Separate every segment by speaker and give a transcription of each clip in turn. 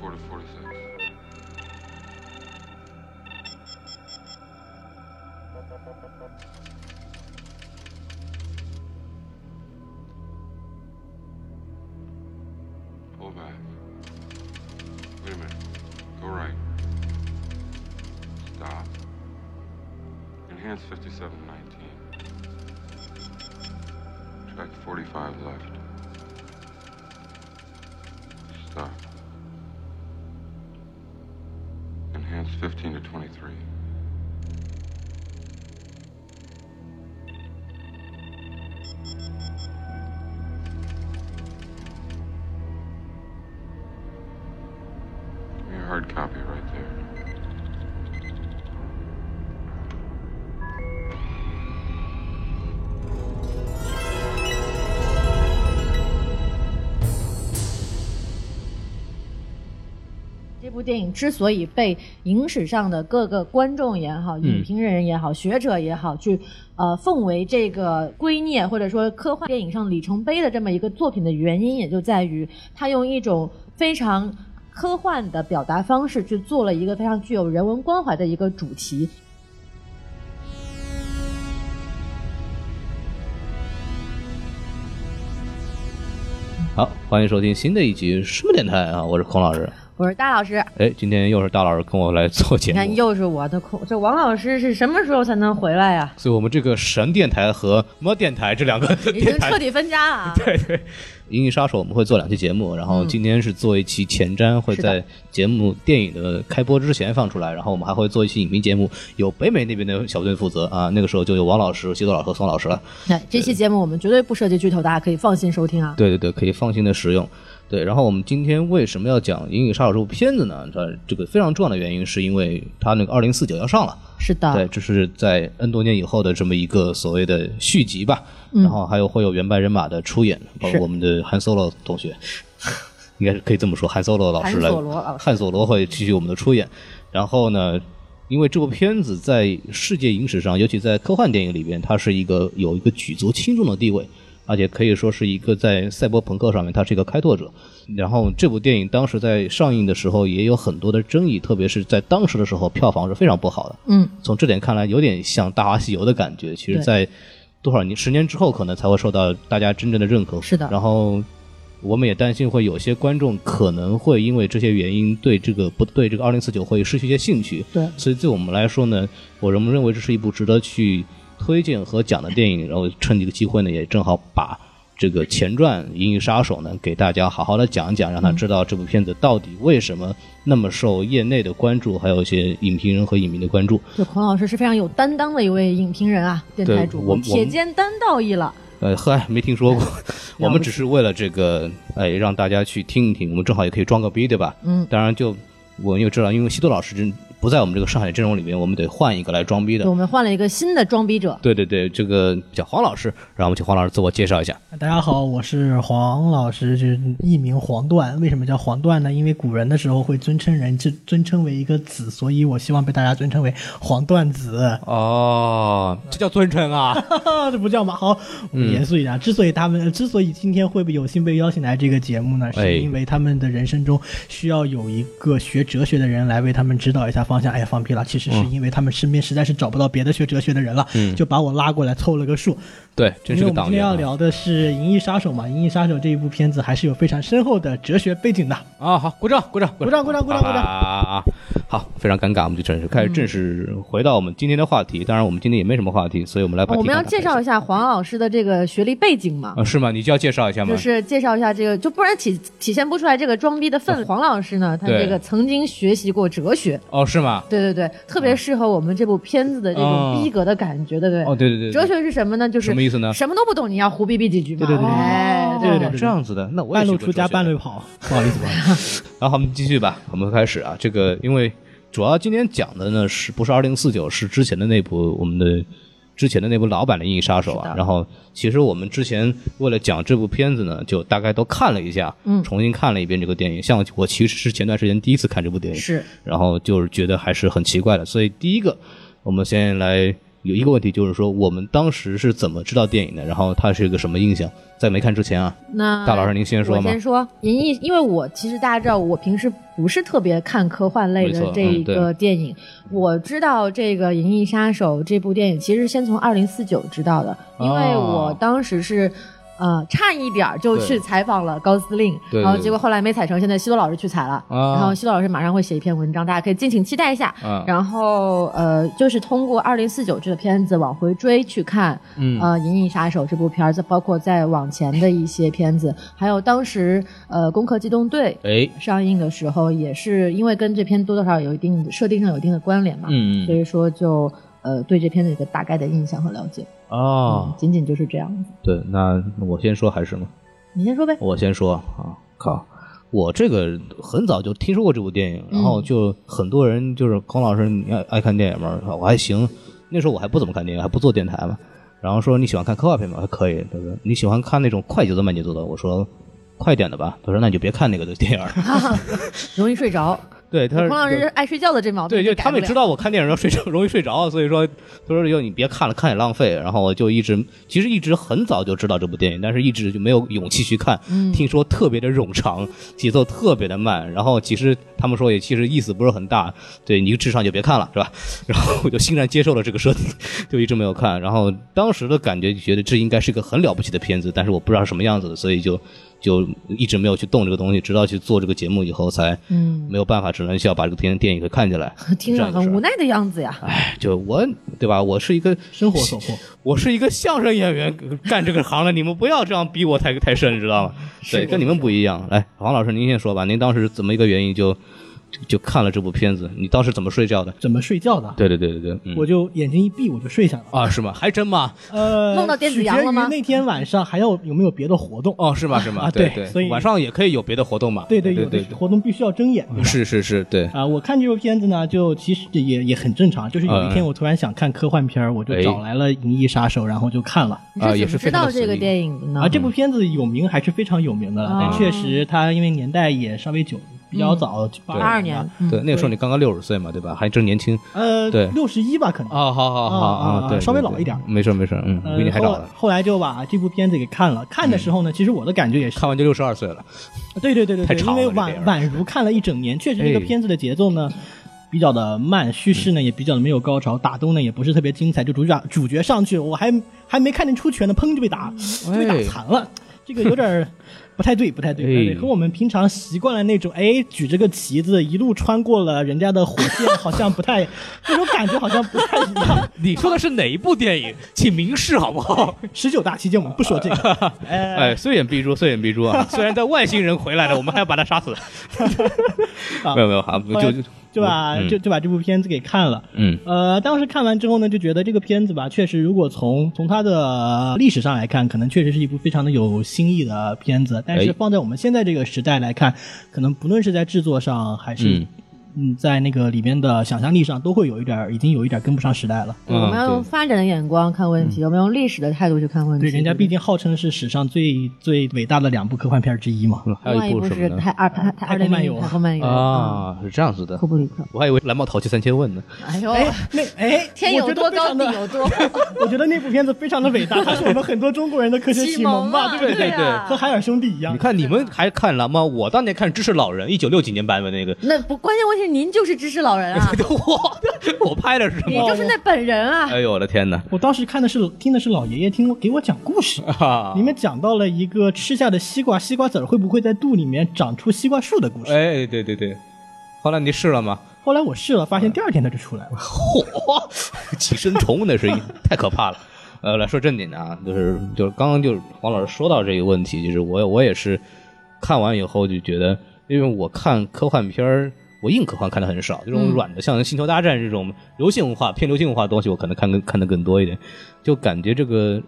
Speaker 1: Four to forty-six. Pull back. Wait a minute. Go right. Stop. Enhance 5719. Track 45 left. Stop. Enhance 15 to 23. Give me a hard copy right there.
Speaker 2: 这部电影之所以被影史上的各个观众也好、影评人也好、学者也好，去呃奉为这个圭臬或者说科幻电影上里程碑的这么一个作品的原因，也就在于它用一种非常科幻的表达方式去做了一个非常具有人文关怀的一个主题。
Speaker 3: 好，欢迎收听新的一集什么电台啊！我是孔老师。
Speaker 2: 我说大老师，
Speaker 3: 哎，今天又是大老师跟我来做节
Speaker 2: 你看
Speaker 3: 目，
Speaker 2: 又是我的空，这王老师是什么时候才能回来呀、
Speaker 3: 所以我们这个神电台和魔电台这两个
Speaker 2: 已经
Speaker 3: 电台
Speaker 2: 彻，底分家了啊！
Speaker 3: 对对，《银翼杀手》我们会做两期节目，然后今天是做一期前瞻，会
Speaker 2: 是的
Speaker 3: 在节目电影的开播之前放出来，然后我们还会做一期影评节目，由北美那边的小队负责啊，那个时候就有王老师、西多老师和宋老师了。
Speaker 2: 那这期节目我们绝对不涉及剧透，大家可以放心收听啊。
Speaker 3: 对对对，可以放心的使用。对，然后我们今天为什么要讲《银翼杀手》这部片子呢？它这个非常重要的原因是因为它那个二零四九要上了，
Speaker 2: 是的，
Speaker 3: 对，这是在 N 多年以后的这么一个所谓的续集吧。
Speaker 2: 嗯
Speaker 3: 然后还有会有原班人马的出演，包括我们的韩 Solo 同 学，应该是可以这么说，韩 Solo 老师来，
Speaker 2: 韩索罗老师
Speaker 3: 汉索罗会继续我们的出
Speaker 2: 啊
Speaker 3: 演。然后呢，因为这部片子在世界影史上，尤其在科幻电影里边，它是一个有一个举足轻重的地位。而且可以说是一个在赛博朋克上面，它是一个开拓者。然后这部电影当时在上映的时候也有很多的争议，特别是在当时的时候，票房是非常不好的。
Speaker 2: 嗯，
Speaker 3: 从这点看来，有点像《大话西游》的感觉。其实，
Speaker 2: 对
Speaker 3: 在多少年、十年之后，可能才会受到大家真正的认可。
Speaker 2: 是的
Speaker 3: 然后，我们也担心会有些观众可能会因为这些原因对这个不对这个二零四九会失去一些兴趣。
Speaker 2: 对
Speaker 3: 所以对我们来说呢，我仍认为这是一部值得去推荐和讲的电影。然后趁这个机会呢，也正好把。这个前传《银翼杀手》呢，给大家好好的讲一讲，
Speaker 2: 嗯
Speaker 3: 让他知道这部片子到底为什么那么受业内的关注，还有一些影评人和影迷的关注。
Speaker 2: 就孔老师是非常有担当的一位影评人啊，电台主
Speaker 3: 我
Speaker 2: 播，
Speaker 3: 们
Speaker 2: 铁肩担道义了。
Speaker 3: 呃，嗨，没听 说过。我们只是为了这个，哎，让大家去听一听。我们正好也可以装个逼，对吧？
Speaker 2: 嗯，
Speaker 3: 当然就，我们又知道，因为西多老师真不在我们这个上海阵容里面，我们得换一个来装逼
Speaker 2: 对，
Speaker 3: 的。
Speaker 2: 我们换了一个新的装逼者，
Speaker 3: 对对对，这个叫黄老师，让我们请黄老师自我介绍一下。
Speaker 4: 大家好，我是黄老师，就是艺名黄段。为什么叫黄段呢？因为古人的时候会尊称人，尊尊称为一个子，所以我希望被大家尊称为黄段子。
Speaker 3: 哦，这叫尊称啊！
Speaker 4: 哈哈，这不叫吗？好，我们严肃一点。之所以他们，之所以今天会被有幸被邀请来这个节目呢，
Speaker 3: 哎
Speaker 4: 是因为他们的人生中需要有一个学哲学的人来为他们指导一下方向。哎呀，放屁了！其实是因为他们身边实在是找不到别的学哲学的人了，就把我拉过来凑了个数。
Speaker 3: 对，真
Speaker 4: 因
Speaker 3: 是个
Speaker 4: 为我们
Speaker 3: 党
Speaker 4: 今天
Speaker 3: 员
Speaker 4: 要
Speaker 3: 啊
Speaker 4: 聊的是《银翼杀手》嘛，《银翼杀手》这一部片子还是有非常深厚的哲学背 景的。
Speaker 3: 啊！好，鼓掌，鼓掌，
Speaker 4: 鼓掌，鼓掌，鼓掌，嗯鼓掌！
Speaker 3: 啊！好，非常尴尬，我们就正式开始正式回到我们今天的话题。当然，我们今天也没什么话题，所以我们来把
Speaker 2: 啊
Speaker 4: 哦
Speaker 2: 我们要
Speaker 3: 题纲打开
Speaker 2: 介绍一下黄老师的这个学历背景嘛。
Speaker 3: 啊，是吗？你就要介绍一下吗？
Speaker 2: 就是介绍一下这个，就不然体体现不出来这个装逼的氛围。黄老师呢，他
Speaker 3: 对
Speaker 2: 这个曾经学习过哲学，
Speaker 3: 哦，是吗？
Speaker 2: 对对对，特别适合我们这部片子的这种
Speaker 3: 嗯哦
Speaker 2: 逼格的感觉，对不对？
Speaker 3: 哦，对对对，对
Speaker 2: 哲学是什么呢？就是
Speaker 3: 什么意思呢
Speaker 2: 什么都不懂，你要胡逼逼几句嘛。
Speaker 3: 对对对对
Speaker 2: 哎，对
Speaker 4: 对
Speaker 3: 哦这样子的，那我也
Speaker 4: 半路
Speaker 3: 学过
Speaker 4: 出家
Speaker 3: 哲学
Speaker 4: 半路。跑， 不好意思，不好意思。
Speaker 3: 然后我们继续吧，我们开始啊，这个因为主要今天讲的呢是不是二零四九，是之前的那部我们的之前的那部老版的《银翼杀手》
Speaker 2: 是
Speaker 3: 啊
Speaker 2: 的。
Speaker 3: 然后其实我们之前为了讲这部片子呢，就大概都看了一下，
Speaker 2: 嗯
Speaker 3: 重新看了一遍这个电影。像我其实是前段时间第一次看这部电影，
Speaker 2: 是
Speaker 3: 然后就是觉得还是很奇怪的。所以第一个，我们先来有一个问题就是说，我们当时是怎么知道电影的？然后它是一个什么印象？在没看之前啊，
Speaker 2: 那
Speaker 3: 大老师您先
Speaker 2: 嗯
Speaker 3: 说
Speaker 2: 我
Speaker 3: 嘛
Speaker 2: 先说，因因因为我其实大家知道，我平时不是特别看科幻类
Speaker 3: 没
Speaker 2: 的
Speaker 3: 错嗯
Speaker 2: 这一个电影。我知道这个《银翼杀手》这部电影，其实先从二零四九知道的，因为
Speaker 3: 哦
Speaker 2: 我当时是。呃，差一点儿就
Speaker 3: 对
Speaker 2: 去采访了高司令，
Speaker 3: 对
Speaker 2: 然后
Speaker 3: 对
Speaker 2: 结果后来没采成，现在西多老师去采了，
Speaker 3: 啊
Speaker 2: 然后西多老师马上会写一篇文章，大家可以敬请期待一下。
Speaker 3: 啊，
Speaker 2: 然后呃，就是通过二零四九这个片子往回追去看，
Speaker 3: 嗯
Speaker 2: 呃，《银翼杀手》这部片儿，再包括在往前的一些片子，还有当时呃，《攻壳机动队
Speaker 3: 哎，》
Speaker 2: 上映的时候，也是因为跟这片多多少少有一定的设定上有一定的关联嘛，
Speaker 3: 嗯
Speaker 2: 所
Speaker 3: 嗯，
Speaker 2: 以说就呃对这片子有个大概的印象和了解，嗯
Speaker 3: 哦，
Speaker 2: 仅仅就是这样子。
Speaker 3: 对，那我先说还是吗？
Speaker 2: 你先说呗，
Speaker 3: 我先说啊，靠，我这个很早就听说过这部电影，
Speaker 2: 嗯
Speaker 3: 然后就很多人就是孔老师，你爱爱看电影吗？我还行，那时候我还不怎么看电影，还不做电台嘛。然后说你喜欢看科幻片吗？还可以。他说你喜欢看那种快节奏慢节奏的？我说快点的吧。他说那你就别看那个的电影 了。
Speaker 2: 容易睡着，
Speaker 3: 对，他
Speaker 2: 孔
Speaker 3: 说
Speaker 2: 老师爱睡觉的这毛病，
Speaker 3: 对，就哦他们也知
Speaker 2: 道，
Speaker 3: 道我看电影要睡着， 容易睡着，所以说他说要你别看了，看也浪费。然后我就一直其实一直很早就知道这部电影，但是一直就没有勇气去看。听说特别的冗长，节奏特别的慢，然后其实他们说也其实意思不是很大，对你智商就别看了，是吧？ 然后我就欣然接受了这个设定， 就一直没有看。然后当时的感觉就觉得这应该是个很了不起的片子，但是我不知道是什么样子的，所以就就一直没有去动这个东西，直到去做这个节目以后才
Speaker 2: 嗯，
Speaker 3: 没有办法，只能需要把这个电电影给看起来。
Speaker 2: 听着很无奈的样子呀。
Speaker 3: 哎，就我对吧？我是一个
Speaker 4: 生活所迫。
Speaker 3: 我是一个相声演员，干这个行的，你们不要这样逼我太太深，知道吗？对，跟你们不一样。来，黄老师，您先说吧，您当时怎么一个原因就就就看了这部片子？你当时怎么睡觉的？
Speaker 4: 怎么睡觉的？
Speaker 3: 对对对对对，嗯
Speaker 4: 我就眼睛一闭我就睡下了。
Speaker 3: 啊，是吗？还真吗？
Speaker 4: 呃，
Speaker 2: 梦到电子羊了吗
Speaker 4: 取决于那天晚上还有有没有别的活动？
Speaker 3: 哦，是吗？是吗？
Speaker 4: 啊
Speaker 3: 对
Speaker 4: 对所以
Speaker 3: 晚上也可以有别的活动嘛？
Speaker 4: 对对，
Speaker 3: 对
Speaker 4: 有的活动必须要睁眼，对吧？
Speaker 3: 是是是，对，
Speaker 4: 啊、我看这部片子呢，就其实也也很正常。就是有
Speaker 3: 嗯
Speaker 4: 一天我突然想看科幻片儿，我
Speaker 3: 哎
Speaker 4: 就找来了《银翼杀手》，然后就看了。
Speaker 2: 你
Speaker 3: 啊也
Speaker 2: 是怎么
Speaker 3: 是
Speaker 2: 知
Speaker 3: 非常
Speaker 2: 道
Speaker 3: 的
Speaker 2: 这个
Speaker 3: 随意
Speaker 2: 电影的呢
Speaker 4: 啊，？这部片子有名还是非常有名的了，
Speaker 2: 啊
Speaker 4: 但确实它因为年代也稍微久，比较早，八
Speaker 2: 嗯八二年，嗯
Speaker 3: 对，那个时候你刚刚六十岁嘛，对吧？还真年轻。
Speaker 4: 呃，
Speaker 3: 对
Speaker 4: 六十一吧，可能。
Speaker 3: 啊，好好好
Speaker 4: 啊啊
Speaker 3: 啊，
Speaker 4: 啊
Speaker 3: 对，
Speaker 4: 稍微
Speaker 3: 对
Speaker 4: 老
Speaker 3: 对
Speaker 4: 一点儿
Speaker 3: 没事没事，嗯，
Speaker 4: 呃
Speaker 3: 比你还
Speaker 4: 后
Speaker 3: 老
Speaker 4: 来
Speaker 3: 了。嗯
Speaker 4: 后来就把这部片子给看了。看的时候呢，其实我的感觉也是，
Speaker 3: 看完就六十二岁了，
Speaker 4: 对对对对
Speaker 3: 太
Speaker 4: 对，
Speaker 3: 长
Speaker 4: 因
Speaker 3: 了
Speaker 4: 为
Speaker 3: 这
Speaker 4: 宛
Speaker 3: 电影
Speaker 4: 宛如看了一整年，确实这个
Speaker 3: 哎嗯
Speaker 4: 片子的节奏呢。比较的慢，叙事呢也比较的没有高潮，打斗呢也不是特别精彩，就主角主角上去，我还还没看见出拳呢，砰就被打，就被打
Speaker 3: 哎
Speaker 4: 残了，这个有点儿不太对，不太对，不太对
Speaker 3: 哎
Speaker 4: 和我们平常习惯了那种，哎，举着个旗子一路穿过了人家的火线，好像不太，这种感觉好像不太一样。
Speaker 3: 你说的是哪一部电 影？请明示好不好？
Speaker 4: 十九大期间我们不说这个，哎，
Speaker 3: 哎，虽远必诛，虽远必诛 啊！虽然在外星人回来了，我们还要把他杀 死。
Speaker 4: 啊
Speaker 3: 没有没有，好，
Speaker 4: 后来
Speaker 3: 就就
Speaker 4: 就把
Speaker 3: 嗯
Speaker 4: 就就把这部片子给看了。
Speaker 3: 嗯
Speaker 4: 呃，当时看完之后呢，就觉得这个片子吧，确实如果从从它的历史上来看，可能确实是一部非常的有新意的片子。但
Speaker 3: 哎
Speaker 4: 是放在我们现在这个时代来看，可能不论是在制作上，还是
Speaker 3: 嗯
Speaker 4: 嗯，在那个里面的想象力上，都会有一点儿，已经有一点儿跟不上时代了。
Speaker 2: 对我们要
Speaker 3: 嗯
Speaker 2: 用发展的眼光看问题，我们用历史的态度去看问题。
Speaker 4: 对，人家
Speaker 2: 不
Speaker 4: 毕竟号称是史上最最伟大的两部科幻片之一嘛。
Speaker 3: 嗯还有
Speaker 2: 另
Speaker 3: 部
Speaker 2: 外
Speaker 3: 是
Speaker 2: 一
Speaker 3: 什
Speaker 2: 是
Speaker 3: 么
Speaker 2: 太
Speaker 3: 呢？
Speaker 2: 二太
Speaker 4: 太
Speaker 2: 二
Speaker 4: 空
Speaker 2: 零
Speaker 4: 漫
Speaker 2: 零
Speaker 4: 游
Speaker 2: 零太空漫游，
Speaker 3: 啊，是这样子的
Speaker 2: 库，布里克。
Speaker 3: 我还以为蓝猫淘气三 千问呢。
Speaker 2: 哎呦，
Speaker 4: 那哎，
Speaker 2: 天
Speaker 4: 我
Speaker 2: 有
Speaker 4: 觉得
Speaker 2: 多
Speaker 4: 非
Speaker 2: 高，
Speaker 4: 常的
Speaker 2: 地有多厚。
Speaker 4: 我觉得那部片子非常的伟大，它是我们很多中国人的科学启蒙吧，
Speaker 2: 启蒙啊
Speaker 4: 对不对？
Speaker 2: 对啊
Speaker 4: 和海尔兄弟一样
Speaker 3: 你。看你们还看蓝猫，我当年看《知识老人》，一九六几年版本那个，，
Speaker 2: 那不关键问题，是您就是知识老人 啊
Speaker 3: 我我拍的是什
Speaker 2: 你
Speaker 3: 么？
Speaker 2: 就是那本人啊。
Speaker 3: 哎呦我的 天哪！
Speaker 4: 我当时看的是听的是老爷爷听我给我讲故事，
Speaker 3: 啊
Speaker 4: 里面讲到了一个吃下的西瓜，西瓜籽儿会不会在肚里面长出西瓜树的故事。
Speaker 3: 哎，对对对，后来你试了吗？
Speaker 4: 后来我试了，发现第二天它就出来了。
Speaker 3: 嚯， 寄生虫那是一太可怕了。呃，来说正经的啊，就是就是刚刚就是黄老师说到这个问题，就是我我也是看完以后就觉得，因为我看科幻片儿，我硬科幻看的很少，这种
Speaker 2: 嗯
Speaker 3: 软的，像《星球大战》这种流行文化偏流行文化的东西，我可能看更看的更多一点，就感觉这个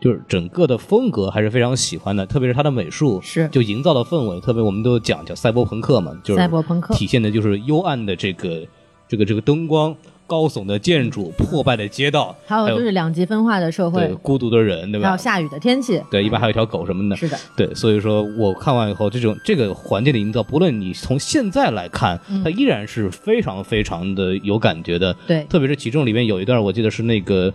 Speaker 3: 就是整个的风格还是非常喜欢的，特别是它的美术
Speaker 2: 是
Speaker 3: 就营造的氛围，特别我们都讲叫赛博朋克嘛，就是
Speaker 2: 赛博朋克
Speaker 3: 体现的就是幽暗的这个这个这个灯光，高耸的建筑、破败的街道，
Speaker 2: 还有就是两极分化的社
Speaker 3: 对
Speaker 2: 会，
Speaker 3: 孤独的人，对
Speaker 2: 还有
Speaker 3: 吧？
Speaker 2: 下雨的天气，
Speaker 3: 对，一般还有一条狗什么的。
Speaker 2: 是的，
Speaker 3: 对，所以说我看完以后，这种这个环境的营造，不论你从现在来看，它依然是非常非常的有感觉的。
Speaker 2: 嗯对
Speaker 3: 特别是其中里面有一段，我记得是那个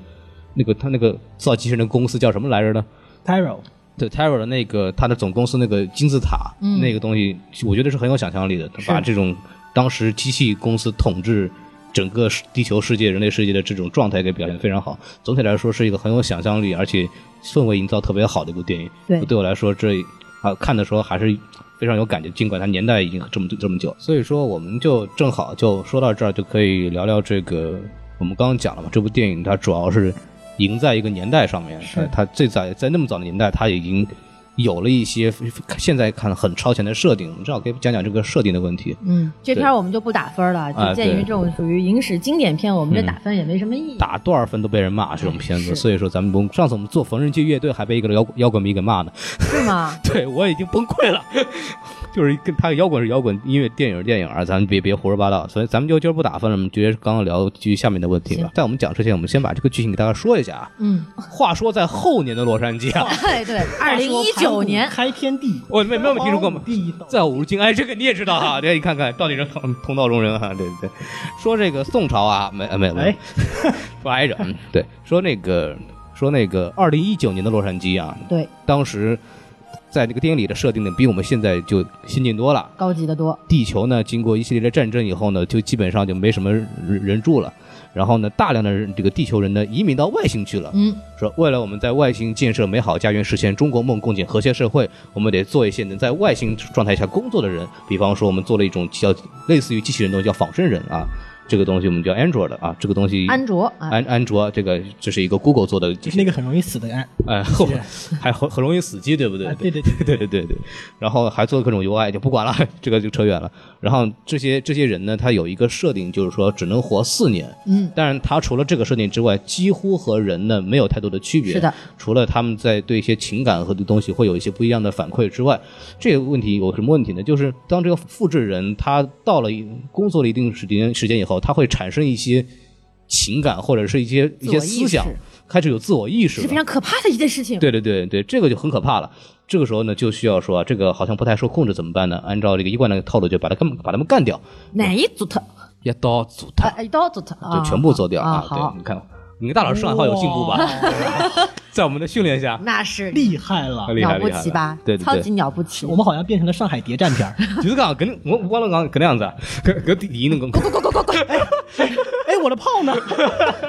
Speaker 3: 那个他那个造机器人的公司叫什么来着呢？
Speaker 4: Tyro，
Speaker 3: 对 Terra 的那个他的总公司那个金字塔、那个东西，我觉得是很有想象力的，
Speaker 2: 嗯是
Speaker 3: 把这种当时机器公司统治。整个世地球世界、人类世界的这种状态给表现得非常好。总体来说是一个很有想象力，而且氛围营造特别好的一部电影。
Speaker 2: 对
Speaker 3: 对我来说这啊看的时候还是非常有感觉，尽管它年代已经这么这么久。所以说，我们就正好就说到这儿，就可以聊聊这个。我们刚刚讲了嘛，这部电影它主要是赢在一个年代上面，呃它最早在那么早的年代，它已经有了一些现在看很超前的设定。我们正好可以讲讲这个设定的问题。
Speaker 2: 嗯，这
Speaker 3: 对
Speaker 2: 片儿我们就不打分了，
Speaker 3: 啊
Speaker 2: 就鉴于
Speaker 3: 对
Speaker 2: 这种属于影史经典片，我们这打分也没什么意义。
Speaker 3: 打多少分都被人骂这种片子，
Speaker 2: 是
Speaker 3: 所以说咱们不用。上次我们做缝纫机乐队还被一个摇摇滚迷给骂呢，
Speaker 2: 是吗？
Speaker 3: 对我已经崩溃了。就是跟他摇滚是摇滚，音乐电影是电影啊，咱们别别胡说八道。所以咱们就今儿不打分了，我们直接刚刚聊继续下面的问题吧
Speaker 2: 行。
Speaker 3: 在我们讲之前，我们先把这个剧情给大家说一下啊。
Speaker 2: 嗯，
Speaker 3: 话说在后年的洛杉矶啊，
Speaker 2: 哎，对， 二零一九年，
Speaker 4: 开天地，
Speaker 3: 我没没有听说过吗？
Speaker 4: 地道
Speaker 3: 在五路京，哎，这个你也知道哈、对，你看看到底是同同道中人哈、对对对。说这个宋朝啊，没呃没有没有
Speaker 4: 哎，
Speaker 3: 不挨着，嗯对，说那个说那个二零一九年的洛杉矶啊，
Speaker 2: 对，
Speaker 3: 当时在这个电影里的设定呢，比我们现在就先进多了。
Speaker 2: 高级的多。
Speaker 3: 地球呢，经过一系列的战争以后呢，就基本上就没什么人人住了。然后呢，大量的人这个地球人呢，移民到外星去了。
Speaker 2: 嗯，
Speaker 3: 说为了我们在外星建设美好家园，实现中国梦，共建和谐社会，我们得做一些能在外星状态下工作的人。比方说，我们做了一种叫类似于机器人的东西，叫仿生人啊，这个东西我们叫 Android 啊，这个东西
Speaker 2: 安卓啊，
Speaker 3: 安安卓这个这是一个 Google 做的
Speaker 4: 就
Speaker 3: 机
Speaker 4: 是
Speaker 3: 器人，
Speaker 4: 那个很容易死的案，
Speaker 3: 哎，后 还很很容易死机，对不对？
Speaker 4: 啊对对对
Speaker 3: 对对对对，然后还做各种 UI 就不管了，这个就扯远了。然后这些这些人呢，他有一个设定，就是说只能活四年。
Speaker 2: 嗯，
Speaker 3: 当然他除了这个设定之外，几乎和人呢没有太多的区别。
Speaker 2: 是的，
Speaker 3: 除了他们在对一些情感和对东西会有一些不一样的反馈之外，这个问题有什么问题呢？就是当这个复制人他到了一工作了一定时间时间以后，他会产生一些情感或者是一些一些
Speaker 2: 自我意识
Speaker 3: 思想，开始有自我意识
Speaker 2: 是
Speaker 3: 了
Speaker 2: 非。常可怕的一件 事情。
Speaker 3: 对对对对，这个就很可怕了。这个时候呢，就需要说啊，这个好像不太受控制，怎么办呢？按照这个一贯的套路，就把他干把他们干掉，
Speaker 2: 哪一组特？
Speaker 3: 一刀组他，
Speaker 2: 啊，一刀组特啊，
Speaker 3: 就全部做掉
Speaker 2: 啊。
Speaker 3: 对，
Speaker 2: 好
Speaker 3: 你，看，你跟大老师上海话有进步吧？ 在我们的训练下，
Speaker 2: 那是
Speaker 4: 厉害了。
Speaker 3: 哦厉害
Speaker 2: 了不
Speaker 3: 厉害
Speaker 2: 起吧
Speaker 3: 了，？对对
Speaker 2: 超
Speaker 3: 对
Speaker 2: 级，了不起
Speaker 4: 我。们好像变成了上海谍战 片儿。
Speaker 3: 就是讲跟我我老讲搿能样子啊， 搿搿第一能够。
Speaker 4: 哎，我的炮呢？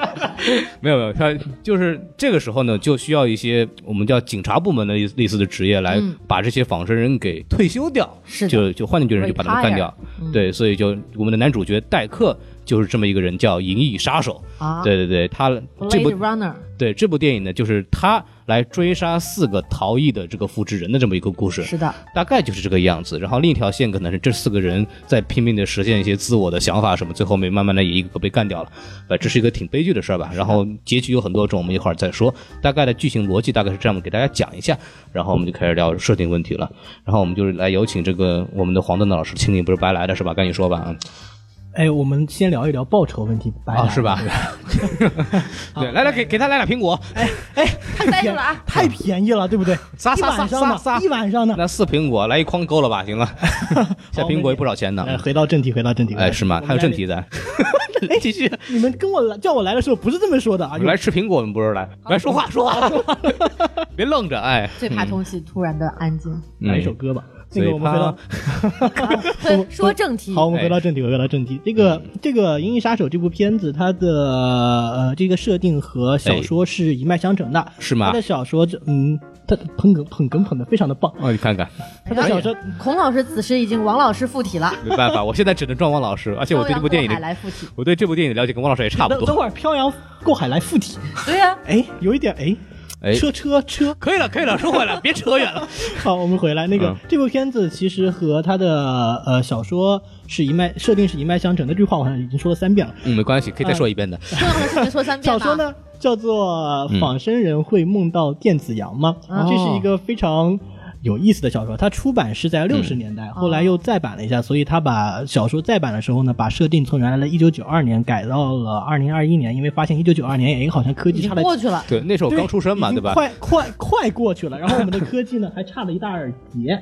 Speaker 3: 没有没有，他就是这个时候呢，就需要一些我们叫警察部门的类类似的职业来把这些仿生人给退休掉，
Speaker 2: 嗯是的
Speaker 3: 就就换一句人就把他们干掉。
Speaker 2: 嗯
Speaker 3: 对，所以就我们的男主角戴克就是这么一个人，叫银翼杀手。
Speaker 2: 啊
Speaker 3: 对对对，他这部
Speaker 2: ，Blade Runner，
Speaker 3: 对这部电影呢，就是他来追杀四个逃逸的这个复制人的这么一个故事。
Speaker 2: 是的，
Speaker 3: 大概就是这个样子。然后另一条线可能是这四个人在拼命的实现一些自我的想法什么，最后面慢慢的也一个个被干掉了。呃，这是一个挺悲剧的事儿吧。然后结局有很多种，我们一会儿再说。大概的剧情逻辑大概是这样，给大家讲一下。然后我们就开始聊设定问题了。然后我们就是来有请这个我们的黄段子老师，请你不是白来的是吧？赶紧说吧啊
Speaker 4: 哎，我们先聊一聊报酬问题，白来
Speaker 3: 啊
Speaker 4: 了
Speaker 3: 是吧？？ 对，来来给给他来俩苹果，
Speaker 2: 太呆住了啊！
Speaker 4: 太便宜了，对不对？
Speaker 3: 撒
Speaker 4: 一
Speaker 3: 撒撒
Speaker 4: 晚上
Speaker 3: 撒
Speaker 4: 呢
Speaker 3: 撒
Speaker 4: 一，晚 上呢。
Speaker 3: 那四苹果来一筐够了吧？行了，下苹果也不少钱呢。
Speaker 4: 哎，回到正题，回到正题。
Speaker 3: 哎，是吗？还有正题
Speaker 4: 的。
Speaker 3: 的，
Speaker 4: 哎，继续。你们跟我来叫我来的时候不是这么说的啊？有
Speaker 3: 来吃苹果，我们不是来来说话说话， 别愣着哎。
Speaker 2: 最怕空气突然的安静。
Speaker 4: 来一
Speaker 3: 嗯
Speaker 4: 首歌吧。那
Speaker 3: 所以
Speaker 4: 个我们回到
Speaker 2: 对， 说正题，
Speaker 4: 好，我们
Speaker 3: 哎
Speaker 4: 回到正题，回到正题。这个
Speaker 3: 嗯
Speaker 4: 这个《银翼杀手》这部片子，它的呃这个设定和小说是一脉相承的，
Speaker 3: 是吗
Speaker 4: 它的小说这嗯，它捧哏捧哏捧的非常的棒。
Speaker 3: 哦，你看看，
Speaker 4: 它
Speaker 2: 哎
Speaker 4: 的小说
Speaker 2: 孔老师此时已经王老师附体 了，
Speaker 3: 没办法，我现在只能撞汪老师，而且 我对这部电影
Speaker 2: 漂洋过海来
Speaker 3: 的，
Speaker 2: 附体。
Speaker 3: 我对这部电影的了解跟汪老师也差不
Speaker 4: 等等
Speaker 3: 多。
Speaker 4: 会儿漂洋过海来附体，
Speaker 2: 对 呀，
Speaker 4: 哎，有一点哎。
Speaker 3: 哎
Speaker 4: 车车 车！
Speaker 3: 可以了，可以了，说回来，别扯远了。
Speaker 4: 好，我们回来。那个、
Speaker 3: 嗯
Speaker 4: 这部片子其实和它的呃小说是一脉设定是一脉相承的。这句话我好像已经说了三遍了。
Speaker 3: 嗯，没关系，可以再说一遍的。
Speaker 2: 重要的事情说三遍
Speaker 4: 小
Speaker 2: 吧。
Speaker 4: 说呢
Speaker 3: 嗯
Speaker 4: 叫做《仿生人会梦到电子羊》吗？
Speaker 2: 嗯
Speaker 4: 这是一个非常有意思的小说。它出版
Speaker 3: 嗯
Speaker 4: 是在六十年代，后来又再版了一下，所以他把小说再版的时候呢，把设定从原来的一九九二年改到了二零二一年，因为发现一九九二年也好像科
Speaker 2: 已
Speaker 4: 技
Speaker 2: 经
Speaker 4: 差了
Speaker 2: 过去了。
Speaker 3: 对，那时候
Speaker 4: 对
Speaker 3: 刚出生嘛，
Speaker 4: 已
Speaker 3: 对
Speaker 4: 经
Speaker 3: 吧？
Speaker 4: 快快快过去了，然后我们的科技呢还差了一大截。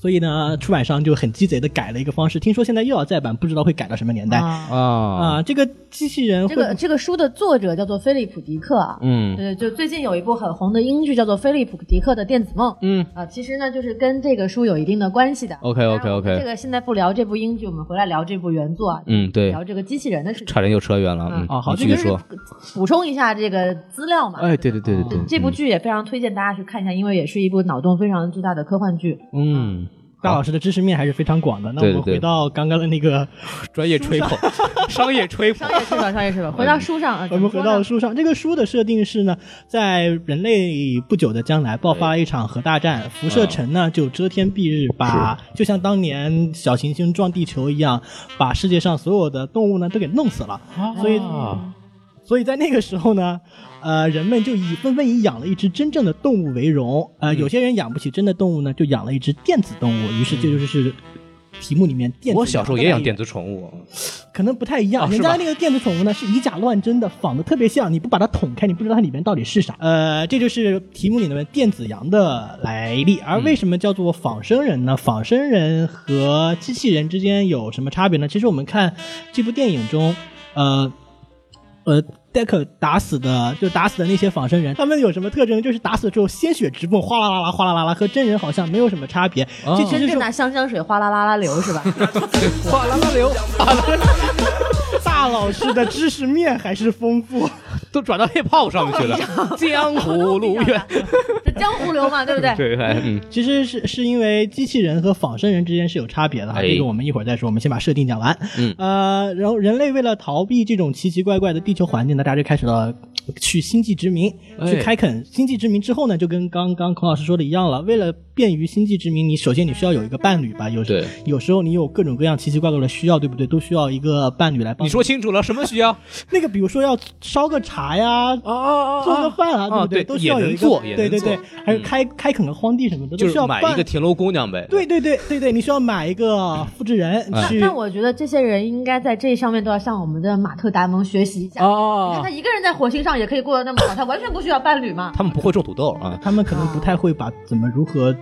Speaker 4: 所以呢，出版商就很鸡贼的改了一个方式，听说现在又要再版，不知道会改到什么年代啊、
Speaker 2: 啊，
Speaker 3: 啊，
Speaker 4: 这个机器人会
Speaker 2: 这个这个书的作者叫做菲利普·迪克啊，
Speaker 3: 嗯
Speaker 2: 对，就最近有一部很红的英剧叫做《菲利普·迪克的电子梦》，
Speaker 3: 嗯哦
Speaker 2: 啊，其实呢就是跟这个书有一定的关系的。
Speaker 3: ，OK OK
Speaker 2: 当然我们这
Speaker 3: OK，
Speaker 2: 个现在不聊这部英剧，我们回来聊这部原作啊，
Speaker 3: 嗯，对
Speaker 2: 聊，这个机器人的事情。
Speaker 3: 差点又扯远了，嗯，
Speaker 4: 啊好
Speaker 3: 你继
Speaker 2: 就
Speaker 3: 续
Speaker 2: 是
Speaker 3: 说，
Speaker 2: 补充一下这个资料嘛。
Speaker 3: 哎，对对对对
Speaker 2: 对
Speaker 3: 对，
Speaker 2: 这部
Speaker 3: 嗯
Speaker 2: 剧也非常推荐大家去看一下，因为也是一部脑洞非常巨大的科幻剧。
Speaker 3: 嗯，
Speaker 4: 大老师的知识面还是非常广的。那我
Speaker 3: 对
Speaker 4: 们
Speaker 3: 对对
Speaker 4: 回到刚刚的那个，
Speaker 3: 专业吹捧， 商业吹捧
Speaker 2: 商，业是吧？商业是吧？回
Speaker 3: 哎
Speaker 2: 到书上啊，
Speaker 4: 我们回到
Speaker 2: 书
Speaker 4: 书上，这个书的设定是呢，在人类不久的将来爆发了一场核大
Speaker 3: 嗯
Speaker 4: 战，辐射城呢就遮天蔽日，把就像当年小行星撞地球一样，把世界上所有的动物呢都给弄死了。所以
Speaker 3: 啊
Speaker 4: 所以在那个时候呢，呃，人们就以纷纷以养了一只真正的动物为荣。呃，
Speaker 3: 嗯
Speaker 4: 有些人养不起真的动物呢，就养了一只电子动物。于是这就是是题目里面电
Speaker 3: 嗯
Speaker 4: 子。
Speaker 3: 我小时候也养电
Speaker 4: 子，
Speaker 3: 子宠物，
Speaker 4: 可能不太一样。
Speaker 3: 哦是
Speaker 4: 人
Speaker 3: 吧
Speaker 4: 家那个电子宠物呢是以假乱真的，仿的特别像，你不把它捅开，你不知道它里面到底是啥。呃，这就是题目里面电子羊的来历。而为什么叫做仿生人呢？仿生人和机器人之间有什么差别呢？其实我们看这部电影中，呃。呃，戴克打死的，就打死的那些仿生人，他们有什么特征？就是打死之后鲜血直蹦，哗啦啦啦，哗啦啦啦，和真人好像没有什么差别。
Speaker 3: 哦
Speaker 4: 这其实
Speaker 2: 真
Speaker 4: 是
Speaker 2: 正拿香香水哗啦啦啦流是吧？
Speaker 3: 哗啦啦流，
Speaker 4: 大老师的知识面还是丰富。
Speaker 3: 都转 到 hiphop 上面去了，江湖路远，
Speaker 2: 这江湖流嘛，对不对？
Speaker 3: 对，哎嗯，
Speaker 4: 其实是是因为机器人和仿生人之间是有差别的哈，
Speaker 3: 哎
Speaker 4: 这个我们一会儿再说，我们先把设定讲完。
Speaker 3: 嗯
Speaker 4: 呃，然后人类为了逃避这种奇奇怪怪的地球环境呢，大家就开始了呃去星际殖民，
Speaker 3: 哎
Speaker 4: 去开垦。星际殖民之后呢，就跟刚刚孔老师说的一样了，为了便于星际殖民，你首先你需要有一个伴侣吧，有
Speaker 3: 对
Speaker 4: 时有时候你有各种各样奇奇怪怪的需要，对不对？都需要一个伴侣来帮
Speaker 3: 你说清楚了，什么需要？
Speaker 4: 那个，比如说要烧个茶呀。
Speaker 3: 哦哦
Speaker 4: 做个饭啊，对不
Speaker 3: 对，
Speaker 4: 都需要有
Speaker 3: 也能
Speaker 4: 一个
Speaker 3: 做，也
Speaker 4: 对
Speaker 3: 能
Speaker 4: 对
Speaker 3: 做嗯
Speaker 4: 对，还有开开垦个荒地什么的，
Speaker 3: 就
Speaker 4: 都
Speaker 3: 是
Speaker 4: 需要
Speaker 3: 买
Speaker 4: 伴
Speaker 3: 一个田螺姑娘呗。
Speaker 4: 对对对对对，你需要买一个复制人
Speaker 3: 哎
Speaker 4: 去。
Speaker 2: 啊那我觉得这些人应该在这上面都要向我们的马特·达蒙学习一下。你看
Speaker 3: 哦
Speaker 2: 他，一个人在火星上也可以过得那么好，他完全不需要伴侣嘛。
Speaker 3: 他们不会种土豆啊。
Speaker 4: 他们可能不太会把怎么如何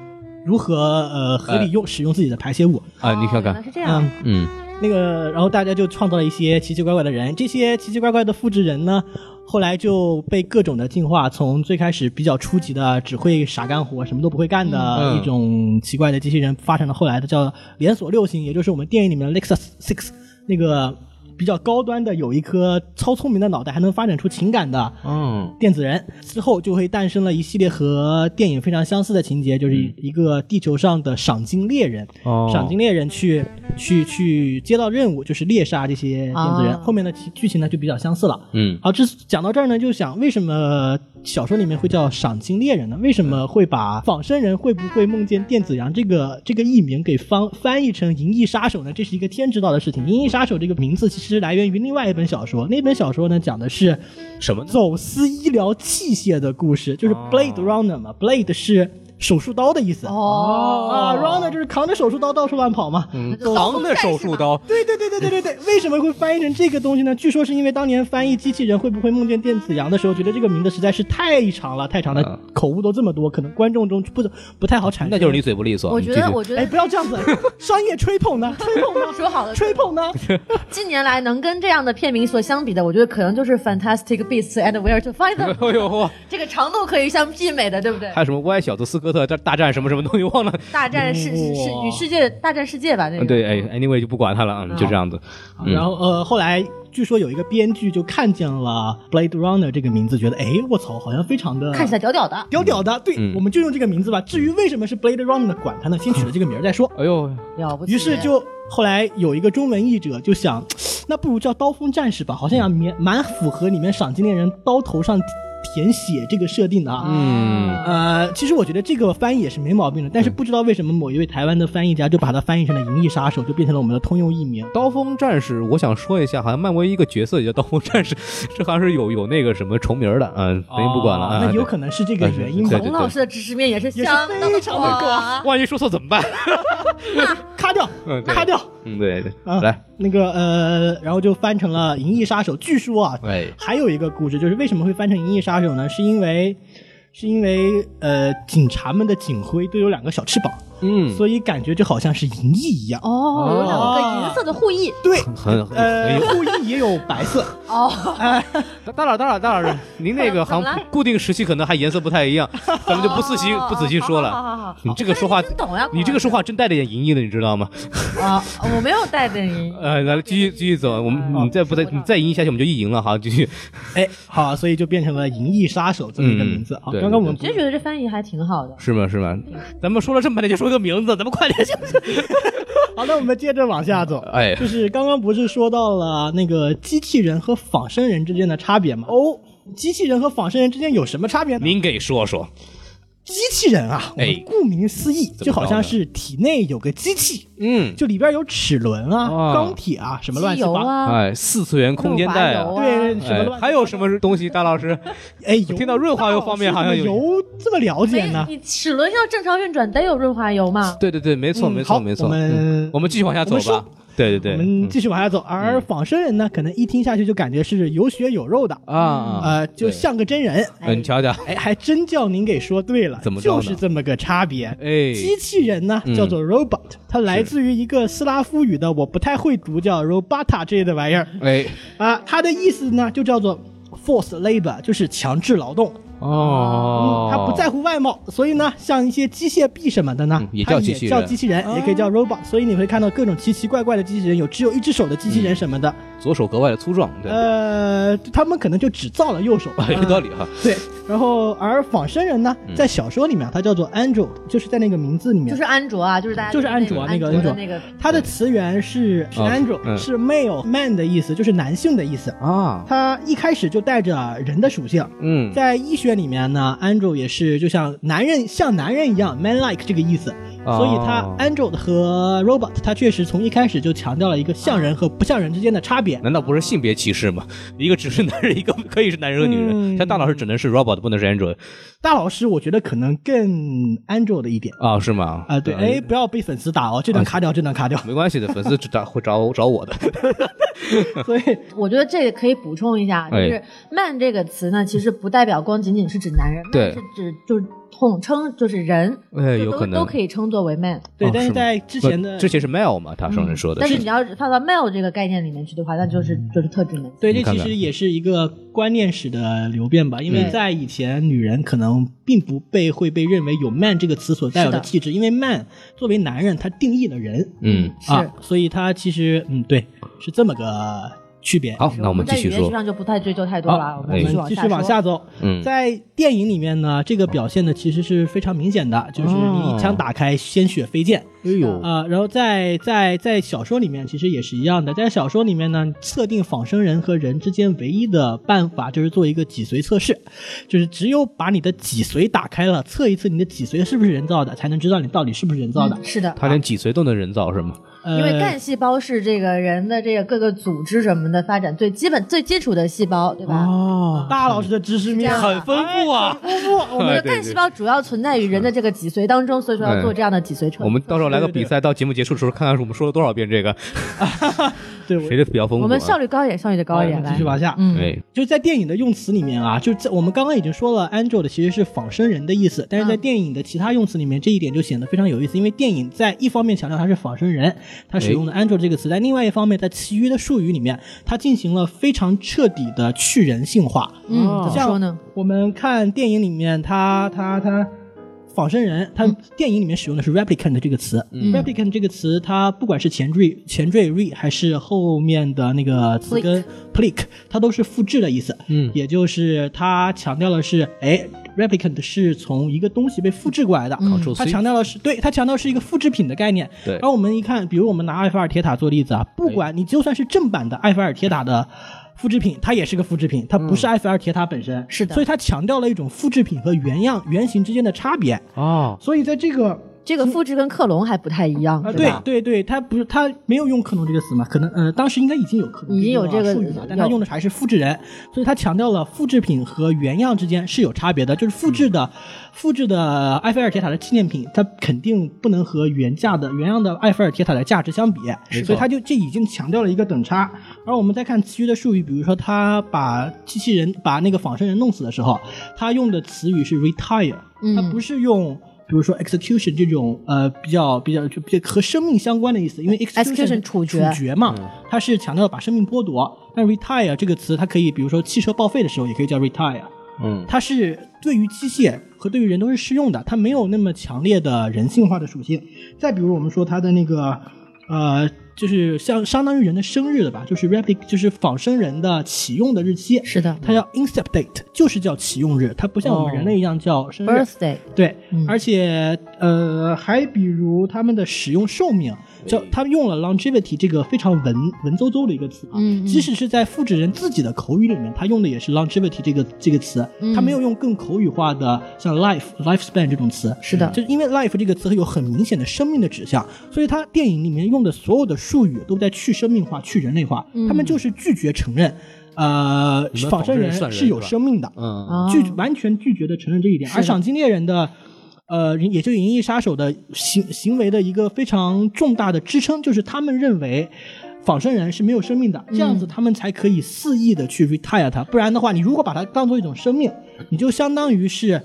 Speaker 4: 如何呃合
Speaker 3: 嗯
Speaker 4: 理用使用自己的排泄物。
Speaker 3: 啊，你看
Speaker 2: 哦原来
Speaker 3: 看，
Speaker 2: 是这样
Speaker 4: 嗯，，
Speaker 3: 嗯，
Speaker 4: 那个，然后大家就创造了一些奇奇怪怪的人。这些奇奇怪怪的复制人呢，后来就被各种的进化，从最开始比较初级的只会傻干活、什么都不会干的
Speaker 3: 嗯
Speaker 4: 一种奇怪的机器人，发展到后来的叫连锁六型，也就是我们电影里面的 Lexus Six 那个比较高端的，有一颗超聪明的脑袋，还能发展出情感的。
Speaker 3: 嗯，
Speaker 4: 电子人之后就会诞生了一系列和电影非常相似的情节，就是一个地球上的赏金猎人，
Speaker 3: 嗯哦
Speaker 4: 赏金猎人去去去接到任务，就是猎杀这些电子人。
Speaker 2: 啊
Speaker 4: 后面的其剧情呢就比较相似了。
Speaker 3: 嗯，
Speaker 4: 好，这讲到这儿呢，就想为什么小说里面会叫赏金猎人呢？为什
Speaker 3: 嗯
Speaker 4: 么会把仿生人会不会梦见电子羊这个这个译名给翻翻译成银翼杀手呢？这是一个天知道的事情。银翼杀手这个名字其实来源于另外一本小说，那本小说呢讲的是
Speaker 3: 什么呢？哦
Speaker 4: 走私医疗器械的故事，就是 Blade Runner 嘛、b l a d e 是手术刀的意思。
Speaker 2: 哦
Speaker 4: 啊，Runner 就是扛着手术刀到处乱跑嘛。
Speaker 3: 狼嗯的手术刀，
Speaker 4: 对对对对对对对，为什么会翻译成这个东西呢？据说是因为当年翻译机器人会不会梦见电子羊的时候，觉得这个名字实在是太长了，太长了
Speaker 3: 嗯，
Speaker 4: 口误都这么多，可能观众中不不太好产生。
Speaker 3: 那就是你嘴不利索。
Speaker 2: 我
Speaker 3: 你
Speaker 2: 觉
Speaker 3: 继
Speaker 2: 得，
Speaker 3: 续
Speaker 2: 我觉
Speaker 4: 哎，
Speaker 2: 得
Speaker 4: 不要这样子，商业吹捧呢，吹捧呢，
Speaker 2: 说好了，
Speaker 4: 吹捧呢。
Speaker 2: 近年来能跟这样的片名所相比的，我觉得可能就是《Fantastic Beasts and Where to Find Them
Speaker 3: 哎呦嚯，》
Speaker 2: 这个长度可以相媲美的，对不对
Speaker 3: 还？有什么歪小子斯科特大大战什么什么东西忘了？
Speaker 2: 大战世世世与世界大战世界吧，那个
Speaker 3: 嗯，对，哎，anyway 就不管他了，嗯，就这样子。嗯
Speaker 4: 然后呃，后来据说有一个编剧就看见了 Blade Runner 这个名字，觉得哎，我操，好像非常的
Speaker 2: 看起来屌屌的，
Speaker 4: 屌屌的，对，
Speaker 3: 嗯
Speaker 4: 我们就用这个名字吧。至于为什么是 Blade Runner 呢，管他呢，先取了这个名儿再说。
Speaker 3: 哎呦，
Speaker 2: 了不起。
Speaker 4: 于是就后来有一个中文译者就想，那不如叫刀锋战士吧，好像也蛮蛮符合里面赏金猎人刀头上填写这个设定的啊。
Speaker 2: 嗯
Speaker 4: 呃，其实我觉得这个翻译也是没毛病的，
Speaker 3: 嗯
Speaker 4: 但是不知道为什么某一位台湾的翻译家就把它翻译成了《银翼杀手》，就变成了我们的通用译名。
Speaker 3: 刀锋战士，我想说一下，好像漫威一个角色也叫刀锋战士， 这好像是有有那个什么重名儿的，嗯，反正不管了啊。
Speaker 4: 哦那有
Speaker 3: 对
Speaker 4: 可能是这个原因吧
Speaker 3: 对？
Speaker 2: 洪老师的知识面也是
Speaker 4: 也是
Speaker 2: 相当
Speaker 4: 非常的广
Speaker 2: 广。
Speaker 3: 万一说错怎么办？
Speaker 4: 咔掉，
Speaker 3: 嗯对
Speaker 4: 咔掉。
Speaker 3: 嗯，对对，
Speaker 4: 啊
Speaker 3: 来，
Speaker 4: 那个呃，然后就翻成了《银翼杀手》。据说啊，
Speaker 3: 哎，
Speaker 4: 还有一个故事，就是为什么会翻成《银翼杀手》呢？是因为是因为呃，警察们的警徽都有两个小翅膀，
Speaker 3: 嗯，
Speaker 4: 所以感觉就好像是银翼一样。
Speaker 2: 哦，有两个银色的护翼。
Speaker 4: 对，
Speaker 3: 很很
Speaker 4: 呃，
Speaker 3: 有。
Speaker 4: 护翼也有 白色，
Speaker 2: 哦，
Speaker 3: 大佬，大佬，大佬，您那个
Speaker 2: 怎
Speaker 3: 好
Speaker 2: 么了哦
Speaker 3: 像固定时期可能还颜色不太 一样，咱们就不仔细
Speaker 4: 哦
Speaker 3: 不仔细说
Speaker 2: 好好
Speaker 3: 了。嗯
Speaker 2: 好好好
Speaker 3: 你这个说话
Speaker 2: 我哎真懂呀，
Speaker 3: 你这个说话真带着点淫意的，你知道吗？
Speaker 2: 啊，我没有带着你。
Speaker 3: 呃，来继续继续走，我们
Speaker 2: 嗯
Speaker 3: 你再不再你再赢下去，我们就意淫了哈，继续。
Speaker 4: 哎，好，所以就变成了《银翼杀手》这么一个名字。
Speaker 3: 嗯
Speaker 4: 好，
Speaker 3: 对
Speaker 4: 刚刚我们
Speaker 2: 真觉得这翻译还挺好的。
Speaker 3: 是吗？是吗？
Speaker 2: 哎
Speaker 3: 咱们说了这么半天就说个名字，咱们快点 行不行？
Speaker 4: 好，那我们接着往下走。
Speaker 3: 哎
Speaker 4: 就是刚刚不是说到了那个机器人和仿生人之间的差别吗？哦，机器人和仿生人之间有什么差别呢？
Speaker 3: 您给说说。
Speaker 4: 机器人啊，我
Speaker 3: 哎
Speaker 4: 们顾名思义，
Speaker 3: 么
Speaker 4: 就好像是体内有个机器，
Speaker 3: 嗯，
Speaker 4: 就里边有齿轮啊、
Speaker 3: 啊
Speaker 4: 钢铁啊，什么乱
Speaker 2: 机
Speaker 4: 七
Speaker 2: 油
Speaker 4: 八。
Speaker 2: 啊，
Speaker 3: 哎，四次元空间带
Speaker 2: 润
Speaker 3: 啊
Speaker 2: 滑油，
Speaker 4: 对，什么
Speaker 3: 哎
Speaker 4: 乱七八，
Speaker 3: 还有什么东西？大老师，
Speaker 4: 哎，油
Speaker 3: 听到润滑油方面好像有
Speaker 4: 是怎么油这么了解
Speaker 2: 哎
Speaker 4: 呢，？
Speaker 2: 你齿轮要正常运转得有润滑油嘛？
Speaker 3: 对对对，没错
Speaker 4: 嗯
Speaker 3: 没错
Speaker 4: 好
Speaker 3: 没错。
Speaker 4: 我们
Speaker 3: 嗯我们继续往下走
Speaker 4: 我
Speaker 3: 吧。对对对，
Speaker 4: 我们
Speaker 3: 嗯
Speaker 4: 继续往下走，而仿生人呢，可能一听下去就感觉是有血有肉的，
Speaker 3: 啊，
Speaker 4: 呃，就
Speaker 3: 对
Speaker 4: 像个真人。
Speaker 3: 呃你瞧 瞧，
Speaker 4: 哎，还真叫您给说对了，
Speaker 3: 怎么着
Speaker 4: 就
Speaker 3: 呢
Speaker 4: 是这么个差别。
Speaker 3: 哎
Speaker 4: 机器人呢
Speaker 3: 嗯
Speaker 4: 叫做 robot，、它来自于一个斯拉夫语的，我不太会读，叫 robota 这类的玩意儿
Speaker 3: 哎
Speaker 4: 啊、它的意思呢就叫做 forced labor，就是强制劳动。
Speaker 3: 哦，
Speaker 4: 嗯它不在乎外貌，所以呢，像一些机械臂什么的呢
Speaker 3: 嗯，也
Speaker 4: 它
Speaker 3: 叫机器人
Speaker 4: 叫机器人，
Speaker 2: 哦
Speaker 4: 也可以叫 robot。所以你会看到各种奇奇怪怪的机器人，有只有一只手的机器人什么的。
Speaker 3: 左手格外的粗壮，对，
Speaker 4: 呃，他们可能就只造了 右手。
Speaker 3: 哎有道理哈。
Speaker 4: 对，然后而仿生人呢，
Speaker 3: 嗯
Speaker 4: 在小说里面它叫做 Android，就是在那个名字里面，
Speaker 2: 就是安卓啊，就是大家
Speaker 4: 就是
Speaker 2: 那个
Speaker 4: 安卓
Speaker 2: 安
Speaker 4: 那个
Speaker 2: 的那个
Speaker 4: 它的词源是是
Speaker 3: 哦
Speaker 4: andro，、
Speaker 3: 嗯
Speaker 4: 是 male man 的意思，就是男性的意思。
Speaker 3: 啊，
Speaker 4: 嗯它一开始就带着人的属性，
Speaker 3: 嗯，
Speaker 4: 在医学里面呢，andro 也是就像男人像男人一样 man like 这个意思，
Speaker 3: 哦
Speaker 4: 所以它 andro 和 robot 它确实从一开始就强调了一个像人和不像人之间的差别。
Speaker 3: 难道不是性别歧视吗？一个只是男人，一个可以是男人和女人。
Speaker 4: 嗯
Speaker 3: 像大老师只能是 robot，不能是 android
Speaker 4: 大老师，我觉得可能更 andro 的一点
Speaker 3: 啊，是吗？
Speaker 4: 啊、对，哎，不要被粉丝打哦，这段卡掉，这段卡掉。
Speaker 3: 没关系的，粉丝只找会找找我的。嗯
Speaker 4: 所以
Speaker 2: 我觉得这个可以补充一下，就
Speaker 3: 哎
Speaker 2: 是“慢”这个词呢，其实不代表光仅仅是指男人，
Speaker 3: 对
Speaker 2: 慢是指就是统称就是人，
Speaker 3: 哎，
Speaker 2: 就
Speaker 3: 有
Speaker 2: 都
Speaker 3: 可能
Speaker 2: 都可以称作为 man。
Speaker 4: 对，
Speaker 3: 哦
Speaker 4: 但
Speaker 3: 是吗
Speaker 4: 是在之前的嗯
Speaker 3: 不之前是 male 嘛，他上人说的。
Speaker 2: 但是你要是放到 male 这个概念里面去的话，那就是
Speaker 3: 嗯
Speaker 2: 就是特指男。
Speaker 4: 对，
Speaker 3: 你
Speaker 4: 这
Speaker 3: 看
Speaker 4: 其
Speaker 3: 看
Speaker 4: 实也是一个观念史的流变吧，因为
Speaker 2: 嗯
Speaker 4: 在以前，女人可能并不被会被认为有 man 这个词所带有的
Speaker 2: 是的
Speaker 4: 气质，因为 man 作为男人，他定义了人
Speaker 3: 嗯，
Speaker 2: 是
Speaker 4: 啊，所以他其实嗯，对，是这么个区别。
Speaker 3: 好，那我们
Speaker 2: 在
Speaker 3: 继
Speaker 2: 语
Speaker 3: 续
Speaker 2: 言学
Speaker 3: 说。
Speaker 2: 上就不太追究太多了，
Speaker 4: 好
Speaker 2: 我
Speaker 4: 我
Speaker 2: 们
Speaker 3: 哎
Speaker 2: 继续
Speaker 4: 们
Speaker 2: 往
Speaker 4: 继
Speaker 2: 下
Speaker 4: 续
Speaker 2: 说
Speaker 4: 往下走。
Speaker 3: 嗯，
Speaker 4: 在电影里面呢，这个表现的其实是非常明显的，就是你一枪打开，鲜血飞溅。
Speaker 3: 哎呦，
Speaker 4: 啊、然后在在在小说里面其实也是一样的，在小说里面呢，测定仿生人和人之间唯一的办法就是做一个脊髓测试，就是只有把你的脊髓打开了，测一次你的脊髓是不是人造的，才能知道你到底是不是人造的
Speaker 2: 嗯。是的。
Speaker 3: 他连脊髓都能人造是吗？
Speaker 4: 呃、
Speaker 2: 因为干细胞是这个人的这个各个组织什么的发展最基本、最基础的细胞，对吧？
Speaker 3: 哦，
Speaker 4: 大老师的知识面
Speaker 2: 是这样的
Speaker 3: 丰富啊！
Speaker 4: 丰富，我
Speaker 2: 我
Speaker 4: 们
Speaker 2: 们的
Speaker 3: 对对
Speaker 2: 干细胞主要存在于人的这个脊髓当中，所以说要做这样的脊髓测试。
Speaker 3: 嗯我们到时候来个比赛，到节目结束的时候看看我们说了多少遍这个，
Speaker 4: 对
Speaker 3: 谁的比较丰富啊？
Speaker 2: 我们效率高一点，效率的高一点
Speaker 4: 啊继
Speaker 2: 来
Speaker 4: 续。往下。
Speaker 2: 嗯，
Speaker 3: 哎，
Speaker 4: 就是在电影的用词里面啊，就是在我们刚刚已经说了，Android 其实是仿生人的意思，但是在
Speaker 2: 嗯
Speaker 4: 电影的其他用词里面，这一点就显得非常有意思，因为电影在一方面强调它是仿生人，它使用了 Android 这个词，但另外一方面，在其余的术语里面，它进行了非常彻底的去人性化。
Speaker 2: 嗯，怎么
Speaker 4: 像
Speaker 2: 说呢？
Speaker 4: 我们看电影里面，它它它仿生人，它电影里面使用的是 replicant 这个词、
Speaker 2: 嗯
Speaker 4: r e p l i c a n t 这个词，它不管是前缀前缀 re 还是后面的那个词根 plic，它都是复制的意思。
Speaker 3: 嗯
Speaker 4: 也就是它强调的是，哎，replicant 是从一个东西被复制过来的。
Speaker 2: 嗯
Speaker 3: Ctrl+C
Speaker 4: 它强调的是，对它强调是一个复制品的概念。
Speaker 3: 对
Speaker 4: 哎而我们一看，比如我们拿埃菲尔铁塔做例子啊，不管你就算是正版的埃菲尔铁塔的复制品，它也是个复制品，它不是 F 二铁塔本身。
Speaker 2: 是的
Speaker 4: 所以它强调了一种复制品和原样原型之间的差别。
Speaker 1: 哦，
Speaker 4: 所以在这个
Speaker 2: 这个复制跟克隆还不太一样，
Speaker 4: 啊，
Speaker 2: 对
Speaker 4: 对
Speaker 2: 吧？
Speaker 4: 对对，他不是他没有用“克隆”这个词嘛？可能呃，当时应该已经有“克隆”
Speaker 2: 已经有这个
Speaker 4: 术语了，但
Speaker 2: 有
Speaker 4: 他用的还是复制人，所以他强调了复制品和原样之间是有差别的，就是复制
Speaker 2: 嗯
Speaker 4: 的、复制的埃菲尔铁塔的纪念品，它肯定不能和原价的原样的埃菲尔铁塔的价值相比，所以他就这已经强调了一个等差。而我们再看其余的术语，比如说他把机器人把那个仿生人弄死的时候，他用的词语是 “retire”，他
Speaker 2: 嗯
Speaker 4: 不是用。比如说 execution 这种呃比较比较就比较和生命相关的意思，因为
Speaker 2: execution 处
Speaker 4: 处
Speaker 2: 决
Speaker 4: 嘛，它是强调把生命剥夺。但 retire 这个词，它可以比如说汽车报废的时候也可以叫 retire，
Speaker 1: 嗯，
Speaker 4: 它是对于机械和对于人都是适用的，它没有那么强烈的人性化的属性。再比如我们说它的那个呃，就是像相当于人的生日的吧，就是 replic 就是仿生人的启用的日期，
Speaker 2: 是的
Speaker 4: 它叫 incept date，就是叫启用日，它不像我们
Speaker 2: 哦
Speaker 4: 人类一样叫生日。
Speaker 2: ，birthday
Speaker 4: 对，
Speaker 2: 嗯
Speaker 4: 而且呃，还比如他们的使用寿命，叫他们用了 longevity 这个非常文文绉绉的一个词啊，
Speaker 2: 嗯嗯
Speaker 4: 即使是在复制人自己的口语里面，他用的也是 longevity 这个这个词，
Speaker 2: 嗯
Speaker 4: 他没有用更口语化的像 life、lifespan 这种词，
Speaker 2: 是的
Speaker 4: 就是因为 life 这个词有很明显的生命的指向，所以他电影里面用的所有的术语都在去生命化、去人类化，
Speaker 2: 嗯
Speaker 4: 他们就是拒绝承认。呃
Speaker 1: 你，们仿
Speaker 4: 仿生
Speaker 1: 生人
Speaker 4: 人
Speaker 1: 算人
Speaker 4: 是有
Speaker 1: 是吧
Speaker 4: 生命的，
Speaker 1: 嗯
Speaker 2: 啊，
Speaker 4: 拒完全拒绝的承认这一点。
Speaker 2: 是的
Speaker 4: 而赏金猎人的，呃，也就是《银翼杀手》的行行为的一个非常重大的支撑，就是他们认为。仿生人是没有生命的，这样
Speaker 2: 嗯
Speaker 4: 子他们才可以肆意的去 retire 它，不然的话，你如果把它当做一种生命，你就相当于是，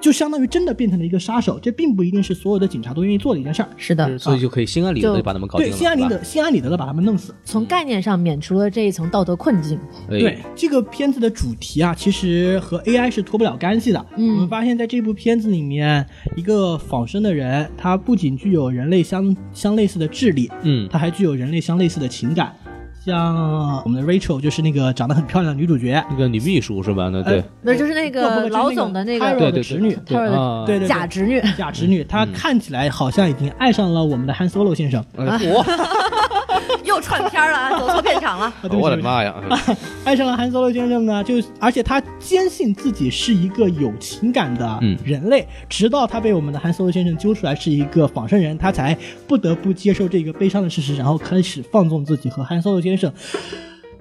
Speaker 4: 就相当于真的变成了一个杀手，这并不一定是所有的警察都愿意做的一件事儿。
Speaker 2: 是的，
Speaker 1: 所以就可以心安理得
Speaker 2: 就
Speaker 1: 地把他们搞定
Speaker 4: 对，
Speaker 1: 了，
Speaker 4: 心安理
Speaker 1: 是吧
Speaker 4: 得，心安理得的把他们弄死。
Speaker 2: 从概念上免除了这一层道德困境。
Speaker 1: 哎
Speaker 4: 对这个片子的主题啊，其实和 AI 是脱不了干系的。
Speaker 2: 嗯
Speaker 4: 我们发现在这部片子里面，一个仿生的人，他不仅具有人类相相类似的智力，
Speaker 1: 嗯
Speaker 4: 他还具有人类相类似的情感。像我们的 Rachel 就是那个长得很漂亮的女主角，
Speaker 3: 那个女秘书是吧？那对
Speaker 4: 呃，
Speaker 2: 那就是那
Speaker 4: 不不
Speaker 2: 个
Speaker 4: 不
Speaker 2: 老
Speaker 4: 就是那个
Speaker 2: 总的那个
Speaker 3: 对
Speaker 4: Carol
Speaker 3: 对嗯对
Speaker 4: 侄女
Speaker 2: 他说的
Speaker 3: 啊
Speaker 4: 对对对
Speaker 2: 假侄 女，
Speaker 4: 假侄女，她看起来好像已经爱上了我们的 Han Solo 先生。
Speaker 3: 哎
Speaker 1: 我
Speaker 2: 又串片了 啊，走错片场了。
Speaker 4: 啊，对不起
Speaker 3: 哎哦我的
Speaker 4: 对不起
Speaker 3: 妈呀！
Speaker 4: 爱上了韩 Solo 先生呢，就而且他坚信自己是一个有情感的
Speaker 3: 嗯
Speaker 4: 人类，直到他被我们的韩 Solo 先生揪出来是一个仿生人，他才不得不接受这个悲伤的事实，然后开始放纵自己和韩 Solo 先生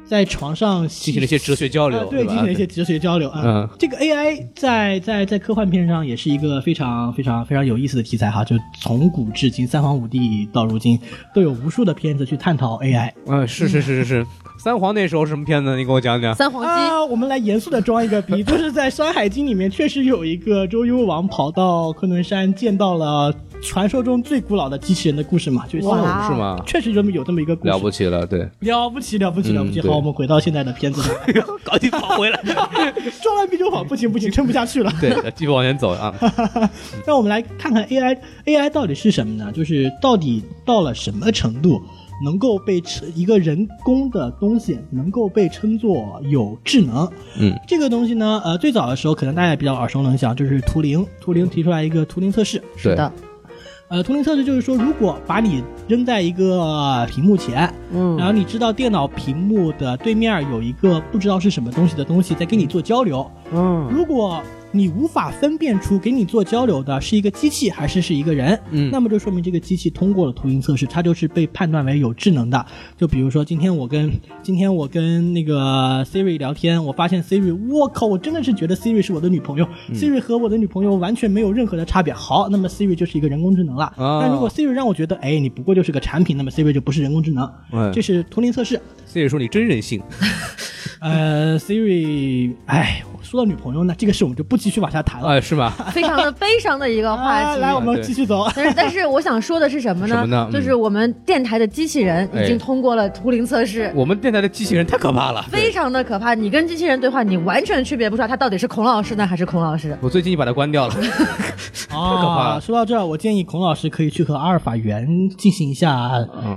Speaker 4: 在床上
Speaker 3: 进行了一些哲学交流，
Speaker 4: 啊对，
Speaker 3: 是吧
Speaker 4: 进行了一些哲学交流啊。
Speaker 3: 嗯
Speaker 4: 这个 AI 在在在科幻片上也是一个非常非常非常有意思的题材哈，就从古至今，三皇五帝到如今，都有无数的片子去探讨 AI。
Speaker 3: 嗯，是是是是是，三皇那时候是什么片子？你给我讲讲。
Speaker 2: 三黄鸡，
Speaker 4: 啊，我们来严肃的装一个逼，就是在《山海经》里面，确实有一个周幽王跑到昆仑山，见到了传说中最古老的机器人的故事嘛，就是
Speaker 2: 哇
Speaker 4: 有
Speaker 2: 啊
Speaker 3: 是吗？
Speaker 4: 确实这么有这么一个故事，
Speaker 3: 了不起了，对，
Speaker 4: 了不起，了不起，了不起。
Speaker 3: 嗯对
Speaker 4: 好，我们回到现在的片子上，
Speaker 3: 搞定跑回来，
Speaker 4: 装完逼就跑，不行不行，撑不下去了。
Speaker 3: 对，继续往前走啊。
Speaker 4: 让我们来看看 AI AI 到底是什么呢？就是到底到了什么程度，能够被称一个人工的东西能够被称作有智能？
Speaker 3: 嗯，
Speaker 4: 这个东西呢，呃，最早的时候可能大家也比较耳熟能详，就是图灵，图灵提出来一个图灵测试。
Speaker 3: 是
Speaker 2: 的，
Speaker 4: 呃，图灵测试就是说，如果把你扔在一个呃屏幕前，嗯，然后你知道电脑屏幕的对面有一个不知道是什么东西的东西在跟你做交流，
Speaker 1: 嗯
Speaker 4: 如果你无法分辨出给你做交流的是一个机器还是是一个人，
Speaker 3: 嗯
Speaker 4: 那么就说明这个机器通过了图灵测试，它就是被判断为有智能的。就比如说今天我跟今天我跟那个 Siri 聊天，我发现 Siri，我靠，我真的是觉得 Siri 是我的女朋友、s i r i 和我的女朋友完全没有任何的差别。好，那么 Siri 就是一个人工智能了。
Speaker 3: 哦
Speaker 4: 但如果 Siri 让我觉得，哎，你不过就是个产品，那么 Siri 就不是人工智能。
Speaker 3: 嗯
Speaker 4: 这是图灵测试。
Speaker 3: 所以说你真任性，
Speaker 4: 呃，Siri，哎，说到女朋友呢，这个事我们就不继续往下谈了。
Speaker 3: 哎，是吧？
Speaker 2: 非常的悲伤的一个话
Speaker 4: 啊
Speaker 2: 题。
Speaker 4: 来，我们
Speaker 3: 哎对
Speaker 4: 继续走。
Speaker 2: 但是，但是我想说的是什么呢？
Speaker 3: 什么呢嗯
Speaker 2: 就是我们电台的机器人已
Speaker 3: 哎
Speaker 2: 经通过了图灵测试，
Speaker 3: 我们电台的机器人太可怕了。
Speaker 2: 非常的可怕。你跟机器人对话，你完全区别不出来它到底是孔老师呢还是孔老师。
Speaker 3: 我最近把它关掉了。可怕
Speaker 4: 啊，
Speaker 3: 了
Speaker 4: 说到这儿，我建议孔老师可以去和阿尔法猿进行一下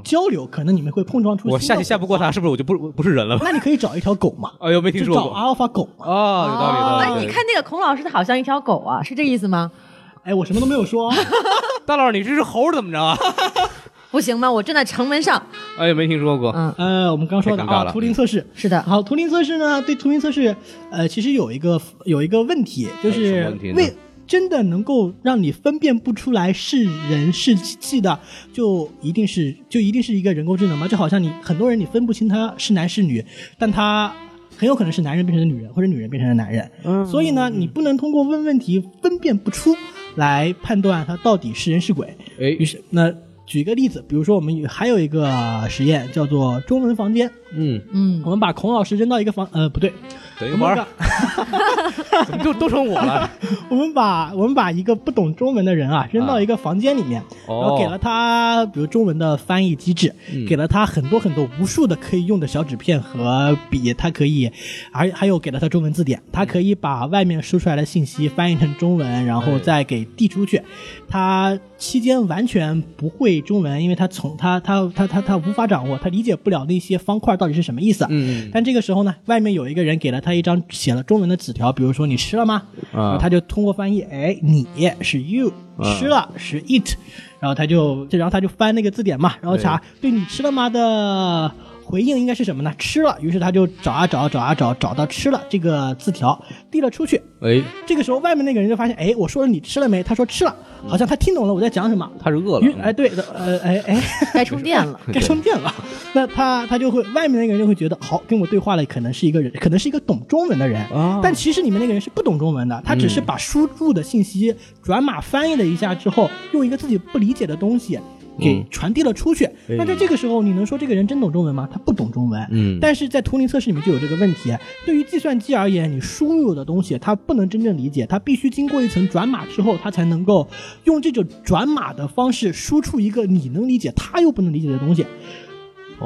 Speaker 4: 交流，可能你们会碰撞出。
Speaker 3: 嗯我下棋下不，过它，是不是我就不不是人了吧？
Speaker 4: 那你可以找一条狗嘛，
Speaker 3: 哎呦，没听
Speaker 4: 就
Speaker 3: 说
Speaker 4: 找
Speaker 3: 过。
Speaker 4: 阿尔法狗嘛。
Speaker 3: 哦，有道理，有道
Speaker 2: 哎，
Speaker 3: 理。
Speaker 2: 你看那个孔老师，他好像一条狗啊，是这意思吗？
Speaker 4: 哎，我什么都没有说哦，
Speaker 3: 大佬，你这是猴儿怎么着啊？
Speaker 2: 不行吗？我站在城门上，
Speaker 3: 哎，没听说过。
Speaker 2: 嗯，
Speaker 4: 呃，我们刚说的
Speaker 3: 太尴尬
Speaker 4: 啊，
Speaker 3: 了
Speaker 4: 图灵测试
Speaker 2: 是的
Speaker 4: 好，图灵测试呢，对图灵测试，呃，其实有一个有一个问题，就
Speaker 3: 哎什么
Speaker 4: 是
Speaker 3: 问题呢
Speaker 4: 为真的能够让你分辨不出来是人是机器的，就一定是就一定是一个人工智能吗？就好像你很多人你分不清他是男是女，但他。很有可能是男人变成了女人，或者女人变成了男人。嗯，所以呢，你不能通过问问题分辨不出来判断他到底是人是鬼。
Speaker 3: 哎
Speaker 4: 于，是，那举一个例子，比如说我们有还有一个呃实验叫做中文房间，
Speaker 3: 嗯，
Speaker 2: 嗯
Speaker 4: 我，们把孔老师扔到一个房，呃，不对，
Speaker 3: 等一
Speaker 4: 我
Speaker 3: 会
Speaker 4: 们
Speaker 3: 儿
Speaker 4: 把，
Speaker 3: 怎么就都成我了？
Speaker 4: 我们把我们把一个不懂中文的人啊扔到一个房间里面，
Speaker 3: 哦
Speaker 4: 然后给了他比如中文的翻译机制，给了他很多很多无数的可以用的小纸片和笔，他可以，还还有给了他中文字典，他可以把外面输出来的信息翻译成中文，然后再给递出去。他期间完全不会中文，因为他从他他他他他无法掌握，他理解不了那些方块到底是什么意思。
Speaker 3: 嗯
Speaker 4: 但这个时候呢，外面有一个人给了他一张写了中文的纸条，比如说你吃了吗？然后
Speaker 3: 啊，
Speaker 4: 他就通过翻译，哎，你是 you，、
Speaker 3: 啊
Speaker 4: 吃了是 it，然后他就，然后他就翻那个字典嘛，然后查对你吃了吗的回应应该是什么呢？吃了，于是他就找啊找啊找啊找，找到吃了这个字条，递了出去。
Speaker 3: 哎，
Speaker 4: 这个时候外面那个人就发现，哎，我说了你吃了没？他说吃了，好像他听懂了我在讲什么。
Speaker 3: 他是饿
Speaker 4: 于
Speaker 3: 了。嗯
Speaker 4: 哎对，呃哎哎，
Speaker 2: 该充电了。
Speaker 4: 该充电了。那他他就会外面那个人就会觉得，好，跟我对话的可能是一个人， 可能是一个懂中文的人，
Speaker 3: 哦
Speaker 4: 但其实你们那个人是不懂中文的，他只是把输入的信息转码翻译了一下之后，用一个自己不理解的东西。给
Speaker 3: 嗯
Speaker 4: 传递了出去，那在这个时候，你能说这个人真懂中文吗？他不懂中文。
Speaker 3: 嗯
Speaker 4: 但是在图灵测试里面就有这个问题。对于计算机而言，你输入的东西它不能真正理解，它必须经过一层转码之后，它才能够用这种转码的方式输出一个你能理解，它又不能理解的东西。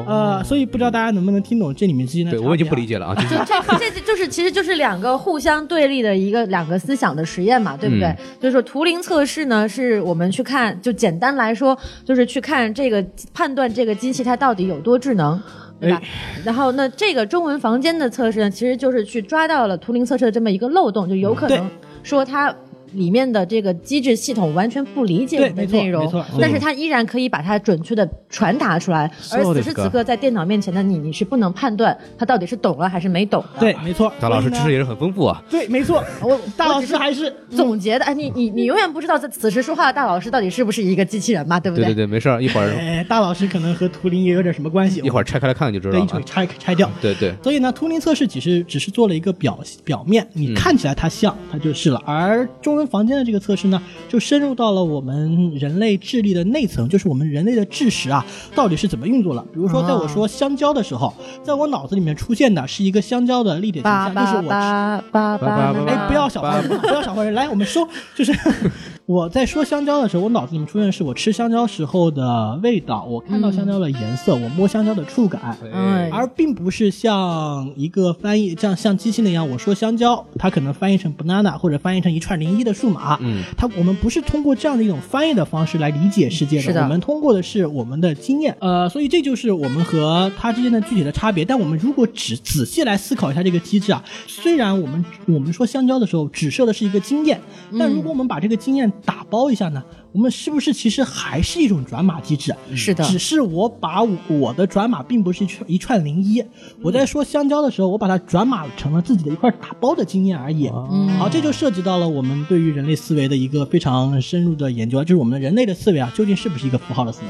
Speaker 4: 呃，所以不知道大家能不能听懂这里面之间的、
Speaker 3: 哦对我已经不理
Speaker 4: 解。
Speaker 3: 解了啊，就是
Speaker 2: 就这这这就是其实就是两个互相对立的一个两个思想的实验嘛，对不对？
Speaker 3: 嗯
Speaker 2: 就是说图灵测试呢，是我们去看，就简单来说，就是去看这个判断这个机器它到底有多智能。对
Speaker 4: 哎
Speaker 2: 吧？然后那这个中文房间的测试呢，其实就是去抓到了图灵测试的这么一个漏洞，就有可能
Speaker 4: 对
Speaker 2: 说它里面的这个机制系统完全不理解
Speaker 4: 对
Speaker 2: 你的
Speaker 4: 没错
Speaker 2: 内容
Speaker 4: 没错，嗯
Speaker 2: 但是它依然可以把它准确的传达出来。而
Speaker 3: そう
Speaker 2: 此
Speaker 3: です
Speaker 2: 时
Speaker 3: か
Speaker 2: 此刻在电脑面前的你，你是不能判断它到底是懂了还是没懂的。
Speaker 4: 对，哎没错。
Speaker 3: 啊大老师知识
Speaker 4: 所以呢
Speaker 3: 也是很丰富啊。
Speaker 4: 对，没错。
Speaker 2: 我
Speaker 4: 大老师
Speaker 2: 我
Speaker 4: 还是
Speaker 2: 只是总结的，哎，你你你永远不知道在此时说话的大老师到底是不是一个机器人嘛，对不
Speaker 3: 对对对，没事儿，一会儿
Speaker 4: 呃，大老师可能和图灵也有点什么关系。
Speaker 3: 一会
Speaker 4: 儿
Speaker 3: 儿拆开来看就知道
Speaker 4: 对，一
Speaker 3: 了
Speaker 4: 会儿
Speaker 3: 啊。
Speaker 4: 拆拆掉。
Speaker 3: 对对，
Speaker 4: 所以呢，图灵测试只是只是做了一个表表面，
Speaker 3: 嗯
Speaker 4: 你看起来它像，它就是了。而中文房间的这个测试呢，就深入到了我们人类智力的内层，就是我们人类的智识啊，到底是怎么运作了。比如说，在
Speaker 2: 啊
Speaker 4: 我说香蕉的时候，在我脑子里面出现的是一个香蕉的立体 形
Speaker 2: 叭
Speaker 4: 象，就是
Speaker 2: 叭
Speaker 4: 我吃
Speaker 2: 叭叭叭
Speaker 3: 叭叭叭
Speaker 4: 哎，不要小坏人，不要小坏人，来，我们说，就是 我在说香蕉的时候，我脑子里面出现的是我吃香蕉时候的味道，我看到香蕉的颜色，我摸香蕉的触感，
Speaker 2: 哎
Speaker 4: 而并不是像一个翻译像像机器那样，我说香蕉，它可能翻译成 banana 或者翻译成一串零一的数码。
Speaker 3: 嗯，
Speaker 4: 它我们不是通过这样的一种翻译的方式来理解世界的，
Speaker 2: 是的
Speaker 4: 我们通过的是我们的经验。呃，所以这就是我们和它之间的具体的差别。但我们如果只仔细来思考一下这个机制啊，虽然我们我们说香蕉的时候指涉的是一个经验，
Speaker 2: 嗯
Speaker 4: 但如果我们把这个经验打包一下呢，我们是不是其实还是一种转码机制？啊
Speaker 2: 是的，
Speaker 4: 只是我把我我的转码并不是一串一串零一，我在说香蕉的时候，我把它转码成了自己的一块打包的经验而已。
Speaker 2: 嗯
Speaker 4: 好，这就涉及到了我们对于人类思维的一个非常深入的研究，就是我们人类的思维啊，究竟是不是一个符号的思维？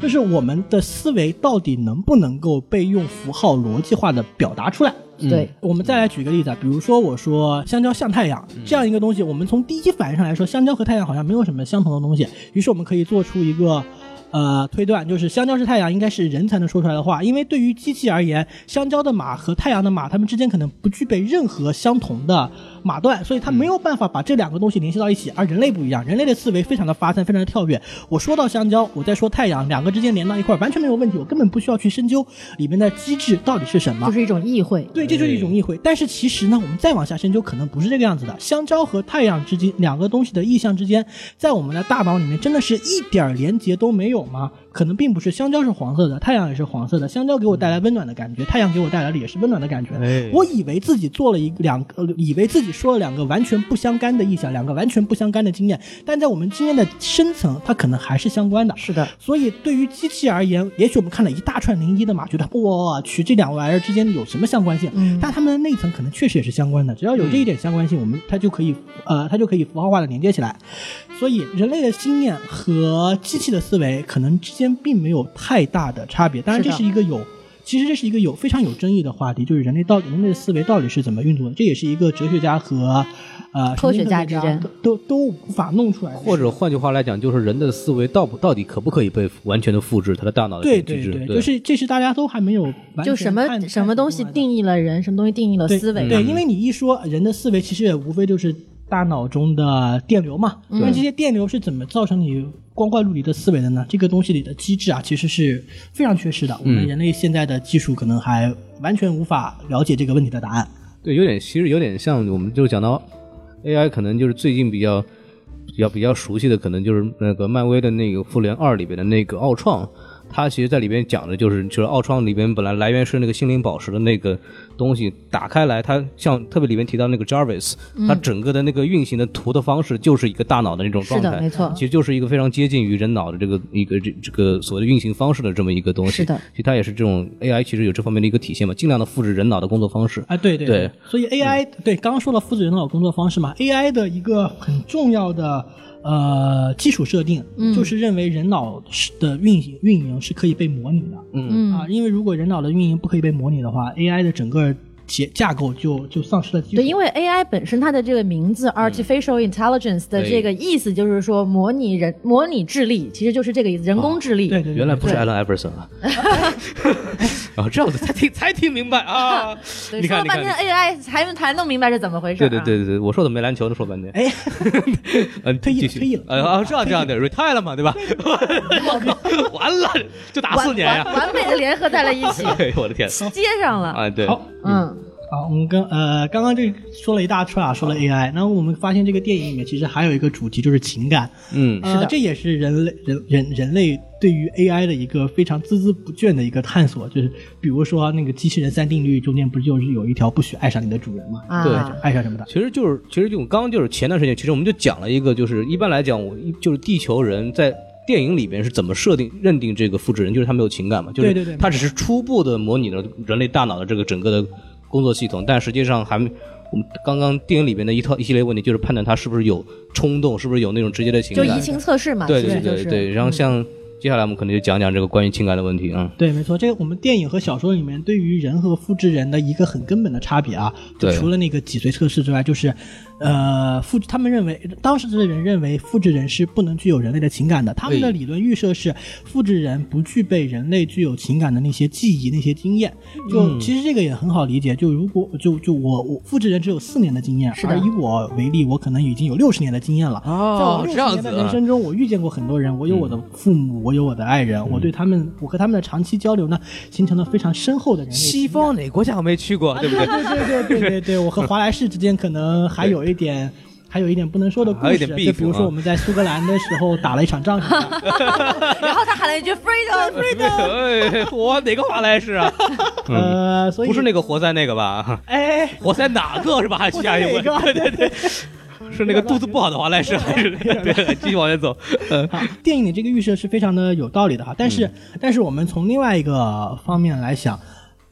Speaker 4: 就是我们的思维到底能不能够被用符号逻辑化的表达出来？
Speaker 3: 嗯
Speaker 2: 对，
Speaker 4: 嗯我们再来举个例子啊，比如说我说香蕉像太阳这样一个东西，我们从第一反应上来说，香蕉和太阳好像没有什么相同的东西，于是我们可以做出一个。呃，推断就是香蕉是太阳，应该是人才能说出来的话，因为对于机器而言，香蕉的马和太阳的马，它们之间可能不具备任何相同的马段，所以它没有办法把这两个东西联系到一起。而人类不一样，人类的思维非常的发散，非常的跳跃。我说到香蕉，我再说太阳，两个之间连到一块儿完全没有问题，我根本不需要去深究里面的机制到底是什
Speaker 3: 嗯
Speaker 4: 么
Speaker 2: 就。是一种意会。
Speaker 4: 对，这就是一种意会。但是其实呢，我们再往下深究，可能不是这个样子的。香蕉和太阳之间两个东西的意象之间，在我们的大脑里面真的是一点儿连接都没有吗？可能并不是。香蕉是黄色的，太阳也是黄色的。香蕉给我带来温暖的感觉，太阳给我带来的也是温暖的感觉。我以为自己做了一个两个，呃以为自己说了两个完全不相干的意象，两个完全不相干的经验，但在我们经验的深层，它可能还是相关的。
Speaker 2: 是的，
Speaker 4: 所以对于机器而言，也许我们看了一大串零一的嘛，觉得我去这两个玩意儿之间有什么相关性？
Speaker 2: 嗯
Speaker 4: 但它们的内层可能确实也是相关的，只要有这一点相关性，我们它就可以呃，它就可以符号化的连接起来。所以人类的经验和机器的思维可能之间并没有太大的差别。当然，
Speaker 2: 是
Speaker 4: 这
Speaker 2: 的
Speaker 4: 是一个有。其实这是一个有非常有争议的话题，就是人类到底人类的思维到底是怎么运作的，这也是一个哲学家和呃
Speaker 2: 科学家之间
Speaker 4: 都都都无法弄出来的事情。
Speaker 3: 或者换句话来讲，就是人的思维到不到底可不可以被完全的复制他的大脑的这
Speaker 4: 对
Speaker 3: 种机
Speaker 4: 对
Speaker 3: 制？
Speaker 4: 对，就是这是大家都还没有完全
Speaker 2: 就什么
Speaker 4: 看
Speaker 2: 什么东西
Speaker 4: 看出来的
Speaker 2: 定义了人，什么东西定义了
Speaker 4: 对
Speaker 2: 思维嘛
Speaker 3: 嗯
Speaker 4: 对，因为你一说人的思维，其实也无非就是大脑中的电流嘛。
Speaker 2: 嗯
Speaker 4: 那这些电流是怎么造成你光怪陆离的思维的呢？这个东西里的机制啊，其实是非常缺失的。我
Speaker 3: 嗯
Speaker 4: 们人类现在的技术可能还完全无法了解这个问题的答案。
Speaker 3: 对，有点其实有点像，我们就讲到 AI，可能就是最近比较比较比较熟悉的，可能就是那个漫威的那个《复联二》里边的那个奥创。它其实，在里边讲的就是，就是奥创里边本来来源是那个心灵宝石的那个东西，打开来，它像特别里面提到那个 Jarvis，、它
Speaker 2: 嗯
Speaker 3: 整个的那个运行的图的方式，就是一个大脑的那种状态，
Speaker 2: 是的没错
Speaker 3: 其实就是一个非常接近于人脑的这个一个这这个所谓的运行方式的这么一个东西。
Speaker 2: 是的，
Speaker 3: 其实它也是这种 AI 其实有这方面的一个体现嘛，尽量的复制人脑的工作方式。
Speaker 4: 啊，对对
Speaker 3: 对
Speaker 4: 所以 AI、对刚刚说了负责人脑工作方式嘛，AI 的一个很重要的呃基础设定，
Speaker 2: 嗯
Speaker 4: 就是认为人脑是的运行运营是可以被模拟的，嗯啊，因为如果人脑的运营不可以被模拟的话，AI 的整个结架构就就丧失了基础。
Speaker 2: 对，因为 AI 本身它的这个名字
Speaker 3: 嗯
Speaker 2: artificial intelligence 的这个意思就是说模拟人模拟智力，其实就是这个意思，人
Speaker 3: 哦
Speaker 2: 工智力。
Speaker 4: 对对对
Speaker 3: 原来不是 Alan Iverson 啊，啊，这样子才听才听明白啊！
Speaker 2: 对
Speaker 3: 你
Speaker 2: 说
Speaker 3: 看
Speaker 2: 了
Speaker 3: 你
Speaker 2: 半
Speaker 3: 看
Speaker 2: 天，AI 才才弄明白是怎么回事、啊。
Speaker 3: 对对对对对，我说怎么没篮球呢？说半天，
Speaker 4: 哎，
Speaker 3: 嗯，
Speaker 4: 退役了
Speaker 3: 继续
Speaker 4: 退役了
Speaker 3: 哎啊，这样这样的 retire 了嘛，对吧？我靠， 完了，就打
Speaker 2: 完
Speaker 3: 四年呀
Speaker 2: 完！完美的联合在了一起，
Speaker 3: 哎呦我的天，
Speaker 2: 接上了。
Speaker 3: 啊对，
Speaker 4: 好
Speaker 2: 嗯，
Speaker 4: 好，我们刚呃刚刚这个说了一大串啊，说了 AI，那我们发现这个电影里面其实还有一个主题就是情感，
Speaker 3: 嗯，
Speaker 4: 是呃的，这也是人类人人人类对于 AI 的一个非常孜孜不倦的一个探索，就是比如说那个机器人三定律中间不是就是有一条不许爱上你的主人吗？
Speaker 2: 啊
Speaker 3: 对
Speaker 4: 爱上什么的？
Speaker 3: 其实就是，其实就我刚刚就是前段时间，其实我们就讲了一个，就是一般来讲，我就是地球人在电影里边是怎么设定认定这个复制人，就是他没有情感嘛，就是
Speaker 4: 对对对
Speaker 3: 他只是初步的模拟了人类大脑的这个整个的工作系统，但实际上还没。我们刚刚电影里边的一套一系列问题，就是判断他是不是有冲动，是不是有那种直接的情
Speaker 2: 就
Speaker 3: 感。
Speaker 2: 移情测试嘛，
Speaker 3: 对
Speaker 2: 其
Speaker 3: 对
Speaker 2: 实就
Speaker 3: 对
Speaker 2: 是嗯
Speaker 3: 对。然后像接下来我们可能就讲讲这个关于情感的问题啊。
Speaker 4: 对，没错，这个我们电影和小说里面对于人和复制人的一个很根本的差别啊，就
Speaker 3: 对
Speaker 4: 除了那个脊髓测试之外，就是，呃，复制他们认为当时的人认为复制人是不能具有人类的情感的，他们的
Speaker 3: 对
Speaker 4: 理论预设是复制人不具备人类具有情感的那些记忆、那些经验。就、其实这个也很好理解，就如果就就我我复制人只有四年的经验，
Speaker 2: 是的
Speaker 4: 而以我为例，我可能已经有六十年的经验了。在我
Speaker 3: 哦
Speaker 4: 六十年的人生中，我遇见过很多人，我有我的父母，我有我的爱人，我对他们，我和他们的长期交流呢，形成了非常深厚的人类情
Speaker 3: 西
Speaker 4: 感。
Speaker 3: 方哪个国家我没去过，对不对？
Speaker 4: 对对对对对对，我和华莱士之间可能还有一点。还有一点不能说的故
Speaker 3: 还有
Speaker 4: 事，
Speaker 3: 一点
Speaker 4: 就
Speaker 3: beef
Speaker 4: 比如说
Speaker 3: 啊
Speaker 4: 我们在苏格兰的时候打了一 场仗什么的，
Speaker 2: 然后他喊了一句 freedom，
Speaker 3: 哎，我哪个华莱士啊？
Speaker 4: 呃，所以
Speaker 3: 不是那个活塞那个吧？
Speaker 4: 哎，
Speaker 3: 活塞哪个是吧？还下一
Speaker 4: 哪
Speaker 3: 位，
Speaker 4: 个
Speaker 3: 对对 对，是那个肚子不好的华莱士还是？对，继续往前走。呃，
Speaker 4: 好，电影里这个预设是非常的有道理的哈，但
Speaker 3: 嗯
Speaker 4: 是、但是我们从另外一个方面来想，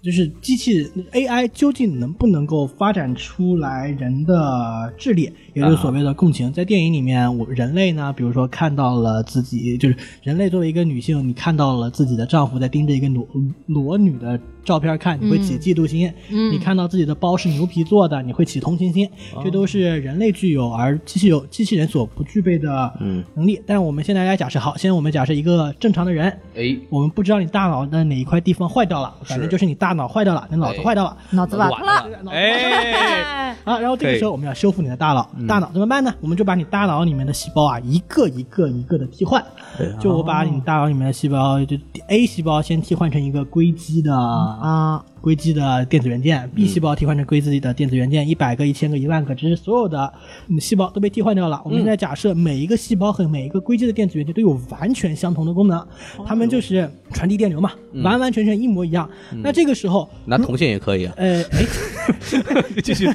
Speaker 4: 就是机器 AI 究竟能不能够发展出来人的智力，也
Speaker 3: 啊
Speaker 4: 就是所谓的共情。在电影里面，我人类呢，比如说看到了自己，就是人类作为一个女性，你看到了自己的丈夫在盯着一个裸裸女的照片看，你会起嫉妒心；你看到自己的包是牛皮做的，你会起同情心。这都是人类具有而机器有机器人所不具备的能力。但我们现在来假设，好，现在我们假设一个正常的人，
Speaker 3: 哎，
Speaker 4: 我们不知道你大脑的哪一块地方坏掉了，反正就是你大脑坏掉了，你脑子
Speaker 3: 哎
Speaker 4: 坏掉了。
Speaker 2: 脑子瓦特了。
Speaker 3: 哎，
Speaker 4: 啊，然后这个时候我们要修复你的大脑，大脑怎么办呢？我们就把你大脑里面的细胞啊，一个一个一个的替换。就我把你大脑里面的细胞，就 A 细胞先替换成一个硅基的
Speaker 2: 啊，
Speaker 4: 硅基的电子元件，B 细胞替换成硅基的电子元件，一百个、一千个、一万个，只是所有的嗯细胞都被替换掉了。我们现在假设每一个细胞和每一个硅基的电子元件都有完全相同的功能，它们就是传递电流嘛，完完全全一模一样。那这个时候，
Speaker 5: 拿铜线也可 以啊。
Speaker 4: 呃，哎，
Speaker 5: 继续，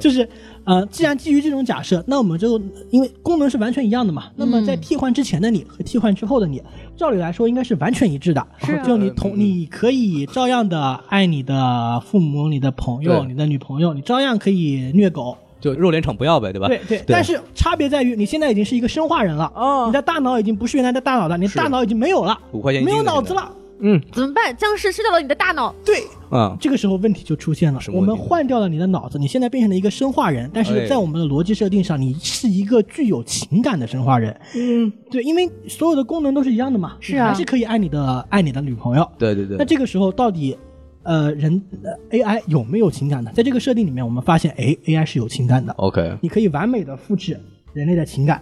Speaker 4: 就是呃，既然基于这种假设，那我们就因为功能是完全一样的嘛，那么在
Speaker 2: 嗯
Speaker 4: 替换之前的你和替换之后的你，照理来说应该是完全一致的。
Speaker 2: 是啊
Speaker 4: 就你
Speaker 5: 嗯
Speaker 4: 同你可以照样的爱你的父母、你的朋友、
Speaker 5: 对
Speaker 4: 你的女朋友，你照样可以虐狗。
Speaker 5: 就肉联厂不要啊呗，对吧？
Speaker 4: 对对，但是差别在于你现在已经是一个生化人了，
Speaker 2: 哦
Speaker 4: 你的大脑已经不是原来的大脑了，你的大脑已经没有了，
Speaker 5: 五块钱一斤
Speaker 4: 没有
Speaker 5: 的
Speaker 4: 脑
Speaker 5: 现在
Speaker 4: 子了。
Speaker 2: 怎么办？僵尸吃掉了你的大脑，
Speaker 4: 对，
Speaker 5: 啊，
Speaker 4: 这个时候问题就出现了
Speaker 5: 什，么
Speaker 4: 我
Speaker 5: 问题
Speaker 4: 们换掉了你的脑子，你现在变成了一个生化人，但
Speaker 5: 哎
Speaker 4: 是在我们的逻辑设定上，你是一个具有情感的生化人。嗯，对，因为所有的功能都是一样的嘛，
Speaker 2: 是啊啊
Speaker 4: 你还是可以爱你的爱你的女朋友。
Speaker 5: 对对对。
Speaker 4: 那这个时候到底，呃，人呃 AI 有没有情感呢？在这个设定里面，我们发现，哎，AI 是有情感的，
Speaker 5: OK，
Speaker 4: 你可以完美的复制人类的情感。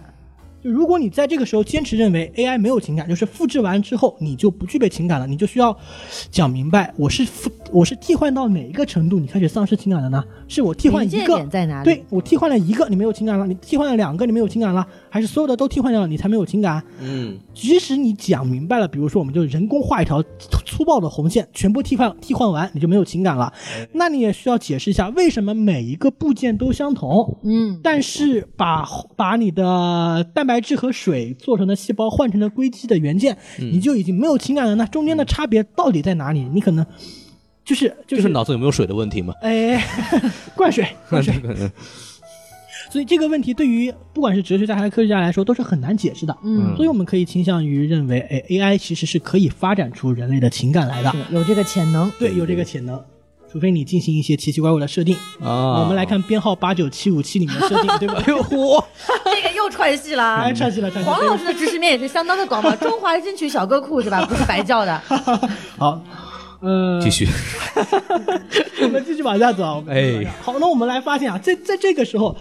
Speaker 4: 就如果你在这个时候坚持认为 AI 没有情感，就是复制完之后你就不具备情感了，你就需要讲明白我是复我是替换到哪一个程度你开始丧失情感了呢？是我替换
Speaker 2: 临
Speaker 4: 一
Speaker 2: 界
Speaker 4: 个
Speaker 2: 点在哪里
Speaker 4: 对我替换了一个你没有情感了，你替换了两个你没有情感了，还是所有的都替换掉了你才没有情感？啊
Speaker 5: 嗯，
Speaker 4: 即使你讲明白了，比如说我们就人工画一条粗暴的红线，全部替换替换完，你就没有情感了。那你也需要解释一下为什么每一个部件都相同。
Speaker 2: 嗯，
Speaker 4: 但是把把你的蛋白质和水做成的细胞换成了硅基的元件，你就已经没有情感了。那中间的差别到底在哪里？你可能就是就
Speaker 5: 就是是脑子有没有水的问题嘛。
Speaker 4: 哎， 灌水灌水。所以这个问题对于不管是哲学家还是科学家来说都是很难解释的。
Speaker 2: 嗯
Speaker 4: 所以我们可以倾向于认为，哎，AI 其实是可以发展出人类的情感来的。
Speaker 2: 是有这个潜能。
Speaker 4: 对，有这个潜能，除非你进行一些奇奇怪怪的设定。
Speaker 5: 啊，哎
Speaker 4: 我们来，看编号八九七五七里面的设定，对
Speaker 3: 哎
Speaker 4: 吧？
Speaker 5: 嚯，
Speaker 2: 这个又串戏了啊
Speaker 4: 哎，。串起来，串起来
Speaker 2: 黄。老师的知识面也是相当的广嘛，中华金曲小歌库是吧？不是白叫 的。
Speaker 4: 好，呃，
Speaker 5: 继续，
Speaker 4: 我们继续往下走啊。我们继续往下
Speaker 5: 哎
Speaker 4: 好，那我们来发现啊，在在这个时候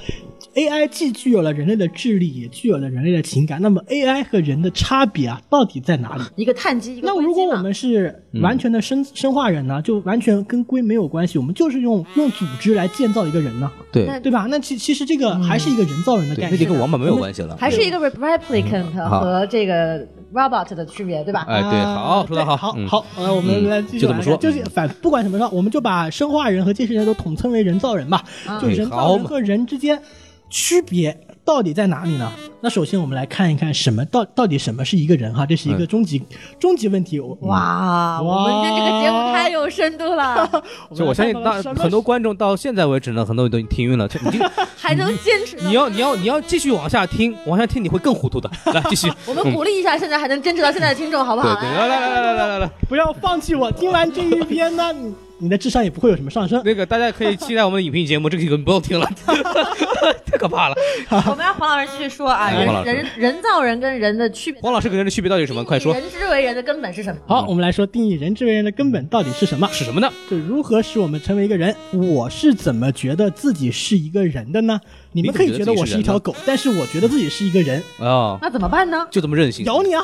Speaker 4: ，AI 既具有了人类的智力，也具有了人类的情感。那么 AI 和人的差别啊，到底在哪里？
Speaker 2: 一个碳基，一个硅
Speaker 4: 那
Speaker 2: 基
Speaker 4: 如果
Speaker 2: 嘛
Speaker 4: 我们是完全的生、生化人呢，就完全跟龟没有关系，我们就是用用组织来建造一个人呢，
Speaker 5: 对
Speaker 2: 那
Speaker 4: 对吧？那其其实这个还是一个人造人的
Speaker 5: 对，
Speaker 4: 概
Speaker 5: 那就
Speaker 4: 念。
Speaker 5: 跟王八没有关系了。
Speaker 2: 还是一个 replicant
Speaker 5: 好
Speaker 2: 和这个 robot 的区别，对吧？
Speaker 5: 哎，对，好，说的
Speaker 4: 好，
Speaker 5: 好，
Speaker 4: 啊好
Speaker 5: 嗯，
Speaker 4: 好，呃，我们来继续
Speaker 5: 就这么
Speaker 4: 往下
Speaker 5: 说
Speaker 4: 就是反不管怎么说，我们就把生化人和机器人都统称为人造人吧。就
Speaker 5: 哎
Speaker 4: 人
Speaker 5: 好
Speaker 4: 造人
Speaker 5: 嘛
Speaker 4: 和人之间区别到底在哪里呢？那首先我们来看一看什么到到底什么是一个人哈，这是一
Speaker 5: 嗯
Speaker 4: 个终极、终极问题。我
Speaker 2: 哇，我们的这个节目太有深度了，
Speaker 5: 嗯就我相 信，那很多观众到现在为止呢，很多人都已经听晕了，就已经，
Speaker 2: 还能坚持到。
Speaker 5: 你要你要你要继续往下听，往下听你会更糊涂的。 来，继续，
Speaker 2: 我们鼓励一下，现在还能坚持到现在的听众，好不
Speaker 5: 对
Speaker 2: 好？哎
Speaker 5: 对，
Speaker 4: 哎
Speaker 5: 来来来来来来来，
Speaker 4: 不要放弃我，听完这一篇呢，你你的智商也不会有什么上升。
Speaker 5: 那个大家可以期待我们的影评节目，这个你不用听了， 太可怕了。
Speaker 2: 我们让黄老师继续说啊，
Speaker 5: 哎啊黄老
Speaker 2: 人
Speaker 5: 师
Speaker 2: 人人造人跟人的区别，
Speaker 5: 黄老师跟人的区别到底是什么？快说
Speaker 2: 人之为人的根本是什么？
Speaker 5: 嗯
Speaker 4: 好，我们来说定义人之为人的根本到底是什么？
Speaker 5: 是什么呢？
Speaker 4: 就如何使我们成为一个人？我是怎么觉得自己是一个人的呢？你们可以觉得我是一条狗，但是我觉得自己是一个人，
Speaker 5: 啊，
Speaker 2: 那怎么办呢？
Speaker 5: 就这么任性，
Speaker 4: 咬你啊！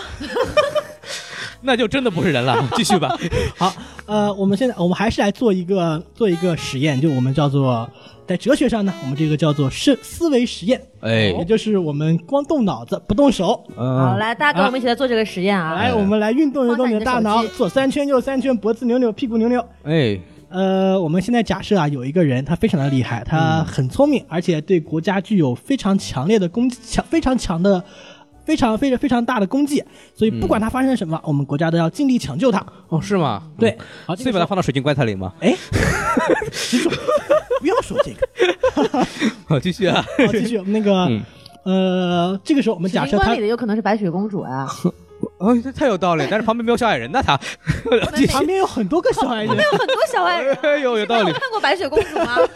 Speaker 5: 那就真的不是人 了。继续吧，
Speaker 4: 好，呃，我们现在我们还是来做一个做一个实验，就我们叫做在哲学上呢，我们这个叫做是思维实验，
Speaker 5: 哎，
Speaker 4: 也就是我们光动脑子不动手。
Speaker 2: 好，
Speaker 5: 嗯，哎
Speaker 2: 来，大家跟我们一起来做这个实验啊！
Speaker 4: 来，我们来运动运动你的大
Speaker 2: 放下
Speaker 4: 脑
Speaker 2: 你的手，
Speaker 4: 左三圈，右三圈，脖子扭扭，屁股扭扭。
Speaker 5: 哎，
Speaker 4: 呃，我们现在假设啊，有一个人他非常的厉害，他很聪明，而且对国家具有非常强烈的功强非常强的。呃非常非常非常大的功绩，所以不管他发生什么，我们国家都要尽力抢救他。
Speaker 5: 哦，是吗？
Speaker 4: 对，好，这
Speaker 5: 所以把
Speaker 4: 个时
Speaker 5: 它
Speaker 4: 候
Speaker 5: 放到水晶棺材里吗？
Speaker 4: 哎， 执着，不要说这个。
Speaker 5: 好，继续啊。
Speaker 4: 好，继续那个，呃，这个时候我们
Speaker 2: 水
Speaker 4: 假
Speaker 2: 晶
Speaker 4: 设他
Speaker 2: 棺里的有可能是白雪公主 啊，
Speaker 5: 哎，这太有道理，但是旁边没有小矮人呢，他。 继
Speaker 4: 旁
Speaker 5: 续。
Speaker 4: 边有很多个小矮人。
Speaker 2: 有很多小矮人。
Speaker 5: 哎呦，有道
Speaker 2: 没
Speaker 5: 理
Speaker 2: 有。看过白雪公 主吗？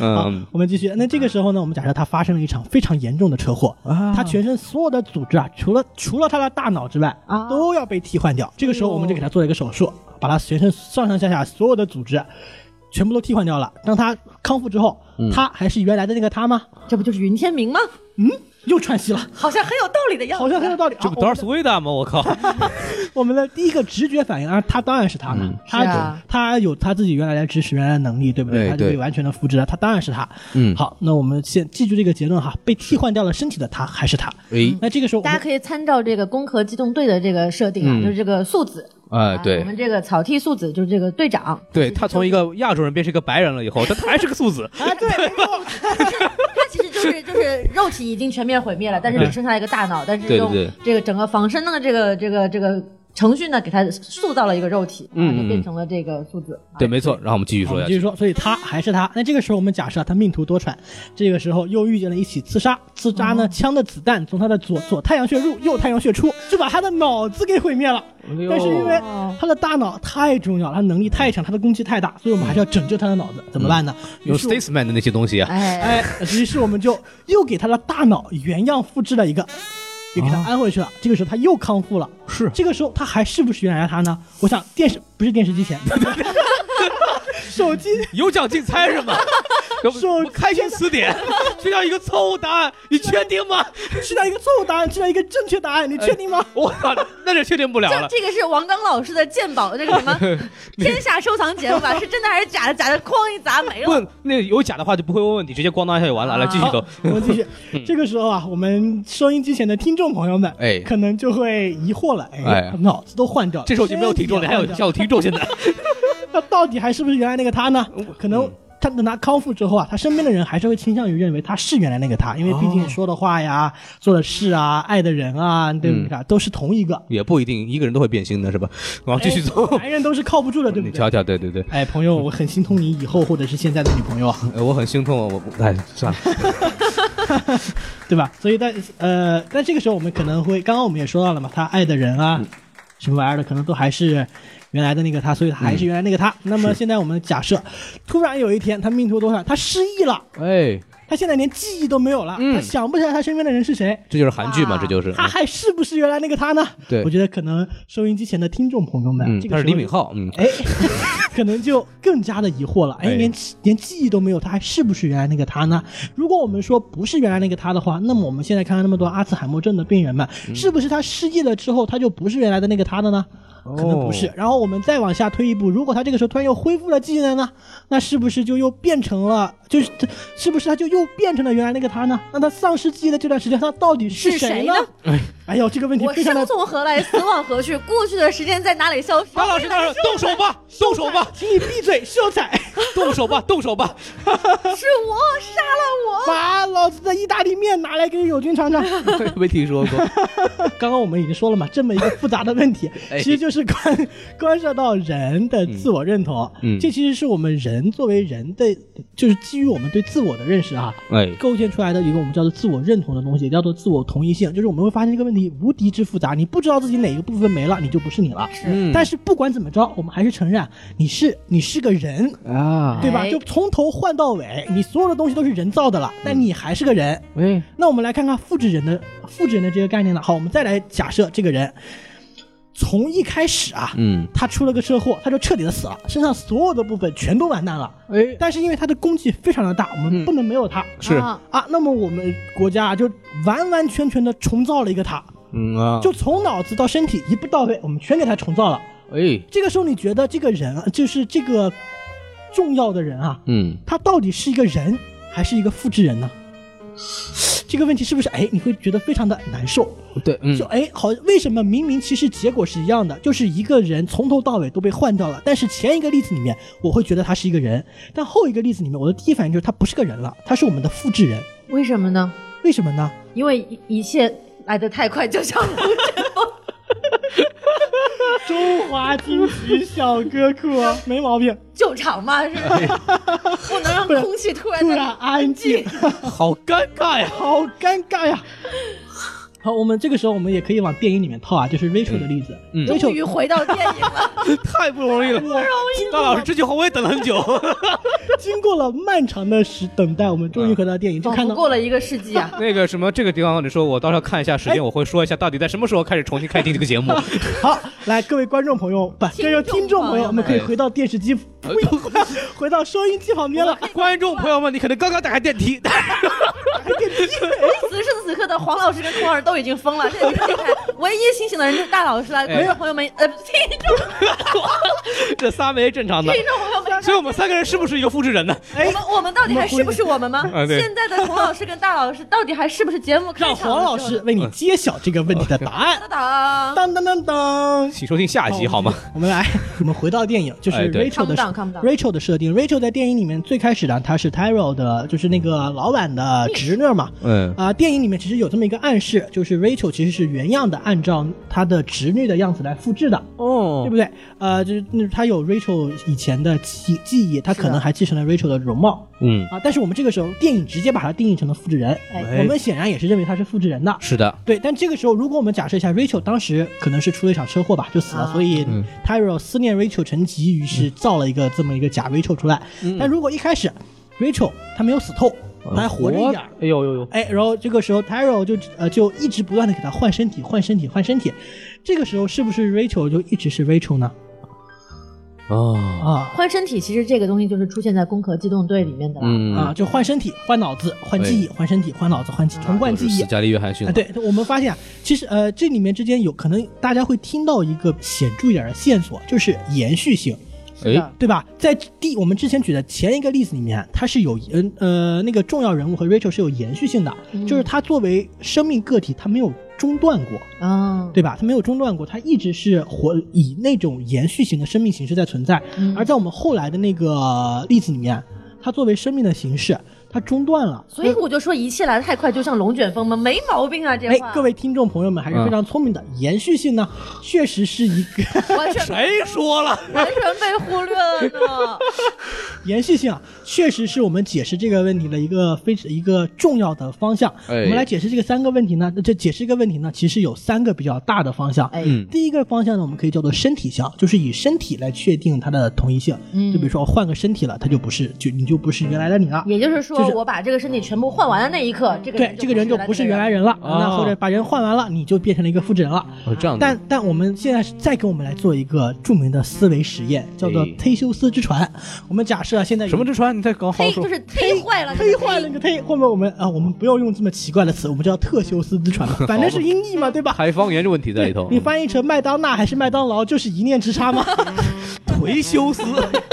Speaker 4: 好
Speaker 5: 嗯，，
Speaker 4: 我们继续。那这个时候呢，我们假设他发生了一场非常严重的车祸，他全身所有的组织啊，除了除了他的大脑之外，
Speaker 2: 啊
Speaker 4: 都要被替换掉。这个时候，我们就给他做了一个手术，把他全身上上下下所有的组织啊全部都替换
Speaker 5: 嗯
Speaker 4: 掉了。当他康复之后，他还是原来的那个他吗？嗯
Speaker 2: 这不就是云天明吗？
Speaker 4: 又串戏了，
Speaker 2: 好像很有道理的样子。
Speaker 4: 好像很有道理。
Speaker 5: 这
Speaker 4: 啊
Speaker 5: 不
Speaker 4: 我
Speaker 5: 都是斯威达吗？ 我靠！
Speaker 4: 我们的第一个直觉反应啊，他当然是他了，
Speaker 5: 嗯
Speaker 4: 他
Speaker 2: 是啊
Speaker 4: 他有他自己原来的知识、原来的能力，对不
Speaker 5: 哎
Speaker 4: 他就被
Speaker 5: 对
Speaker 4: 完全的复制了，他当然是他。
Speaker 5: 嗯
Speaker 4: 好，那我们先记住这个结论哈，被替换掉了身体的他还是他。
Speaker 5: 哎，
Speaker 4: 那这个时候我
Speaker 2: 大
Speaker 4: 们
Speaker 2: 家可以参照这个《攻壳机动队》的这个设定啊，就是这个素子。
Speaker 5: 哎
Speaker 2: 啊，我
Speaker 5: 嗯对
Speaker 2: 们这个草剃素子就是这个队长，
Speaker 5: 对，他从一个亚洲人变成一个白人了以后，他还是个素子。
Speaker 4: 啊，对，没错，
Speaker 2: 他其实就是就是肉体已经全面毁灭了，但是只剩下一个大脑，但是
Speaker 5: 对
Speaker 2: 用
Speaker 5: 对
Speaker 2: 这个整个仿生的这个这个这个程序呢，给他塑造了一个肉体，啊
Speaker 5: 嗯嗯
Speaker 2: 就变成了这个素子。啊
Speaker 5: 对，没错。然后我们继续
Speaker 4: 我
Speaker 5: 说
Speaker 4: 们
Speaker 5: 下
Speaker 4: 继
Speaker 5: 去。
Speaker 4: 续说，所以他还是他。那这个时候我们假设他命途多舛，这个时候又遇见了一起刺杀，刺杀
Speaker 2: 嗯
Speaker 4: 呢，枪的子弹从他的左左太阳穴入，右太阳穴出，就把他的脑子给毁灭了。但是
Speaker 5: 哎
Speaker 4: 因为他的大脑太重要，他能力太强，他的攻击太大，所以我们还是要拯救他的脑子，怎么办呢？
Speaker 5: 有
Speaker 4: 于是我
Speaker 5: Statesman 的那些东西啊，
Speaker 2: 哎，
Speaker 4: 哎，于是我们就又给他的大脑原样复制了一个，又给他安回去了。这个时候他又康复了。
Speaker 5: 是
Speaker 4: 这个时候他还是不是原来的他呢？我想电视不是电视机前，手机
Speaker 5: 有奖竞猜是吗？要不
Speaker 4: 手
Speaker 5: 我开心词典，这样一个错误答案，你确定吗？
Speaker 4: 吃到一个错误答案，吃到一个正确答案，你确定吗？
Speaker 5: 我靠，那就确定不了
Speaker 2: 这
Speaker 5: 了。
Speaker 2: 这个是王刚老师的鉴宝，这个什 么天下收藏节目吧？是真的还是假的？假的哐一砸没了。
Speaker 5: 问那有假的话就不会问问题，直接咣当一下就完了。来继
Speaker 3: 哎
Speaker 5: 续走，
Speaker 4: 我们继续。这个时候啊，我们收音机前的听众朋友们，
Speaker 5: 哎
Speaker 4: 可能就会疑惑了，哎
Speaker 5: 哎，
Speaker 4: 脑子都换掉了，
Speaker 5: 这时候就没有听众了，
Speaker 4: 身
Speaker 5: 还
Speaker 4: 体
Speaker 5: 有
Speaker 4: 也换掉了
Speaker 5: 还有听众现在。
Speaker 4: 那到底还是不是原来那个他呢？可能
Speaker 5: 嗯
Speaker 4: 他等他康复之后啊，他身边的人还是会倾向于认为他是原来那个
Speaker 5: 哦
Speaker 4: 他，因为毕竟说的话呀、做的事啊、爱的人啊，对不
Speaker 5: 嗯
Speaker 4: 对？都是同一个。
Speaker 5: 也不一定，一个人都会变心的是吧？然后继续走，
Speaker 4: 男人都是靠不住的，对不
Speaker 5: 你
Speaker 4: 对？
Speaker 5: 瞧瞧，对对对，
Speaker 4: 哎，朋友，我很心痛你以后或者是现在的女朋友啊，
Speaker 5: 呃我很心痛，我我哎算了，
Speaker 4: 对吧？所以在呃，但这个时候我们可能会，刚刚我们也说到了嘛，他爱的人啊，
Speaker 5: 嗯
Speaker 4: 什么玩意儿的，可能都还是原来的那个他，所以他还是原来那个
Speaker 5: 嗯
Speaker 4: 他。那么现在我们假设，突然有一天他命途多舛，他失忆了，
Speaker 5: 哎，
Speaker 4: 他现在连记忆都没有了，他想不起来他身边的人是谁，
Speaker 5: 这就是韩剧嘛，这嗯就是，
Speaker 4: 他还是不是原来那个他呢？
Speaker 5: 对
Speaker 4: 我觉得可能收音机前的听众朋友们，
Speaker 5: 嗯，
Speaker 4: 这
Speaker 5: 他
Speaker 4: 个
Speaker 5: 是
Speaker 4: 时
Speaker 5: 李
Speaker 4: 候
Speaker 5: 敏，镐，嗯，
Speaker 4: 哎， 可能就更加的疑惑了，哎，
Speaker 5: 哎
Speaker 4: 连连记忆都没有，他还是不是原来那个他呢？如果我们说不是原来那个他的话，那么我们现在看看那么多阿兹海默症的病人们，是不是他失忆了之后，他就不是原来的那个他了呢？可能不是
Speaker 5: 哦，
Speaker 4: 然后我们再往下推一步，如果他这个时候突然又恢复了记忆了呢，那是不是就又变成了，就是是不是他就又变成了原来那个他呢？那他丧失记忆的这段时间，他到底
Speaker 2: 是
Speaker 4: 谁
Speaker 2: 谁
Speaker 4: 呢
Speaker 2: 呢？
Speaker 4: 哎呦，这个问题
Speaker 2: 我
Speaker 4: 非常
Speaker 2: 生
Speaker 4: 的，
Speaker 2: 从何来，死往何去？过去的时间在哪里消失？
Speaker 5: 张老师，张老师，动手吧，动手吧，
Speaker 4: 请你闭嘴，秀才，
Speaker 5: 动手吧，动手吧，
Speaker 2: 是我杀了我。
Speaker 4: 把老子的意大利面拿来给友军尝 尝。
Speaker 5: 没听说过，
Speaker 4: 刚刚我们已经说了嘛，这么一个复杂的问题，
Speaker 5: 哎
Speaker 4: 其实就是关关涉到人的自我认同。
Speaker 5: 嗯嗯
Speaker 4: 这其实是我们人作为人的，就是基于我们对自我的认识啊，
Speaker 5: 哎，
Speaker 4: 构建出来的一个我们叫做自我认同的东西，叫做自我同一性。就是我们会发现这个问题无敌之复杂，你不知道自己哪个部分没了，你就不是你了。
Speaker 5: 嗯
Speaker 4: 但是不管怎么着，我们还是承认你是你是个人，
Speaker 5: 啊，
Speaker 4: 对吧？
Speaker 2: 哎
Speaker 4: 就从头换到尾，你所有的东西都是人造的了，
Speaker 5: 嗯
Speaker 4: 但你还是个人。
Speaker 5: 哎，
Speaker 4: 那我们来看看复制人的复制人的这个概念呢。好，我们再来假设这个人从一开始啊，
Speaker 5: 嗯，
Speaker 4: 他出了个车祸，他就彻底的死了，身上所有的部分全都完蛋了。
Speaker 5: 哎，
Speaker 4: 但是因为他的功绩非常的大，我们
Speaker 5: 嗯
Speaker 4: 不能没有他。
Speaker 5: 是，
Speaker 2: 啊
Speaker 4: 啊，那么我们国家啊，就完完全全的重造了一个他，
Speaker 5: 嗯啊，
Speaker 4: 就从脑子到身体一步到位，我们全给他重造了。
Speaker 5: 哎，
Speaker 4: 这个时候，你觉得这个人啊，就是这个重要的人啊，
Speaker 5: 嗯，
Speaker 4: 他到底是一个人还是一个复制人呢？这个问题是不是哎，你会觉得非常的难受？
Speaker 5: 对，嗯
Speaker 4: 就哎，好，为什么明明其实结果是一样的，就是一个人从头到尾都被换掉了，但是前一个例子里面我会觉得他是一个人，但后一个例子里面我的第一反应就是他不是个人了，他是我们的复制人，
Speaker 2: 为什么呢？
Speaker 4: 为什么呢？
Speaker 2: 因为一一切来得太快，就像
Speaker 4: 中华金曲小歌库没毛病，
Speaker 2: 救场嘛，是吧？不能让空气突然
Speaker 4: 突
Speaker 2: 的
Speaker 4: 然安 静，
Speaker 5: 好尴尬呀，
Speaker 4: 好尴尬呀。好，我们这个时候我们也可以往电影里面套啊，就是 Rachel 的例子。
Speaker 5: 嗯
Speaker 4: Rachel
Speaker 2: 终于回到电影了。
Speaker 5: 太不容易 了，不容易。张老师，这句话我也等了很久，
Speaker 4: 经过了漫长的时等待，我们终于回到电影，就
Speaker 2: 仿
Speaker 4: 看
Speaker 2: 佛
Speaker 4: 到
Speaker 2: 过了一个世纪 啊！
Speaker 5: 那个什么，这个地方你说我到时候看一下时
Speaker 4: 哎
Speaker 5: 间，我会说一下到底在什么时候开始重新开听这个节目。
Speaker 4: 好，来各位观众朋友，不，
Speaker 2: 听
Speaker 4: 这是听众朋友，我们可以哎
Speaker 5: 众朋友们
Speaker 4: 回到电视机
Speaker 5: 哎
Speaker 4: 回到收音机旁边了。
Speaker 5: 观众朋友们，你可能刚刚打开电梯，
Speaker 2: 哎此时此刻的黄老师跟空儿都已经疯了，这个电台唯一清醒的人就是大老师了。观众朋友们，呃， 听众
Speaker 5: 这仨没正 常的。
Speaker 2: 听众朋友们，
Speaker 5: 所以我们哎三个人是不是一个复制人呢？
Speaker 2: 我们我们到底还是不是我们吗？
Speaker 5: 啊对
Speaker 2: 现在的黄老师跟大老师到底还是不是节目开场
Speaker 4: 让
Speaker 2: 的时候
Speaker 4: 黄老师为你揭晓这个问题的答 案。
Speaker 2: 的？当
Speaker 4: 当当当当！
Speaker 5: 请收听下一集好吗？
Speaker 4: 我们来，我们回到电影，就是
Speaker 5: 哎对
Speaker 4: Rachel 的
Speaker 2: Calm down, calm down
Speaker 4: Rachel 的设定。Rachel 在电影里面最开始呢，她是 Tyrell 的，就是那个老板的侄女嘛。
Speaker 5: 嗯，
Speaker 4: 啊、电影里面其实有这么一个暗示，就是 Rachel 其实是原样的按照她的侄女的样子来复制的，
Speaker 5: 哦
Speaker 4: 对不对？呃，就是那她有 Rachel 以前的记记忆，她可能还继承了 Rachel 的容貌
Speaker 5: 嗯，
Speaker 4: 啊。但是我们这个时候，电影直接把她定义成了复制人，
Speaker 2: 哎
Speaker 4: 我们显然也是认为她是复制人的。
Speaker 5: 是的，
Speaker 4: 对，但这个时候，如果我们假设一下，Rachel 当时可能是出了一场车祸吧，就死了，
Speaker 2: 啊
Speaker 4: 所以 Tyrell 思念 Rachel 成疾，于是造了一个这么一个假 Rachel 出来。但如果一开始 Rachel 她没有死透，
Speaker 3: 啊
Speaker 4: 她还活着一点儿，
Speaker 5: 哎呦呦呦，
Speaker 4: 哎，然后这个时候 Tyrell 就呃就一直不断的给她换身体、换身体、换身体，这个时候是不是 Rachel 就一直是 Rachel 呢？
Speaker 5: 啊，
Speaker 4: 啊
Speaker 2: 换身体，其实这个东西就是出现在《攻壳机动队》里面的啦。
Speaker 4: 啊，
Speaker 5: 嗯，
Speaker 4: 就换身体、换脑子、换记忆、换身体、换脑子、换记重
Speaker 5: 我
Speaker 4: 灌记
Speaker 5: 是
Speaker 4: 忆
Speaker 5: 斯，嘉丽·约翰逊
Speaker 4: 啊，，对，我们发现啊，其实呃，这里面之间有可能大家会听到一个显著一点的线索，就是延续性，
Speaker 5: 哎，
Speaker 4: 对吧？在第我们之前举的前一个例子里面，它是有呃呃那个重要人物和 Rachel 是有延续性的，就是他作为生命个体，他没有中断过，
Speaker 2: 嗯，
Speaker 4: 对吧？他没有中断过，他一直是活以那种延续型的生命形式在存在。
Speaker 2: 嗯
Speaker 4: 而在我们后来的那个例子里面，它作为生命的形式，它中断了，
Speaker 2: 所以我就说一切来得太快，就像龙卷风嘛，没毛病啊，这
Speaker 4: 哎
Speaker 2: 话。，
Speaker 4: 各位听众朋友们还是非常聪明的，延续性呢，确实是一个
Speaker 2: 完全
Speaker 5: 谁说了？
Speaker 2: 完全被忽略了呢。
Speaker 4: 延续性啊，确实是我们解释这个问题的一个非一个重要的方向。
Speaker 5: 哎
Speaker 4: 我们来解释这个三个问题呢，这解释一个问题呢，其实有三个比较大的方向。
Speaker 2: 哎，
Speaker 4: 第一个方向呢，我们可以叫做身体项，就是以身体来确定它的同一性。
Speaker 2: 嗯
Speaker 4: 就比如说我换个身体了，它就不是，就你就不是原来的你了。
Speaker 2: 也就是说，
Speaker 4: 就是
Speaker 2: 我把这个身体全部换完的那一刻，这个
Speaker 4: 对，这个人就不是原来人了，
Speaker 5: 哦
Speaker 4: 那或者把人换完了，你就变成了一个复制人了。
Speaker 5: 哦，这样的，
Speaker 4: 但但我们现在是再给我们来做一个著名的思维实验，叫做
Speaker 5: 哎
Speaker 4: 忒修斯之船。我们假设啊，现在有
Speaker 5: 什么之船？你再搞好
Speaker 2: 忒
Speaker 5: 好
Speaker 2: 就
Speaker 5: 说。
Speaker 2: 是忒坏了，
Speaker 4: 忒坏了个忒，后面我们啊，我们不要用这么奇怪的词，我们叫特修斯之船 嘛，反正是音译嘛，对吧？
Speaker 5: 还方言这问题在里头，
Speaker 4: 你翻译成麦当娜还是麦当劳，就是一念之差嘛。
Speaker 5: 颓修 斯，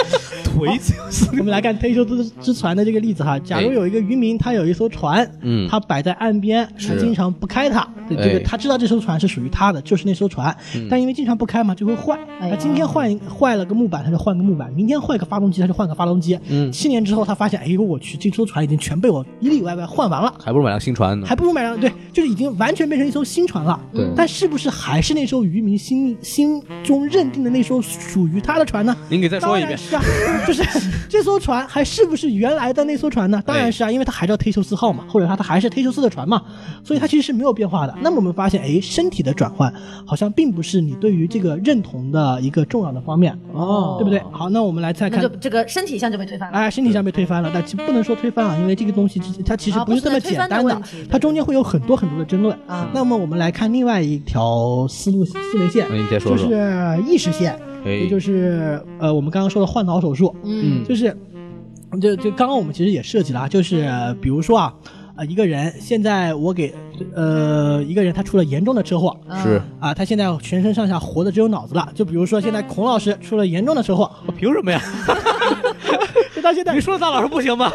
Speaker 5: 颓修斯，
Speaker 4: 我们来看忒修斯之船的这个例子哈，假如
Speaker 5: 哎
Speaker 4: 有一个渔民，他有一艘船，
Speaker 5: 嗯
Speaker 4: 他摆在岸边，他
Speaker 5: 是
Speaker 4: 经常不开它，对这
Speaker 5: 哎
Speaker 4: 个他知道这艘船是属于他的，就是那艘船，但因为经常不开嘛，就会坏。
Speaker 2: 哎
Speaker 4: 他今天换坏了个木板，他就换个木板；明天坏个发动机，他就换个发动机。
Speaker 5: 嗯
Speaker 4: 七年之后，他发现，哎呦我去，这艘船已经全被我里里外外换完了。
Speaker 5: 还不如买辆新船呢。
Speaker 4: 嗯还不如买辆对，就是已经完全变成一艘新船了。
Speaker 5: 对
Speaker 4: 但是不是还是那艘渔民心心中认定的那艘属于他的船呢？
Speaker 5: 您给再说一
Speaker 4: 当然
Speaker 5: 遍，
Speaker 4: 是啊，就是这艘船还是不是原来的那艘船呢？当然是
Speaker 5: 哎
Speaker 4: 啊，因为它还叫忒修斯号嘛，或者它它还是忒修斯的船嘛，所以它其实是没有变化的。那么我们发现，哎，身体的转换好像并不是你对于这个认同的一个重要的方面，
Speaker 2: 哦
Speaker 4: 对不对？好，那我们来再
Speaker 2: 那
Speaker 4: 看
Speaker 2: 就。这个身体项就被推翻了。
Speaker 4: 哎，身体上被推翻了，但其不能说推翻啊，因为这个东西之它其实
Speaker 2: 啊
Speaker 4: 不是
Speaker 2: 不
Speaker 4: 这
Speaker 2: 存
Speaker 4: 么
Speaker 2: 在
Speaker 4: 简
Speaker 2: 推翻的
Speaker 4: 单的，
Speaker 2: 问题
Speaker 4: 它中间会有很多很多的争论。
Speaker 2: 啊
Speaker 4: 那么我们来看另外一条思路思维线，
Speaker 5: 那你再说
Speaker 4: 就
Speaker 5: 说，
Speaker 4: 是意识线，也
Speaker 5: 哎，
Speaker 4: 就是呃我们刚刚说的换脑手术，
Speaker 2: 嗯，
Speaker 4: 就是就就刚刚我们其实也涉及了啊，就是呃比如说啊，呃一个人现在我给呃一个人他出了严重的车祸，
Speaker 2: 嗯
Speaker 5: 是
Speaker 4: 啊，他现在全身上下活的只有脑子了。就比如说，现在孔老师出了严重的车祸，
Speaker 5: 我凭 什么呀？
Speaker 4: 就他现在
Speaker 5: 你说大老师不行吗？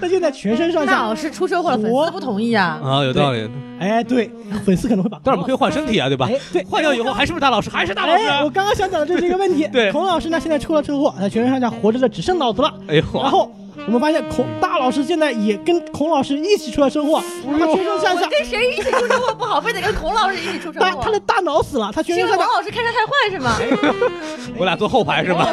Speaker 4: 他现在全身上
Speaker 2: 那
Speaker 4: 下
Speaker 2: 老，师出车祸了，粉丝不同意
Speaker 4: 嗯
Speaker 2: 啊。
Speaker 5: 啊，有道理。
Speaker 4: 哎，对，粉丝可能会把，
Speaker 5: 但是我们可以换身体啊，对吧
Speaker 4: 哎？对
Speaker 5: 换掉以后还是不是大老师？还是大老师啊
Speaker 4: 哎，我？刚刚想讲的就是这个问 题。
Speaker 5: 对
Speaker 4: 孔老师呢现在出了车祸，他全身上下活着的只剩脑子了。
Speaker 5: 哎呦，
Speaker 4: 然后我们发现孔大老师现在也跟孔老师一起出了车祸，
Speaker 5: 哎
Speaker 4: 他全身上
Speaker 2: 我
Speaker 4: 下。
Speaker 2: 跟谁一起出车祸不好，非得跟孔老师一起出车
Speaker 4: 大
Speaker 2: 祸
Speaker 4: 他。的大脑死了，他全
Speaker 2: 是因
Speaker 4: 身
Speaker 2: 为
Speaker 4: 上
Speaker 2: 王
Speaker 4: 下。
Speaker 2: 老师开车太坏是吗？
Speaker 5: 我俩坐后排是吧？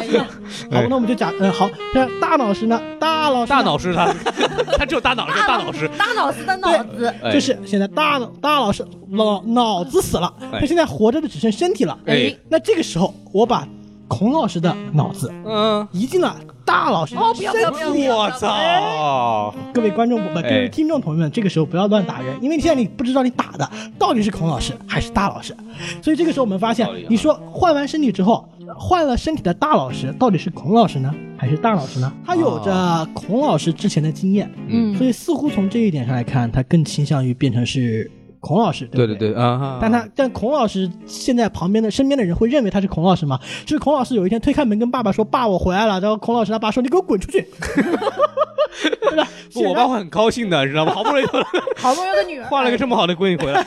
Speaker 4: 好，那我们就讲，呃，好，那大老师呢？大老师呢
Speaker 5: 大脑师他， 他只有大脑是大脑师。
Speaker 2: 大脑子的脑子，
Speaker 5: 哎
Speaker 4: 就是现在大脑大老师脑脑子死了，
Speaker 5: 哎
Speaker 4: 他现在活着的只剩身体了。
Speaker 5: 哎，
Speaker 4: 那这个时候，我把孔老师的脑子
Speaker 5: 嗯，
Speaker 4: 移进了大老师的
Speaker 2: 哦不
Speaker 4: 身
Speaker 2: 要不要
Speaker 4: 体。
Speaker 2: 不要
Speaker 5: 我操，
Speaker 4: 各位观众朋友们，各
Speaker 5: 哎
Speaker 4: 位听众朋友们，这个时候不要乱打人，因为现在你不知道你打的到底是孔老师还是大老师，所以这个时候我们发现
Speaker 5: 道理啊，
Speaker 4: 你说换完身体之后，换了身体的大老师到底是孔老师呢，还是大老师呢？
Speaker 5: 哦
Speaker 4: 他有着孔老师之前的经验，
Speaker 2: 嗯
Speaker 4: 所以似乎从这一点上来看，他更倾向于变成是孔老师，
Speaker 5: 对
Speaker 4: 不
Speaker 5: 对对啊哈，
Speaker 4: 但他但孔老师现在旁边的身边的人会认为他是孔老师吗？是孔老师有一天推开门跟爸爸说：“爸，我回来了。”然后孔老师他爸说：“你给我滚出去！”对吧？
Speaker 5: 不我爸会很高兴的，知道吗？好不容 易
Speaker 2: 好不容易有个女儿，哎
Speaker 5: 换了个这么好的闺女回来，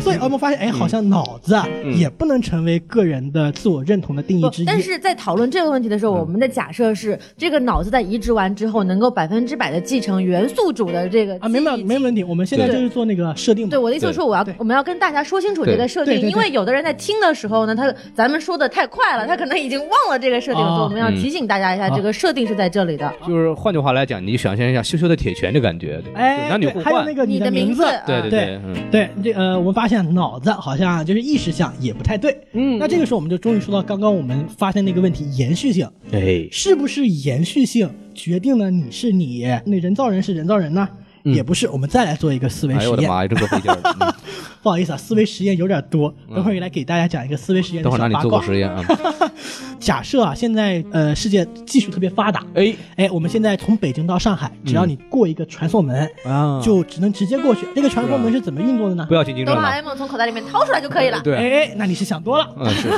Speaker 4: 所以我们发现，哎，好像脑子啊、
Speaker 5: 嗯
Speaker 4: 也不能成为个人的自我认同的定义
Speaker 2: 不
Speaker 4: 之一。嗯
Speaker 2: 但是在讨论这个问题的时候，我们的假设是这个脑子在移植完之后，能够百分之百的继承元宿主的这个
Speaker 4: 啊，没有
Speaker 2: 记忆
Speaker 4: 没问题，我们现在
Speaker 2: 对
Speaker 4: 就是做那个设定嘛。
Speaker 2: 对我的意思是说，我要
Speaker 4: 嗯对
Speaker 2: 我们要跟大家说清楚这个设
Speaker 4: 对对
Speaker 2: 定，
Speaker 4: 对
Speaker 2: 因为有的人在听的时候呢，他咱们说的太快了，他可能已经忘了这个设定，
Speaker 4: 哦
Speaker 2: 所以我们要提醒大家一下，
Speaker 4: 嗯啊
Speaker 2: 这个设定是在这里的。
Speaker 5: 就是换句话来讲，你想象一下羞羞的铁拳的感觉，对吧
Speaker 4: 哎，
Speaker 5: 就男女
Speaker 4: 对
Speaker 5: 互
Speaker 4: 还有
Speaker 5: 换，
Speaker 4: 那个啊
Speaker 2: 你
Speaker 4: 的
Speaker 2: 名
Speaker 4: 字。
Speaker 5: 对对
Speaker 4: 对
Speaker 5: 对，嗯，
Speaker 4: 对，这呃，我们发现脑子好像就是意识上也不太对，嗯，那这个时候我们就终于说到刚刚我们发现那个问题延续性，
Speaker 5: 嗯
Speaker 3: 哎，
Speaker 4: 是不是延续性决定了你是你，那人造人是人造人呢？也不是，我们再来做一个思维
Speaker 5: 嗯哎
Speaker 4: 实
Speaker 5: 呦我的
Speaker 4: 验。
Speaker 5: 妈呀，这个费劲儿。嗯
Speaker 4: 不好意思啊，思维实验有点多，等会儿来给大家讲一个思维实验的
Speaker 5: 等会儿拿
Speaker 4: 小
Speaker 5: 你
Speaker 4: 八
Speaker 5: 做过
Speaker 4: 卦。
Speaker 5: 实验啊？
Speaker 4: 假设啊，现在呃世界技术特别发达，
Speaker 5: 哎
Speaker 4: 哎，我们现在从北京到上海，只
Speaker 5: 嗯
Speaker 4: 要你过一个传送门，
Speaker 5: 啊，
Speaker 4: 就只能直接过去。这个传送门是怎么运作的呢
Speaker 5: 不？要进京
Speaker 2: 哆
Speaker 5: 城
Speaker 2: 啦
Speaker 5: 了
Speaker 2: A，梦从口袋里面掏出来就可以了。
Speaker 5: 对啊，
Speaker 4: 哎哎，那你是想多了。
Speaker 5: 嗯 是，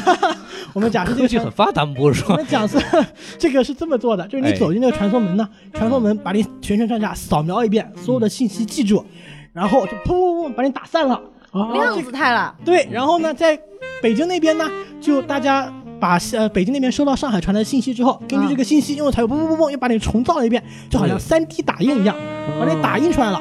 Speaker 4: 我们假设这
Speaker 5: 科
Speaker 4: 个
Speaker 5: 技
Speaker 4: 传
Speaker 5: 很发达，我们不是
Speaker 4: 我
Speaker 5: 说
Speaker 4: 们讲是 这个是这么做的，就是你
Speaker 5: 哎
Speaker 4: 走进这个传送门呢，
Speaker 5: 嗯
Speaker 4: 传送门把你全身上下扫描一遍，所有的信息记住，然后就砰砰砰把你打散了。啊
Speaker 2: 量子态了，
Speaker 4: 对，然后呢，在北京那边呢，就大家把呃北京那边收到上海传来的信息之后，根据这个信息用彩油砰砰砰砰又把你重造了一遍，就好像三 D 打印一样，把你打印出来了。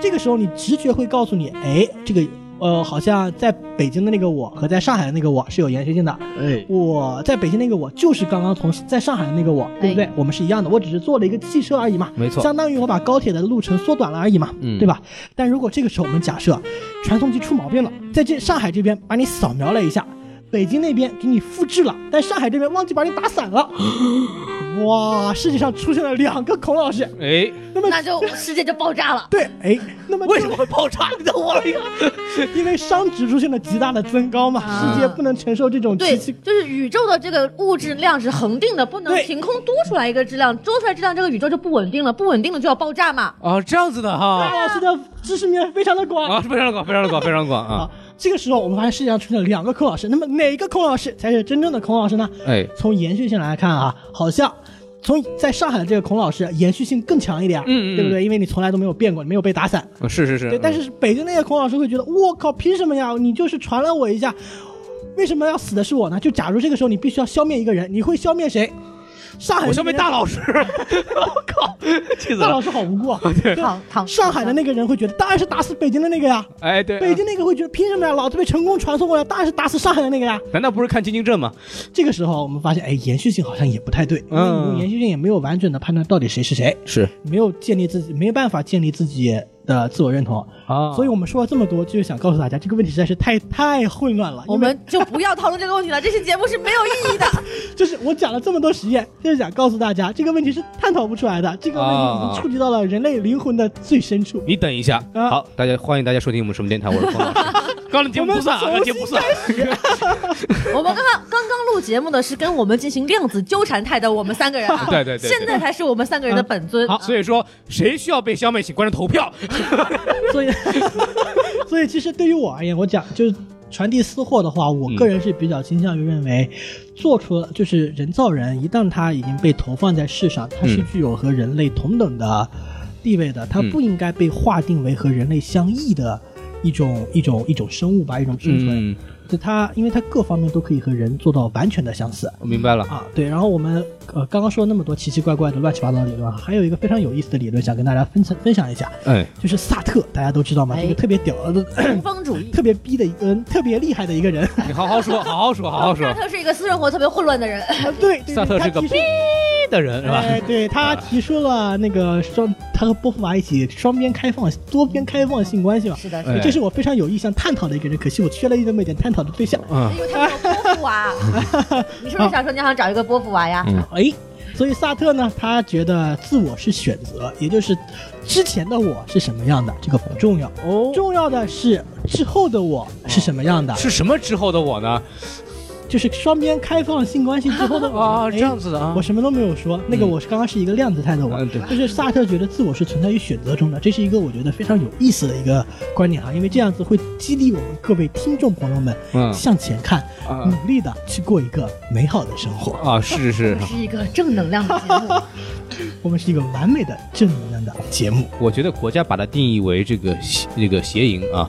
Speaker 4: 这个时候你直觉会告诉你，哎，这个呃好像在北京的那个我和在上海的那个我是有延续性的。
Speaker 3: 哎，
Speaker 4: 我在北京那个我就是刚刚从在上海的那个我，对不对？我们是一样的，我只是坐了一个汽车而已嘛，
Speaker 5: 没错
Speaker 4: 相当于我把高铁的路程缩短了而已嘛，
Speaker 5: 嗯
Speaker 4: 对吧？但如果这个时候我们假设传送机出毛病了，在这上海这边把你扫描了一下，北京那边给你复制了，但上海这边忘记把你打散 了，哇，世界上出现了两个孔老师，
Speaker 5: 哎，
Speaker 4: 那么
Speaker 2: 那就世界就爆炸了。
Speaker 4: 对，哎，那么
Speaker 5: 为什么会爆炸？你等我一个，
Speaker 4: 因为熵值出现了极大的增高嘛，
Speaker 2: 啊
Speaker 4: 世界不能承受这种
Speaker 2: 对，
Speaker 4: 极其
Speaker 2: 就是宇宙的这个物质量是恒定的，不能
Speaker 4: 对
Speaker 2: 凭空多出来一个质量，多出来质量这个宇宙就不稳定了，不稳定了就要爆炸嘛。
Speaker 5: 哦，这样子的
Speaker 4: 大
Speaker 5: 哈，
Speaker 4: 老师的知识面非常的广
Speaker 5: 啊，非常的广，非常的广，非常地广
Speaker 4: 啊
Speaker 5: 啊，，
Speaker 4: 这个时候我们发现世界上出现了两个孔老师，那么哪个孔老师才是真正的孔老师呢？
Speaker 5: 哎，
Speaker 4: 从延续性来看啊，好像从在上海的这个孔老师延续性更强一点，
Speaker 5: 嗯嗯嗯
Speaker 4: 对不对？因为你从来都没有变过，你没有被打散。
Speaker 5: 啊是是是，
Speaker 4: 对，但是北京那个孔老师会觉得，我靠，凭什么呀？你就是传了我一下，为什么要死的是我呢？就假如这个时候你必须要消灭一个人，你会消灭谁？上 海
Speaker 5: 我消
Speaker 4: 那
Speaker 5: 灭
Speaker 4: 边
Speaker 5: 大老师， 我靠，气死
Speaker 4: 大老
Speaker 5: 了！
Speaker 4: 师好无辜啊！
Speaker 2: 躺躺
Speaker 4: 上海的那个人会觉得，当然是打死北京的那个呀。
Speaker 5: 哎，对，
Speaker 4: 北京那个会觉得，凭什么呀？老子被成功传送过来，当然是打死上海的那个呀。
Speaker 5: 难道不是看金晶镇吗？
Speaker 4: 这个时候我们发现，哎，延续性好像也不太对，因为
Speaker 5: 嗯
Speaker 4: 你用延续性也没有完整的判断到底谁是谁，
Speaker 5: 是
Speaker 4: 没有建立自己，没有办法建立自己的自我认同。
Speaker 5: 啊，
Speaker 4: 所以我们说了这么多，就是想告诉大家，这个问题实在是太太混乱了。因为
Speaker 2: 我们就不要讨论这个问题了，这期节目是没有意义的。
Speaker 4: 就是我讲了这么多实验，就是想告诉大家，这个问题是探讨不出来的，这个问题已
Speaker 5: 啊
Speaker 4: 经触及到了人类灵魂的最深处。
Speaker 5: 你等一下，
Speaker 4: 啊
Speaker 5: 好，大家欢迎大家收听我们什么电台，我是冯老 师。刚才节目不算啊，刚才节目不算，
Speaker 2: 我们刚刚刚刚录节目的是跟我们进行量子纠缠态的我们三个人 啊，
Speaker 5: 对对对对
Speaker 2: 现在才是我们三个人的本尊。
Speaker 5: 好，所以说谁需要被消灭，请观众投票。
Speaker 4: 所以，所以其实对于我而言，我讲就是传递私货的话，我个人是比较倾向于认为，做出了就是人造人，一旦它已经被投放在世上，它是
Speaker 5: 嗯
Speaker 4: 具有和人类同等的地位的，它
Speaker 5: 嗯
Speaker 4: 不应该被划定为和人类相异的。一种一种一种生物吧，一种生存，
Speaker 5: 嗯，
Speaker 4: 就它，因为它各方面都可以和人做到完全的相似
Speaker 5: 我明白了。
Speaker 4: 啊。对，然后我们呃刚刚说了那么多奇奇怪怪的乱七八糟的理论啊，还有一个非常有意思的理论想跟大家分享分享一下，
Speaker 5: 哎，
Speaker 4: 就是萨特，大家都知道吗？
Speaker 2: 哎
Speaker 4: 这个特别屌的、
Speaker 2: 东方主
Speaker 3: 嗯
Speaker 2: 义，
Speaker 4: 特别逼的一个、特别厉害的一个人。
Speaker 5: 你好好说，好好说，好好说
Speaker 2: 萨。特是一个私生活特别混乱的 人，
Speaker 4: 对，对对
Speaker 5: 萨特是个
Speaker 4: 他提
Speaker 5: 逼
Speaker 4: 出
Speaker 5: 的人是吧？
Speaker 4: 哎，对他提出了那个双，他和波伏娃一起双边开放、多边开放性关系嘛。
Speaker 2: 是的，
Speaker 5: 哎
Speaker 4: 这是我非常有意向探讨的一个人，可惜我缺了这么一点探讨的对象。
Speaker 5: 嗯
Speaker 2: 因为他没有波伏 娃。你是不是想说你想找一个波伏娃呀？
Speaker 3: 嗯
Speaker 4: 哎，所以萨特呢，他觉得自我是选择，也就是之前的我是什么样的，这个不重要，
Speaker 5: 哦，
Speaker 2: 哦
Speaker 4: 重要的是之后的我是什么样的。
Speaker 5: 是什么之后的我呢？
Speaker 4: 就是双边开放性关系之后的 我
Speaker 5: 啊
Speaker 4: 哎
Speaker 5: 这样子的啊嗯
Speaker 4: 我什么都没有说，那个我是刚刚是一个量子态的我
Speaker 3: 嗯对，
Speaker 4: 就是萨特觉得自我是存在于选择中的，这是一个我觉得非常有意思的一个观点哈，啊因为这样子会激励我们各位听众朋友们
Speaker 3: 嗯
Speaker 4: 向前看，
Speaker 3: 啊
Speaker 4: 努力的去过一个美好的生活。
Speaker 3: 啊，是是
Speaker 2: 这，是一个正能量的节 目。
Speaker 4: 我们是一个完美的正能量的节目，
Speaker 3: 我觉得国家把它定义为这个邪这个邪淫 啊，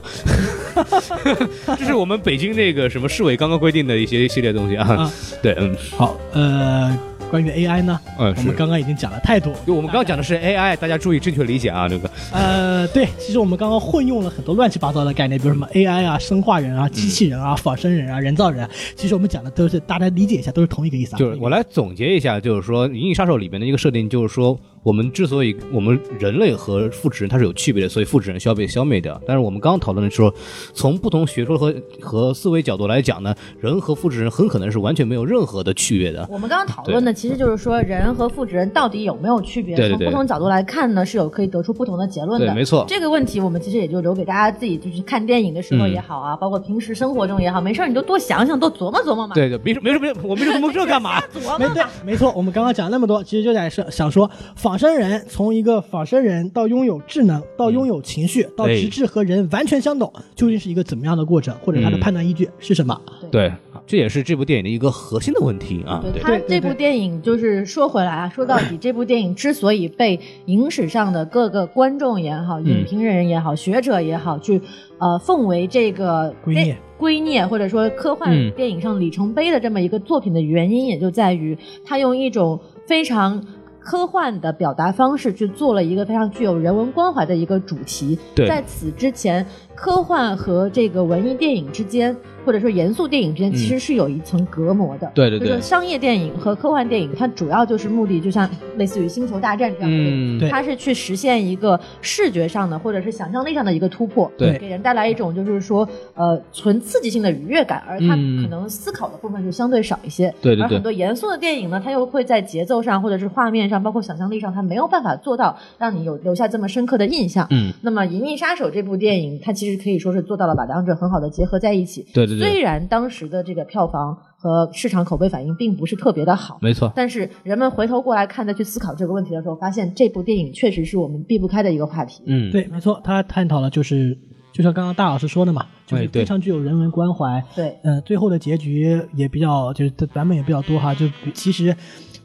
Speaker 3: 这是我们北京那个什么市委刚刚规定的一些一系列东西啊
Speaker 4: 啊。
Speaker 3: 对，嗯
Speaker 4: 好，呃，关于 AI 呢，
Speaker 5: 呃
Speaker 3: 嗯
Speaker 4: 我
Speaker 3: 是。
Speaker 4: 们刚刚已经讲了太多。
Speaker 3: 就我们刚刚讲的是 AI，大家注意正确理解啊，这个
Speaker 4: 呃，对，其实我们刚刚混用了很多乱七八糟的概念，比如什么 AI 啊、生化人啊、
Speaker 3: 嗯
Speaker 4: 机器人啊、仿生人啊、人造人啊，其实我们讲的都是大家理解一下，都是同一个意思啊。
Speaker 3: 就是我来总结一下，就是说《银翼杀手》里面的一个设定，就是说我们之所以我们人类和复制人它是有区别的，所以复制人需要被消灭掉。但是我们刚刚讨论的时候，从不同学说和和思维角度来讲呢，人和复制人很可能是完全没有任何的区别的。
Speaker 2: 我们刚刚讨论的其实就是说，人和复制人到底有没有区别？
Speaker 3: 对对对
Speaker 2: 从不同角度来看呢，是有可以得出不同的结论的。
Speaker 3: 对没错
Speaker 2: 这个问题我们其实也就留给大家自己，就是看电影的时候
Speaker 3: 嗯
Speaker 2: 也好啊，包括平时生活中也好，没事儿你就多想想，多琢磨琢磨嘛。
Speaker 3: 对对，没什没什么，我没什么这干嘛？
Speaker 2: 琢
Speaker 4: 没
Speaker 2: 磨
Speaker 4: 对，没错，我们刚刚讲了那么多，其实就在说想说，仿生人从一个仿生人到拥有智能，到拥有情绪，到
Speaker 3: 哎
Speaker 4: 直至和人完全相同，究竟是一个怎么样的过程，或者它的
Speaker 3: 嗯
Speaker 4: 判断依据是什么？
Speaker 3: 对，这也是这部电影的一个核心的问题啊。
Speaker 2: 对
Speaker 3: 对，
Speaker 2: 他
Speaker 4: 对
Speaker 2: 这
Speaker 4: 对
Speaker 2: 部电影，就是说回来啊，说到 底，这部电影之所以被影史上的各个观众也
Speaker 4: 嗯
Speaker 2: 好、影评人也好、学者也好，去呃奉为这个
Speaker 4: 圭臬
Speaker 2: 电圭臬或者说科幻
Speaker 5: 嗯
Speaker 2: 电影上里程碑的这么一个作品的原因，也就在于他用一种非常。科幻的表达方式去做了一个非常具有人文关怀的一个主题，
Speaker 3: 对
Speaker 2: 在此之前，科幻和这个文艺电影之间，或者说严肃电影
Speaker 4: 嗯
Speaker 2: 之间，其实是有一层隔膜的。
Speaker 3: 对对对
Speaker 2: 就是商业电影和科幻电影，它主要就是目的，就像类似于《星球大战》这样的电影。
Speaker 5: 嗯，
Speaker 4: 对
Speaker 2: 它是去实现一个视觉上的或者是想象力上的一个突破，
Speaker 3: 对
Speaker 2: 给人带来一种就是说呃纯刺激性的愉悦感，而它
Speaker 5: 嗯
Speaker 2: 可能思考的部分就相对少一些。
Speaker 3: 对对
Speaker 2: 而
Speaker 3: 对
Speaker 2: 很多严肃的电影呢，它又会在节奏上或者是画面上，包括想象力上，它没有办法做到让你有留下这么深刻的印象。
Speaker 3: 嗯，
Speaker 2: 那么《银翼杀手》这部电影，它其实可以说是做到了把两者很好的结合在一起。
Speaker 3: 对对对，
Speaker 2: 虽然当时的这个票房和市场口碑反应并不是特别的好，
Speaker 3: 没错。
Speaker 2: 但是人们回头过来看再去思考这个问题的时候，发现这部电影确实是我们避不开的一个话题。
Speaker 3: 嗯，
Speaker 4: 对，没错，他探讨了就是，就像刚刚大老师说的嘛，就
Speaker 3: 哎
Speaker 4: 是
Speaker 3: 对
Speaker 4: 非常具有人文关怀，
Speaker 2: 对，
Speaker 4: 嗯，最后的结局也比较，就是版本也比较多哈，就比其实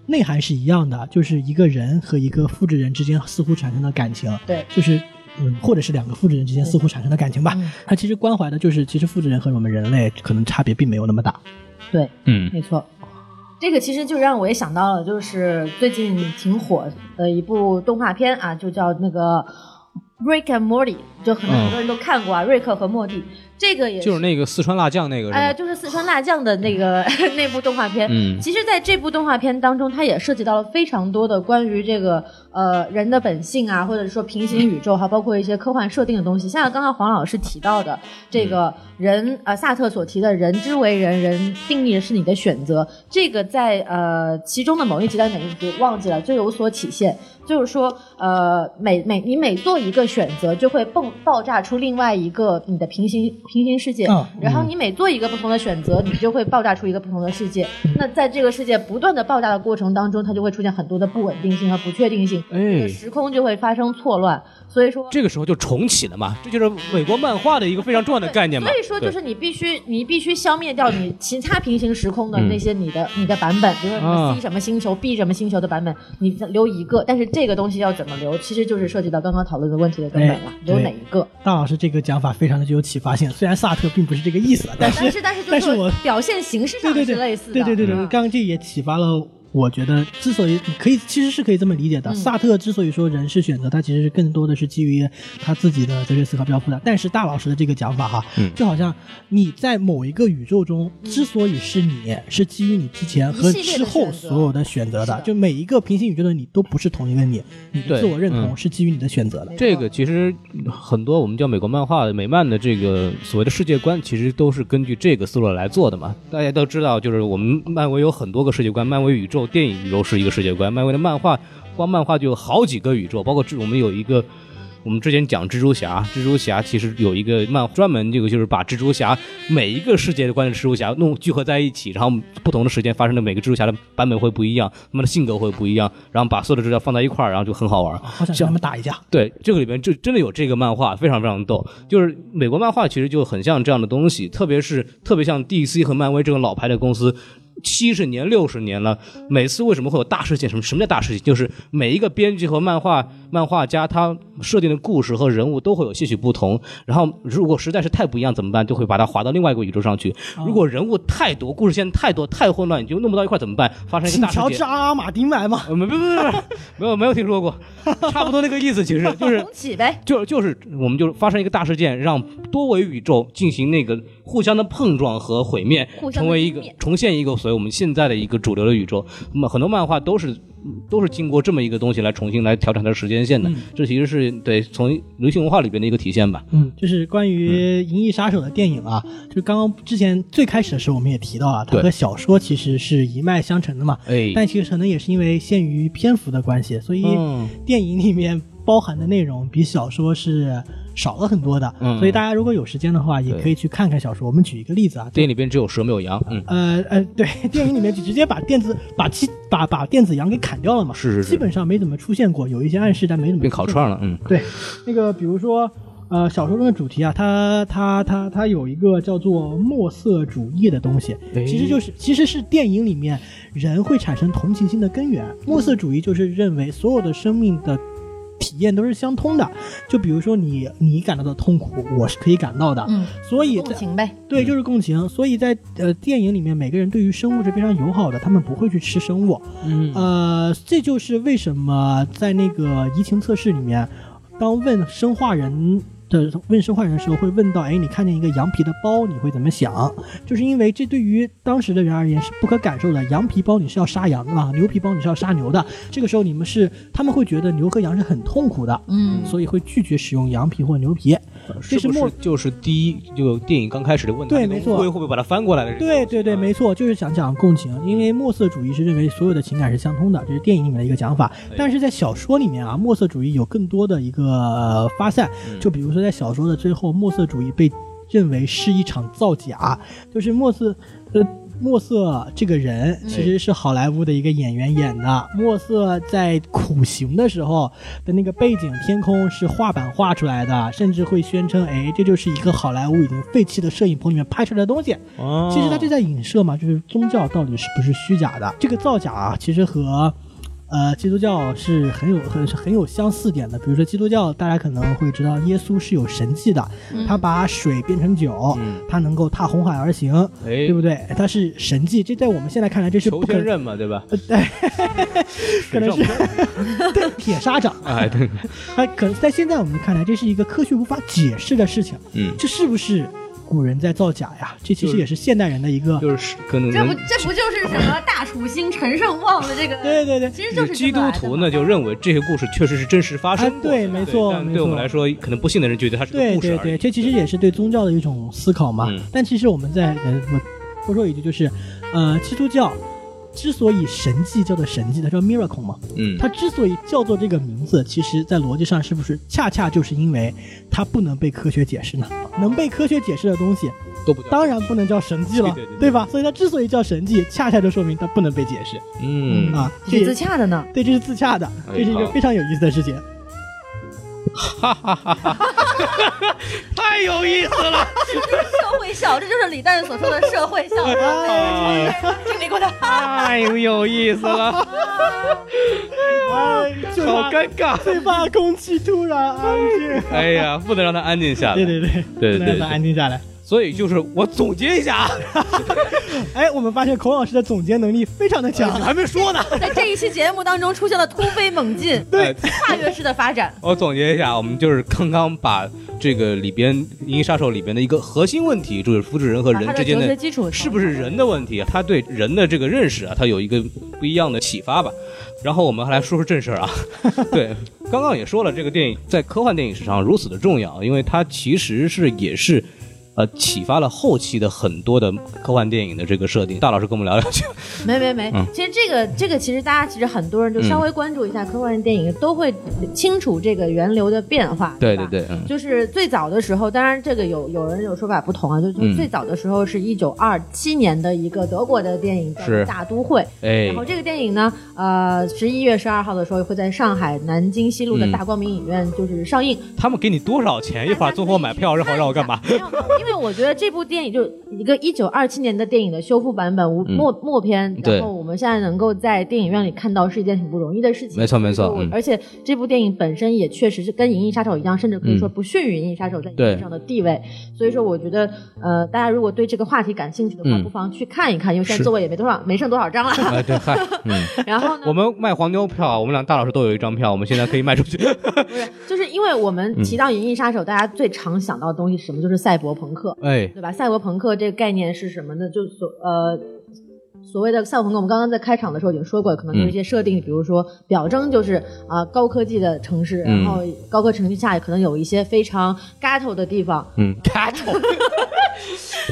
Speaker 4: 内涵是一样的，就是一个人和一个复制人之间似乎产生了感情，
Speaker 2: 对
Speaker 4: 就是。嗯，或者是两个复制人之间似乎产生了感情
Speaker 5: 啊
Speaker 4: 吧
Speaker 2: 嗯。
Speaker 4: 它其实关怀的就是，其实复制人和我们人类可能差别并没有那么大。
Speaker 2: 对，
Speaker 3: 嗯，
Speaker 2: 没错。这个其实就让我也想到了，就是最近挺火的一部动画片啊，就叫那个《Rick and Morty》，就可能很多人都看过啊，瑞克和莫蒂》。这个
Speaker 5: 嗯
Speaker 2: 也
Speaker 5: 就是那个四川辣酱那个是
Speaker 2: 哎、
Speaker 5: 吗，
Speaker 2: 就是四川辣酱的那个 那部动画片。
Speaker 3: 嗯
Speaker 2: 其实，在这部动画片当中，它也涉及到了非常多的关于这个呃人的本性啊，或者说平行宇宙，还包括一些科幻设定的东西。像刚刚黄老师提到的这个人，呃，萨特所提的“人之为人，人定义的是你的选择”，这个在呃其中的某一集的哪一集忘记了，就有所体现。就是说，呃，每每你每做一个选择，就会蹦爆炸出另外一个你的平行平行世界，
Speaker 4: 嗯
Speaker 2: 然后你每做一个不同的选择，你就会爆炸出一个不同的世界。
Speaker 4: 嗯
Speaker 2: 那在这个世界不断的爆炸的过程当中，它就会出现很多的不稳定性和不确定性，
Speaker 5: 哎，
Speaker 2: 时空就会发生错乱。所以说，
Speaker 5: 这个时候就重启了嘛，这就是美国漫画的一个非常重要的概念嘛。
Speaker 2: 所以说就
Speaker 5: 对
Speaker 2: 是你必须你必须消灭掉你其他平行时空的
Speaker 4: 嗯
Speaker 2: 那些你的、你的版本，比如说什么
Speaker 5: 啊
Speaker 2: C 什么星球、B 什么星球的版本，你留一个，但是这个东西要怎么留，其实就是涉及到刚刚讨论的问题的根本了，
Speaker 4: 哎
Speaker 2: 留
Speaker 4: 对
Speaker 2: 哪一个？
Speaker 4: 大老师这个讲法非常的具有启发性，虽然萨特并不是这个意思，但是
Speaker 2: 但是但是就
Speaker 4: 但是我
Speaker 2: 表现形式
Speaker 4: 对
Speaker 2: 上
Speaker 4: 对
Speaker 2: 是
Speaker 4: 对，
Speaker 2: 类似的，
Speaker 4: 对对对对，
Speaker 2: 嗯
Speaker 4: 刚刚这也启发了。我觉得，之所以可以，其实是可以这么理解的。
Speaker 2: 嗯
Speaker 4: 萨特之所以说人是选择，他其实是更多的是基于他自己的哲学思考标铺的。但是大老师的这个讲法哈，
Speaker 3: 嗯
Speaker 4: 就好像你在某一个宇宙中，
Speaker 2: 嗯
Speaker 4: 之所以是你，是基于你之前和
Speaker 2: 一系列的
Speaker 4: 之后
Speaker 2: 选择
Speaker 4: 所有的选择
Speaker 2: 是
Speaker 4: 的
Speaker 2: 的。
Speaker 4: 就每一个平行宇宙的你都不是同一个你，你的
Speaker 3: 对
Speaker 4: 自我认
Speaker 3: 嗯
Speaker 4: 同是基于你的选择的。
Speaker 3: 这个其实很多我们叫美国漫画、美漫的这个所谓的世界观，其实都是根据这个思路来做的嘛。大家都知道，就是我们漫威有很多个世界观，漫威宇宙、电影宇宙是一个世界观，漫威的漫画光漫画就有好几个宇宙，包括这我们有一个我们之前讲蜘蛛侠，蜘蛛侠其实有一个漫专门这个就是把蜘蛛侠每一个世界的关于蜘蛛侠弄聚合在一起，然后不同的时间发生的每个蜘蛛侠的版本会不一样，他们的性格会不一样，然后把所有的蜘蛛侠放在一块儿，然后就很好玩。
Speaker 4: 好想跟他们打 一架。
Speaker 3: 对，这个里边就真的有这个漫画，非常非常逗。就是美国漫画其实就很像这样的东西，特别是特别像 DC 和漫威这种老牌的公司。七十年、六十年了，每次为什么会有大事件？什么什么叫大事件？就是每一个编剧和漫画漫画家他设定的故事和人物都会有些许不同。然后如果实在是太不一样怎么办？就会把它划到另外一个宇宙上去。如果人物太多，故事线太多、太混乱，你就弄不到一块儿怎么办？发生一个
Speaker 4: 请
Speaker 3: 大事
Speaker 4: 乔
Speaker 3: 件
Speaker 4: 治。阿阿马丁来嘛，
Speaker 3: 呃，没没没没，没有没有听说过，差不多那个意思，其实就是
Speaker 2: 重启呗。
Speaker 3: 就就是我们就是发生一个大事件，让多维宇宙进行那个互相的碰撞和毁灭
Speaker 2: 互，相的
Speaker 3: 成为一
Speaker 2: 歼
Speaker 3: 个
Speaker 2: 灭
Speaker 3: 重现一个所谓我们现在的一个主流的宇宙。那么很多漫画都是嗯都是经过这么一个东西来重新来调整它的时间线的，这其实是对从流行文化里边的一个体现吧。
Speaker 4: 嗯，就是关
Speaker 3: 嗯
Speaker 4: 于《银翼杀手》的电影啊，就是刚刚之前最开始的时候我们也提到了，它
Speaker 3: 对
Speaker 4: 和小说其实是一脉相承的嘛。
Speaker 3: 哎
Speaker 4: 但其实可能也是因为限于篇幅的关系，所以
Speaker 3: 嗯
Speaker 4: 电影里面包含的内容比小说是少了很多的。
Speaker 3: 嗯
Speaker 4: 所以大家如果有时间的话，也
Speaker 3: 对
Speaker 4: 可以去看看小说。我们举一个例子啊，
Speaker 3: 电影里边只有蛇没有羊，嗯，
Speaker 4: 呃呃，对，电影里面就直接把电子把七把把电子羊给砍掉了嘛，
Speaker 3: 是是是
Speaker 4: 基本上没怎么出现过，有一些暗示，但没怎么
Speaker 3: 变
Speaker 4: 出现
Speaker 3: 烤串了，嗯，
Speaker 4: 对，那个比如说，呃，小说中的主题啊，它它它它有一个叫做墨色主义的东西，其实就是其实是电影里面人会产生同情心的根源。墨色主义就是认为所有的生命的。体验都是相通的，就比如说你你感到的痛苦，我是可以感到的，
Speaker 2: 嗯，
Speaker 4: 所以
Speaker 2: 共
Speaker 4: 在
Speaker 2: 情呗。
Speaker 4: 对，就是共情。所以在呃电影里面，每个人对于生物是非常友好的，他们不会去吃生物。
Speaker 5: 嗯
Speaker 4: 呃，这就是为什么在那个移情测试里面，当问生化人。的问生化人的时候会问到，哎，你看见一个羊皮的包，你会怎么想？就是因为这对于当时的人而言是不可感受的。羊皮包你是要杀羊的嘛，牛皮包你是要杀牛的。这个时候你们是他们会觉得牛和羊是很痛苦的，
Speaker 2: 嗯，
Speaker 4: 所以会拒绝使用羊皮或牛皮。这是
Speaker 3: 不
Speaker 4: 墨
Speaker 3: 是就是第一就电影刚开始的问他
Speaker 4: 对
Speaker 3: 那个
Speaker 4: 没错
Speaker 3: 乌龟会不会把它翻过来的这个
Speaker 4: 对
Speaker 3: 问题，
Speaker 4: 对对，
Speaker 3: 啊
Speaker 4: 没错，就是想讲共情，因为墨色主义是认为所有的情感是相通的，这是电影里面的一个讲法。
Speaker 3: 哎
Speaker 4: 但是在小说里面啊，墨色主义有更多的一个、呃发散，
Speaker 3: 嗯
Speaker 4: 就比如说在小说的最后，墨色主义被认为是一场造假，就是墨色，呃。墨色这个人
Speaker 3: 嗯
Speaker 4: 其实是好莱坞的一个演员演的。墨色在苦行的时候的那个背景天空是画板画出来的，甚至会宣称，哎，这就是一个好莱坞已经废弃的摄影棚里面拍出来的东西。
Speaker 5: 哦
Speaker 4: 其实它就在影射嘛，就是宗教到底是不是虚假的？这个造假啊，其实和呃基督教是很有很很有相似点的。比如说基督教，大家可能会知道耶稣是有神迹的，他把水变成酒，他能够踏红海而行，
Speaker 3: 嗯哎
Speaker 4: 对不对？他是神迹，这在我们现在看来这是
Speaker 3: 求
Speaker 4: 不可呃
Speaker 3: 天认嘛，对吧？
Speaker 4: 可能
Speaker 3: 水
Speaker 4: 是对铁砂掌，
Speaker 3: 哎，对，
Speaker 4: 哎，可能在现在我们看来，这是一个科学无法解释的事情。
Speaker 3: 嗯
Speaker 4: 这是不是古人在造假呀？这其
Speaker 3: 就
Speaker 4: 实
Speaker 3: 是
Speaker 4: 也是现代人的一个。
Speaker 3: 就是可能
Speaker 2: 这不这不就是什么大楚兴陈胜旺的这个？
Speaker 4: 对对对，
Speaker 2: 其实就是
Speaker 3: 基督徒呢，就认为这些故事确实是真实发生
Speaker 4: 哎
Speaker 3: 过的、
Speaker 4: 对没错
Speaker 3: 但
Speaker 4: 没
Speaker 3: 对我们
Speaker 4: 错
Speaker 3: 来说，可能不信的人觉得它是个
Speaker 4: 对
Speaker 3: 故事
Speaker 4: 对
Speaker 3: 而
Speaker 4: 对，
Speaker 3: 已。
Speaker 4: 这其实也是对宗教的一种思考嘛。
Speaker 3: 嗯
Speaker 4: 但其实我们在呃，我多说一句，就是呃，基督教之所以神迹叫做神迹，它叫 miracle 嘛，
Speaker 3: 嗯，
Speaker 4: 它之所以叫做这个名字，其实在逻辑上是不是恰恰就是因为它不能被科学解释呢？能被科学解释的东西，
Speaker 3: 都不叫
Speaker 4: 当然不能叫神迹了，
Speaker 3: 对对对对
Speaker 4: 吧？所以它之所以叫神迹，恰恰就说明它不能被解释、
Speaker 3: 嗯，
Speaker 4: 啊。这
Speaker 2: 挺自
Speaker 4: 也
Speaker 2: 洽的呢。
Speaker 4: 对，这是自洽的，
Speaker 3: 哎
Speaker 4: 这是一个
Speaker 3: 好
Speaker 4: 非常有意思的事情。
Speaker 5: 太有意思 了，
Speaker 2: 社会笑，这就是李诞所说的社会笑。
Speaker 5: 哎
Speaker 2: 哎经历过的，
Speaker 5: 太有意思了，
Speaker 4: 哎，就
Speaker 5: 好
Speaker 4: 怕
Speaker 5: 尴尬。
Speaker 4: 最怕空气突然安静。
Speaker 5: 哎呀，不能让他安静下来。
Speaker 4: 对对对
Speaker 3: 对对
Speaker 4: 能让
Speaker 3: 对
Speaker 4: 它安静下来。
Speaker 5: 所以就是我总结一下 啊，
Speaker 4: 哎，我们发现孔老师的总结能力非常的强。啊
Speaker 5: 还没说呢。
Speaker 2: 在这一期节目当中出现了突飞猛进，
Speaker 5: 对
Speaker 2: 跨越式的发展。
Speaker 5: 哎我总结一下，我们就是刚刚把这个里边《银翼杀手》里边的一个核心问题，就是复制人和
Speaker 2: 把它
Speaker 5: 人
Speaker 2: 的
Speaker 5: 之间
Speaker 2: 哲学
Speaker 5: 的
Speaker 2: 基础
Speaker 5: 是不是人的问题，啊他对人的这个认识啊，他有一个不一样的启发吧。然后我们还来说说正事 儿啊，对，刚刚也说了，这个电影在科幻电影史上如此的重要，因为它其实是也是呃启发了后期的很多的科幻电影的这个设定。大老师跟我们聊聊去。
Speaker 2: 没没没，
Speaker 5: 嗯
Speaker 2: 其实这个这个其实大家其实很多人就稍微关注一下科幻电影，都会清楚这个源流的变化。
Speaker 5: 对
Speaker 2: 吧
Speaker 5: 对对，嗯
Speaker 2: 就是最早的时候，当然这个有有人有说法不同啊，就就
Speaker 5: 嗯
Speaker 2: 最早的时候是一九二七年的一个德国的电影叫做
Speaker 5: 是
Speaker 2: 《大都会》，
Speaker 5: 哎
Speaker 2: 然后这个电影呢，呃，十一月十二号的时候会在上海南京西路的
Speaker 5: 嗯
Speaker 2: 大光明影院就是上映。
Speaker 5: 他们给你多少钱？一会儿综合买票，然后让我干嘛？
Speaker 2: 没有？没有因为我觉得这部电影就一个一九二七年的电影的修复版本，无默默片，
Speaker 5: 嗯对
Speaker 2: 然后我们现在能够在电影院里看到是一件挺不容易的事情。
Speaker 5: 没错没错
Speaker 2: 所以说我
Speaker 5: 嗯
Speaker 2: 而且这部电影本身也确实是跟《银翼杀手》一样，甚至可以说
Speaker 5: 嗯
Speaker 2: 不逊于《银翼杀手》在
Speaker 5: 对
Speaker 2: 影史上的地位。所以说，我觉得呃，大家如果对这个话题感兴趣的话，
Speaker 5: 嗯
Speaker 2: 不妨去看一看，因为现在座位也没多少，没剩多 少张了。
Speaker 5: 啊，对，嗨，嗯，
Speaker 2: 然后呢，
Speaker 5: 我们卖黄牛票，我们俩大老师都有一张票，我们现在可以卖出去。
Speaker 2: 不是就是因为我们
Speaker 5: 嗯
Speaker 2: 提到《银翼杀手》，大家最常想到的东西是什么？就是赛博朋克。
Speaker 5: 哎，
Speaker 2: 对吧？赛博朋克这个概念是什么呢？就所呃。所谓的赛博朋克，我们刚刚在开场的时候已经说过，可能
Speaker 5: 嗯
Speaker 2: 有一些设定，比如说表征就是啊、高科技的城市，
Speaker 5: 嗯
Speaker 2: 然后高科技城市下可能有一些非常 ghetto 的地方，
Speaker 5: 嗯，街头，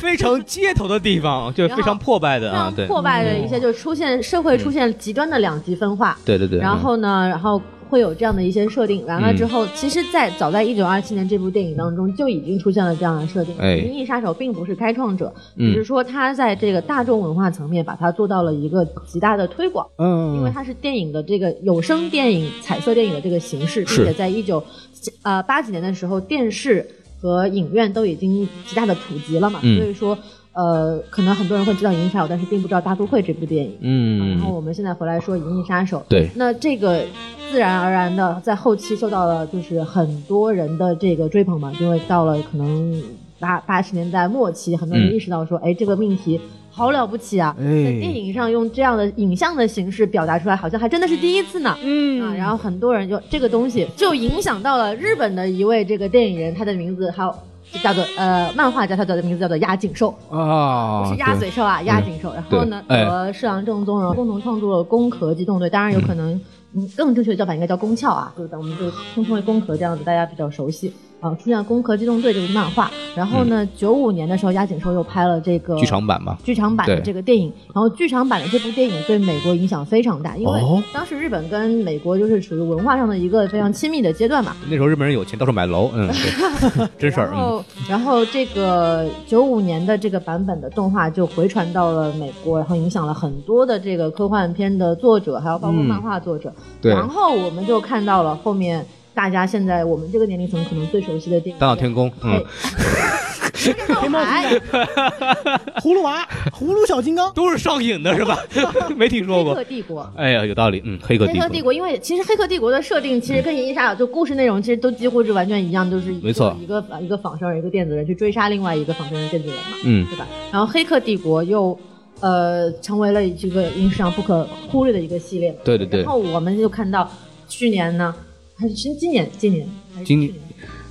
Speaker 5: 非常街头的地 方，就是非常破败的
Speaker 2: 非
Speaker 5: 啊，
Speaker 2: 常
Speaker 5: 对，
Speaker 2: 破败的一些，就出现社会出现极端的两极分化。
Speaker 5: 对对对，嗯
Speaker 2: 然后呢，然后会有这样的一些设定。完了之后，其实在，早在一九二七年这部电影当中就已经出现了这样的设定。
Speaker 5: 哎
Speaker 2: 银翼杀手》并不是开创者，
Speaker 5: 嗯
Speaker 2: 只是说他在这个大众文化层面把它做到了一个极大的推广。
Speaker 5: 嗯，
Speaker 2: 因为它是电影的这个有声电影、彩色电影的这个形式，并且在一九呃八几年的时候，电视和影院都已经极大的普及了嘛，
Speaker 5: 嗯
Speaker 2: 所以说呃，可能很多人会知道《银翼杀手》，但是并不知道《大都会》这部电影。然后
Speaker 5: 嗯，
Speaker 2: 我们现在回来说《银翼杀手》，
Speaker 5: 对，
Speaker 2: 那这个自然而然的在后期受到了就是很多人的这个追捧嘛，因为到了可能八八十年代末期，很多人
Speaker 5: 嗯哎
Speaker 2: 意识到说，哎，这个命题好了不起啊，在电影上用这样的影像的形式表达出来，好像还真的是第一次呢。嗯啊，然后很多人就这个东西就影响到了日本的一位这个电影人，他的名字还有。就叫做呃，漫画家，他的名字叫做押井寿，
Speaker 5: 啊嗯
Speaker 2: 不是鸭嘴兽啊，鸭井兽。然后呢，
Speaker 5: 对哎
Speaker 2: 和世阳正宗啊人共同创作了《攻壳机动队》，当然有可能，嗯，更正确的叫法应该叫宫壳啊，就是咱们就通称为宫壳这样子，大家比较熟悉。啊，出现了《攻壳机动队》这部漫画，然后呢，九五、年的时候，鸭井寿又拍了这个
Speaker 5: 嗯剧场版嘛，
Speaker 2: 剧场版的
Speaker 5: 对
Speaker 2: 这个电影，然后剧场版的这部电影对美国影响非常大，因
Speaker 5: 哦
Speaker 2: 为当时日本跟美国就是处于文化上的一个非常亲密的阶段嘛，
Speaker 5: 那时候日本人有钱，到处买楼，嗯， 对真事儿，
Speaker 2: 然
Speaker 5: 嗯，
Speaker 2: 后，然后这个九五年的这个版本的动画就回传到了美国，然后影响了很多的这个科幻片的作者，还有包括漫画作者。
Speaker 5: 嗯对
Speaker 2: 然后我们就看到了后面大家现在我们这个年龄层可能最熟悉的电影《
Speaker 5: 大闹天宫，嗯
Speaker 2: 对，空海》
Speaker 4: 葫芦娃、葫芦小金刚，
Speaker 5: 都是上瘾的 是吧？没听说
Speaker 2: 《黑
Speaker 5: 过
Speaker 2: 客，帝国》。
Speaker 5: 哎呀，有道理，嗯，黑客
Speaker 2: 黑客帝
Speaker 5: 帝国，
Speaker 2: 国，因为其实黑客帝国的设定其实跟《银翼杀手》就故事内容其实都几乎是完全一样，就是
Speaker 5: 没错
Speaker 2: 一个一个仿生人，一个电子人去追杀另外一个仿生人电子人嘛。
Speaker 5: 嗯，
Speaker 2: 对吧？然后《黑客帝国又》呃成为了这个影史上不可忽略的一个系列嘛。
Speaker 5: 对对对
Speaker 2: 然，后我们就看到去年呢，还是今今年，今年还是去
Speaker 5: 今
Speaker 2: 年，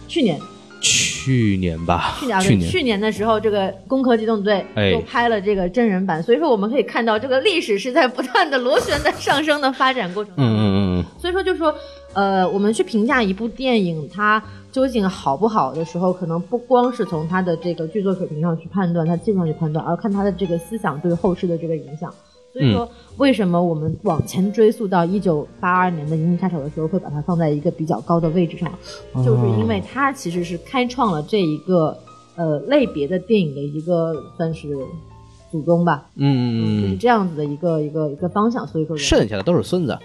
Speaker 2: 去年
Speaker 5: 去年吧
Speaker 2: 去年，啊
Speaker 5: 去
Speaker 2: 对
Speaker 5: 年，
Speaker 2: 去年的时候，这个《攻壳机动队
Speaker 5: 哎》
Speaker 2: 又拍了这个真人版，所以说我们可以看到这个历史是在不断的螺旋的上升的发展过程。
Speaker 5: 嗯嗯嗯
Speaker 2: 所以说，就说，呃，我们去评价一部电影它究竟好不好的时候，可能不光是从它的这个剧作水平上去判断，它技术上去判断，而看它的这个思想对后世的这个影响。所以说，为什么我们往前追溯到一九八二年的《银翼杀手》的时候，会把它放在一个比较高的位置上，就是因为它其实是开创了这一个呃类别的电影的一个算是祖宗吧，
Speaker 5: 嗯嗯
Speaker 2: 就
Speaker 5: 嗯
Speaker 2: 是
Speaker 5: 嗯，
Speaker 2: 这样子的一个一个一个方向。所以说，
Speaker 5: 剩下的都是孙子，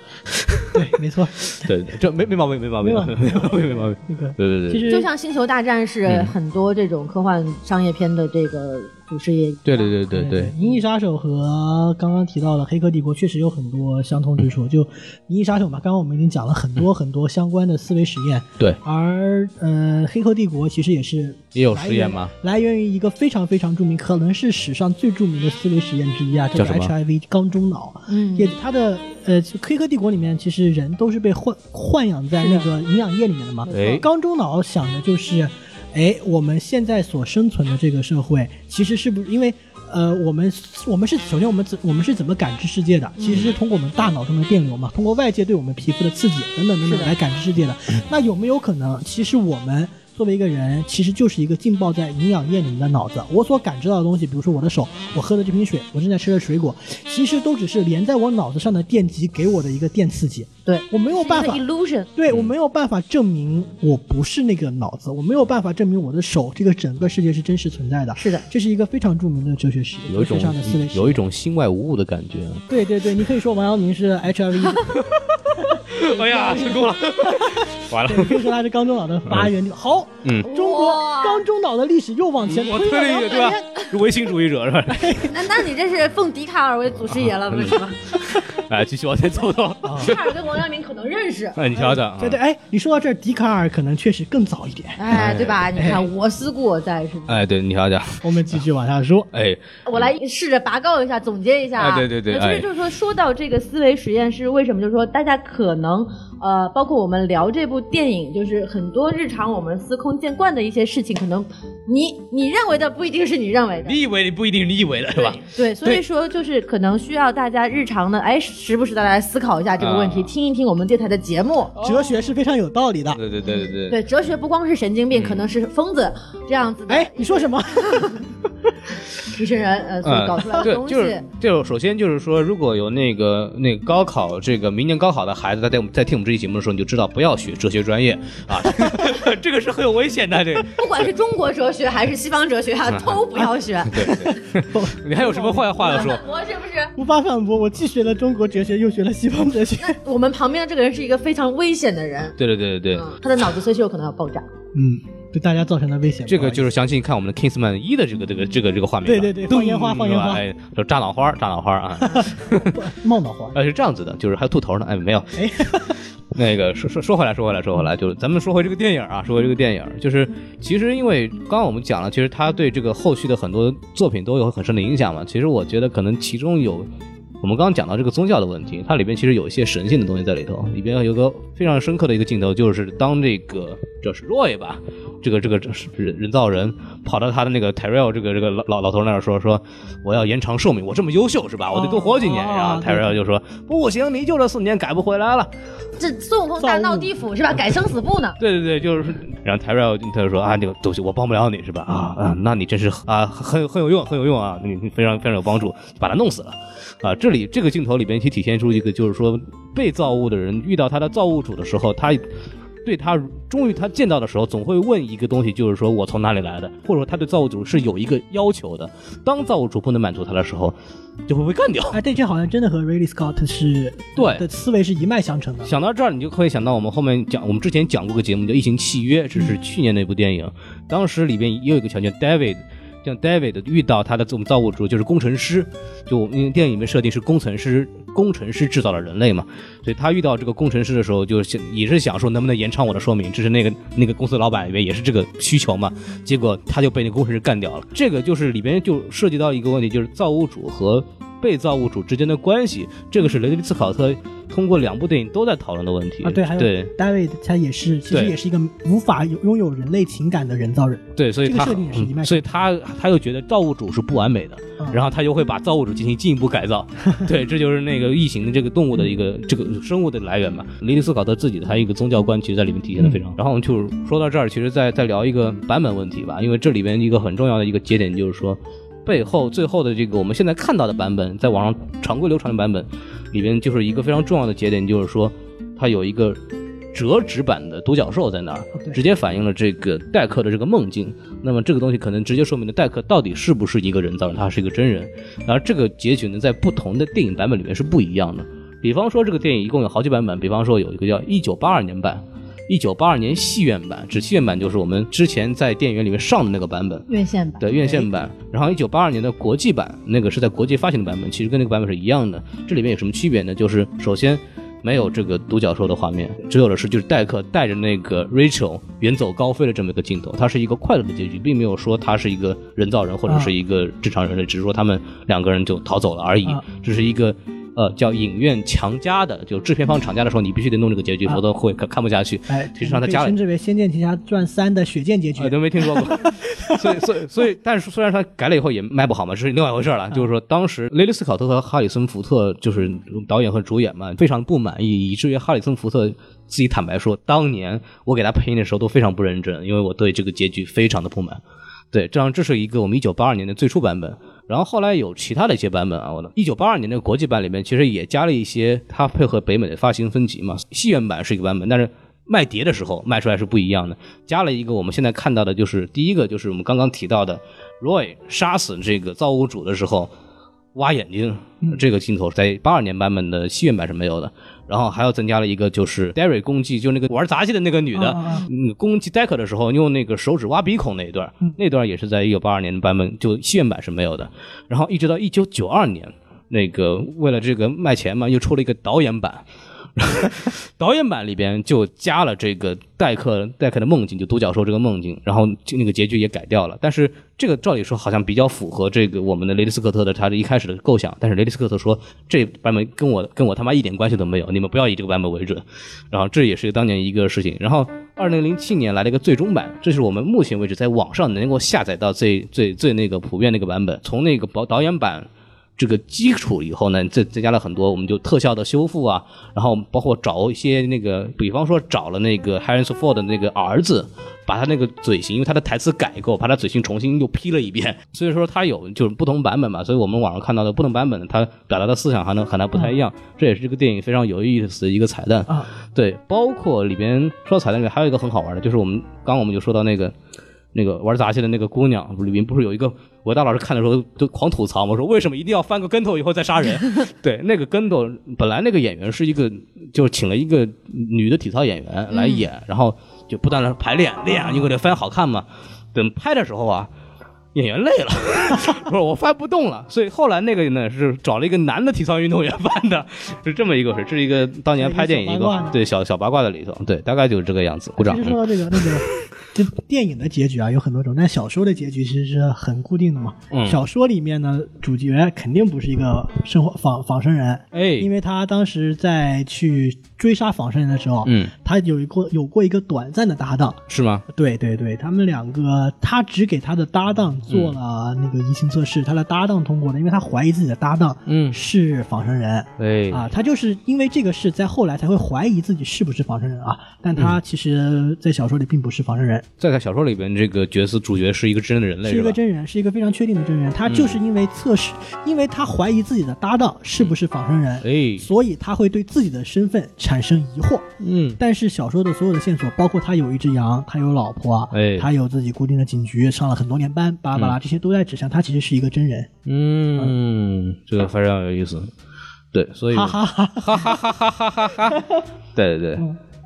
Speaker 4: 对，没错，
Speaker 5: 对，这没没毛病，没毛病，
Speaker 4: 没毛
Speaker 5: 没毛病，没毛病，
Speaker 4: 那个
Speaker 5: 对对对，
Speaker 4: 其实
Speaker 2: 就像《星球大战》是
Speaker 3: 嗯
Speaker 2: 很多这种科幻商业片的这个主视野，
Speaker 5: 对对对对对，
Speaker 4: 银翼杀手》和刚刚提到的《黑客帝国》确实有很多相通之处。就《银翼杀手》嘛，刚刚我们已经讲了很多很多相关的思维实验，
Speaker 5: 对，
Speaker 4: 而呃，《黑客帝国》其实也是
Speaker 5: 也有
Speaker 4: 来
Speaker 5: 实验
Speaker 4: 源
Speaker 5: 吗？？
Speaker 4: 来源于一个非常非常著名，可能是史上最著名的思维实验之一啊，叫
Speaker 5: 叫什
Speaker 4: 做
Speaker 5: 么
Speaker 4: HIV 缸中脑。啊
Speaker 2: 嗯
Speaker 4: 也，它的呃，《黑客帝国》里面其实人都是被豢豢养在那个营养液里面的嘛。
Speaker 2: 没
Speaker 5: 哎
Speaker 2: 错
Speaker 4: 缸中脑想的就是，哎，我们现在所生存的这个社会，其实是不是因为？呃，我们我们是首先我们怎我们是怎么感知世界的？其实是通过我们大脑中的电流嘛，通过外界对我们皮肤的刺激等等等等
Speaker 2: 是的
Speaker 4: 来感知世界的。那有没有可能，其实我们作为一个人，其实就是一个浸泡在营养液里面的脑子。我所感知到的东西，比如说我的手，我喝的这瓶水，我正在吃的水果，其实都只是连在我脑子上的电极给我的一个电刺激。
Speaker 2: 对，
Speaker 4: 我没有办法
Speaker 2: 是一个 illusion，
Speaker 4: 对我没有办法证明我不是那个脑子，我没有办法证明我的手这个整个世界是真实存在的。
Speaker 2: 是的，
Speaker 4: 这是一个非常著名的哲学史，
Speaker 6: 有一
Speaker 4: 哲
Speaker 6: 种
Speaker 4: 学上的思维史。
Speaker 6: 有一种心外无物的感觉。
Speaker 4: 对对对，你可以说王阳明是 HIV，
Speaker 3: 哎呀，成功了，完了
Speaker 4: 对，你可以说他是刚中脑的发源地。好，
Speaker 3: 嗯
Speaker 4: 中国
Speaker 2: 哇
Speaker 4: 刚中脑的历史又往前
Speaker 3: 我
Speaker 4: 推
Speaker 3: 推了一个，
Speaker 4: 了
Speaker 3: 对吧？是唯心主义者是吧？
Speaker 2: 那那你这是奉笛卡尔为祖师爷了，不是 吗？
Speaker 3: 哎，继续往前走走。
Speaker 2: 笛卡尔跟王阳明可能认识，
Speaker 3: 哎，你瞧瞧啊
Speaker 4: 对，对，哎，你说到这儿，笛卡尔可能确实更早一点。
Speaker 2: 哎，对吧？你看我思故我在，是吗？
Speaker 3: 哎，对你瞧瞧，
Speaker 4: 我们继续往下说，
Speaker 3: 哎，
Speaker 2: 我来试着拔高一下，总结一下啊。
Speaker 3: 哎对对对
Speaker 2: 那就是
Speaker 3: 哎
Speaker 2: 就是说，说到这个思维实验是为什么？就是说，大家可能呃，包括我们聊这部电影，就是很多日常我们司空见惯的一些事情，可能你你认为的不一定是你认为的。
Speaker 3: 你以为你不一定是你以为的是吧？
Speaker 2: 对，所以说就是可能需要大家日常的，哎，时不时的来思考一下这个问题，
Speaker 3: 啊
Speaker 2: 听一听我们电台的节目。
Speaker 4: 哲学是非常有道理的。
Speaker 3: 对对对对嗯对。嗯
Speaker 2: 对，哲学不光是神经病，可能是疯子这样子的
Speaker 4: 哎，你说什么？
Speaker 2: 提升人呃所搞出来的
Speaker 3: 嗯对，
Speaker 2: 东西。
Speaker 3: 就是就是，首先就是说，如果有那个那个高考，这个明年高考的孩子，他在我们在听我们这期节目的时候，你就知道不要学哲学专业啊， 这个是很有危险的。这个，
Speaker 2: 不管是中国哲学还是西方哲学啊，
Speaker 3: 嗯
Speaker 2: 都不要 学。
Speaker 3: 对对，你还有什么坏话要说？
Speaker 2: 我是不是？
Speaker 4: 无法反驳，我既学了中国哲学，又学了西方哲学。
Speaker 2: 我们旁边的这个人是一个非常危险的人，
Speaker 3: 对对对对对，
Speaker 2: 嗯，他的脑子随时有可能要爆炸。
Speaker 4: 嗯，对大家造成的危险。
Speaker 3: 这个就是是详细看我们的 Kingsman 一的这个这个这个这个画面吧，
Speaker 4: 对对对放烟花
Speaker 3: 咚
Speaker 4: 放烟花
Speaker 3: 是吧哎，就炸脑花，炸脑花啊，
Speaker 4: 冒脑花。
Speaker 3: 呃是这样子的，就是还有兔头呢，哎没有，
Speaker 4: 哎，
Speaker 3: 那个说说说回来，说回来，说回来，就是咱们说回这个电影啊，说回这个电影，就是其实因为刚刚我们讲了，其实他对这个后续的很多作品都有很深的影响嘛。其实我觉得可能其中有我们刚刚讲到这个宗教的问题，它里边其实有一些神性的东西在里头，里边有一个非常深刻的一个镜头，就是当这个这是 Roy 吧，这个这个这是人人造人跑到他的那个 Terrell 这个这个老老老头那儿说说我要延长寿命，我这么优秀是吧？我得多活几年。
Speaker 4: 哦
Speaker 3: 然后
Speaker 4: 对
Speaker 3: Terrell 就说不行，你就这四年改不回来了。
Speaker 2: 这孙悟空大闹地府是
Speaker 3: 嗯
Speaker 2: 吧？改生死簿呢？
Speaker 3: 对对对，就是，然后 Terrell 他就说啊，那个东西我帮不了你是吧？啊啊，那你真是啊，很很有用，很有用啊，你你非常非常有帮助，把他弄死了。啊，这里这个镜头里边其实体现出一个，就是说被造物的人遇到他的造物主的时候，他对他终于他见到的时候，总会问一个东西，就是说我从哪里来的，或者说他对造物主是有一个要求的。当造物主不能满足他的时候，就会被干掉。
Speaker 4: 哎，这句好像真的和 Ridley Scott 是
Speaker 3: 对
Speaker 4: 的思维是一脉相承的。
Speaker 3: 想到这儿，你就会想到我们后面讲，我们之前讲过个节目叫《异形契约》，这是去年那部电影，当时里边也有一个桥段，David。像 David 遇到他的这种造物主就是工程师，就因为电影里面设定是工程师，工程师制造了人类嘛，所以他遇到这个工程师的时候，就想也是想说能不能延长我的寿命，这是那个那个公司老板里面也是这个需求嘛，结果他就被那个工程师干掉了。这个就是里边就涉及到一个问题，就是造物主和被造物主之间的关系，这个是雷德利·斯考特通过两部电影都在讨论的问题
Speaker 4: 啊，对，还有
Speaker 3: 对
Speaker 4: David，他也是，其实
Speaker 3: 对
Speaker 4: 也是一个无法有拥有人类情感的人造人。
Speaker 3: 对所以
Speaker 4: 这个
Speaker 3: 他、嗯
Speaker 4: 设定也是一脉
Speaker 3: 所以他他又觉得造物主是不完美的，
Speaker 4: 嗯
Speaker 3: 然后他又会把造物主进行进一步改 造。对，这就是那个异形的这个动物的一
Speaker 4: 嗯
Speaker 3: 个这个生物的来源嘛。雷利·斯考特自己的他一个宗教观，其实在里面体现的
Speaker 4: 嗯
Speaker 3: 非常好。然后我们就是说到这儿，其实再再聊一个版本问题吧，因为这里边一个很重要的一个节点就是说。背后最后的这个我们现在看到的版本，在网上常规流传的版本里边，就是一个非常重要的节点，就是说它有一个折纸版的独角兽在那儿
Speaker 4: 对，
Speaker 3: 直接反映了这个戴克的这个梦境。那么这个东西可能直接说明了戴克到底是不是一个人造人，他是一个真人。然后这个结局呢，在不同的电影版本里面是不一样的。比方说，这个电影一共有好几版本，比方说有一个叫一九八二年版。一九八二年戏院版，指戏院版就是我们之前在电影院里面上的那个版本。
Speaker 2: 院线版。
Speaker 3: 的院线版，
Speaker 4: 哎
Speaker 3: 然后一九八二年的国际版，那个是在国际发行的版本，其实跟那个版本是一样的。这里面有什么区别呢？就是首先没有这个独角兽的画面，只有的是就是戴克带着那个 Rachel 远走高飞的这么一个镜头，它是一个快乐的结局，并没有说他是一个
Speaker 4: 啊
Speaker 3: 人造人或者是一个正常人类，只是说他们两个人就逃走了而已
Speaker 4: 啊，
Speaker 3: 这是一个。呃叫影院强加的，就制片方厂家的时候，你必须得弄这个结局，
Speaker 4: 啊
Speaker 3: 否则会看看不下去。
Speaker 4: 哎，
Speaker 3: 其实让他
Speaker 4: 被
Speaker 3: 加了
Speaker 4: 称之为《仙剑奇侠传三》的血剑结局
Speaker 3: 啊，，都没听说过。所以，所以，所以，但是虽然他改了以后也卖不好嘛，这是另外一回事儿了。就是说，当时雷利斯考特和哈里森福特就是导演和主演嘛，非常不满意，以至于哈里森福特自己坦白说，当年我给他配音的时候都非常不认真，因为我对这个结局非常的不满。对，这样这是一个我们一九八二年的最初版本，然后后来有其他的一些版本啊，我的一九八二年的国际版里面其实也加了一些，它配合北美的发行分级嘛，戏院版是一个版本，但是卖碟的时候卖出来是不一样的，加了一个我们现在看到的就是第一个就是我们刚刚提到的 Roy 杀死这个造物主的时候挖眼睛这个镜头，在八二年版本的戏院版是没有的。然后还有增加了一个，就是 Derry 攻击，就那个玩杂技的那个女的，
Speaker 4: 啊啊啊
Speaker 3: 嗯，攻击 Decker 的时候用那个手指挖鼻孔那一段，那段也是在一九八二年的版本，就戏院版是没有的。然后一直到一九九二年，那个为了这个卖钱嘛，又出了一个导演版，导演版里边就加了这个戴克戴克的梦境，就独角兽这个梦境，然后就那个结局也改掉了。但是这个照理说好像比较符合这个我们的雷迪斯科特的他的一开始的构想，但是雷迪斯科特说这版本跟我跟我他妈一点关系都没有，你们不要以这个版本为准。然后这也是当年一个事情。然后二零零七年来了一个最终版，这是我们目前为止在网上能够下载到最最最那个普遍那个版本。从那个导导演版这个基础以后呢，再增加了很多，我们就特效的修复啊，然后包括找一些那个，比方说找了那个 Harrison Ford 的那个儿子，把他那个嘴型，因为他的台词改过，把他嘴型重新又批了一遍， 所以说他有就是不同版本嘛，所以我们网上看到的不同版本，它表达的思想还能还能不太一样，这也是这个电影非常有意思的一个彩蛋。
Speaker 4: 啊，
Speaker 3: 对，包括里边说到彩蛋里面还有一个很好玩的，就是我们刚刚我们就说到那个那个玩杂技的那个姑娘，里面不是有一个我大老师看的时候就狂吐槽嘛，说为什么一定要翻个跟头以后再杀人？ 对，那个跟头本来那个演员是一个就是请了一个女的体操演员来演，然后就不断的排练练，啊因为得翻好看嘛。等拍的时候啊，演员累了， 不是我翻不动了，所以后来那个呢是找了一个男的体操运动员翻的，是这么一个事，这是一个当年拍电影一
Speaker 4: 小八卦
Speaker 3: 个对小小八卦的里头，对，大概就是这个样子。鼓掌嗯
Speaker 4: 其实。说到这个那 个，这电影的结局啊有很多种，但小说的结局其实是很固定的嘛。
Speaker 3: 嗯
Speaker 4: 小说里面呢，主角肯定不是一个生活仿仿生人，
Speaker 3: 哎
Speaker 4: 因为他当时在去追杀仿生人的时候，
Speaker 3: 嗯，
Speaker 4: 他有一个有过一个短暂的搭档，
Speaker 3: 是吗？
Speaker 4: 对对对，他们两个，他只给他的搭档做了那个移情测试，他的搭档通过了，因为他怀疑自己的搭档
Speaker 3: 嗯
Speaker 4: 是仿生人。
Speaker 3: 哎
Speaker 4: 啊，他就是因为这个事，在后来才会怀疑自己是不是仿生人啊。但他其实，在小说里并不是仿生人，
Speaker 3: 在小说里边，这个角色主角是一个真的嗯人类，
Speaker 4: 是一
Speaker 3: 吧
Speaker 4: 个？真人，是一个非常确定的真人。他就是因为测试，因为他怀疑自己的搭档是不是仿生人，
Speaker 3: 嗯哎，
Speaker 4: 所以他会对自己的身份产生疑惑。
Speaker 3: 嗯，
Speaker 4: 但是小说的所有的线索，包括他有一只羊，他有老婆啊，
Speaker 3: 哎
Speaker 4: 他有自己固定的警局，上了很多年班，巴拉巴拉，这些都在指向他其实是一个真人。
Speaker 3: 嗯，这个非常有意思。对，所以哈哈哈哈哈哈哈哈哈， 嗯对对对。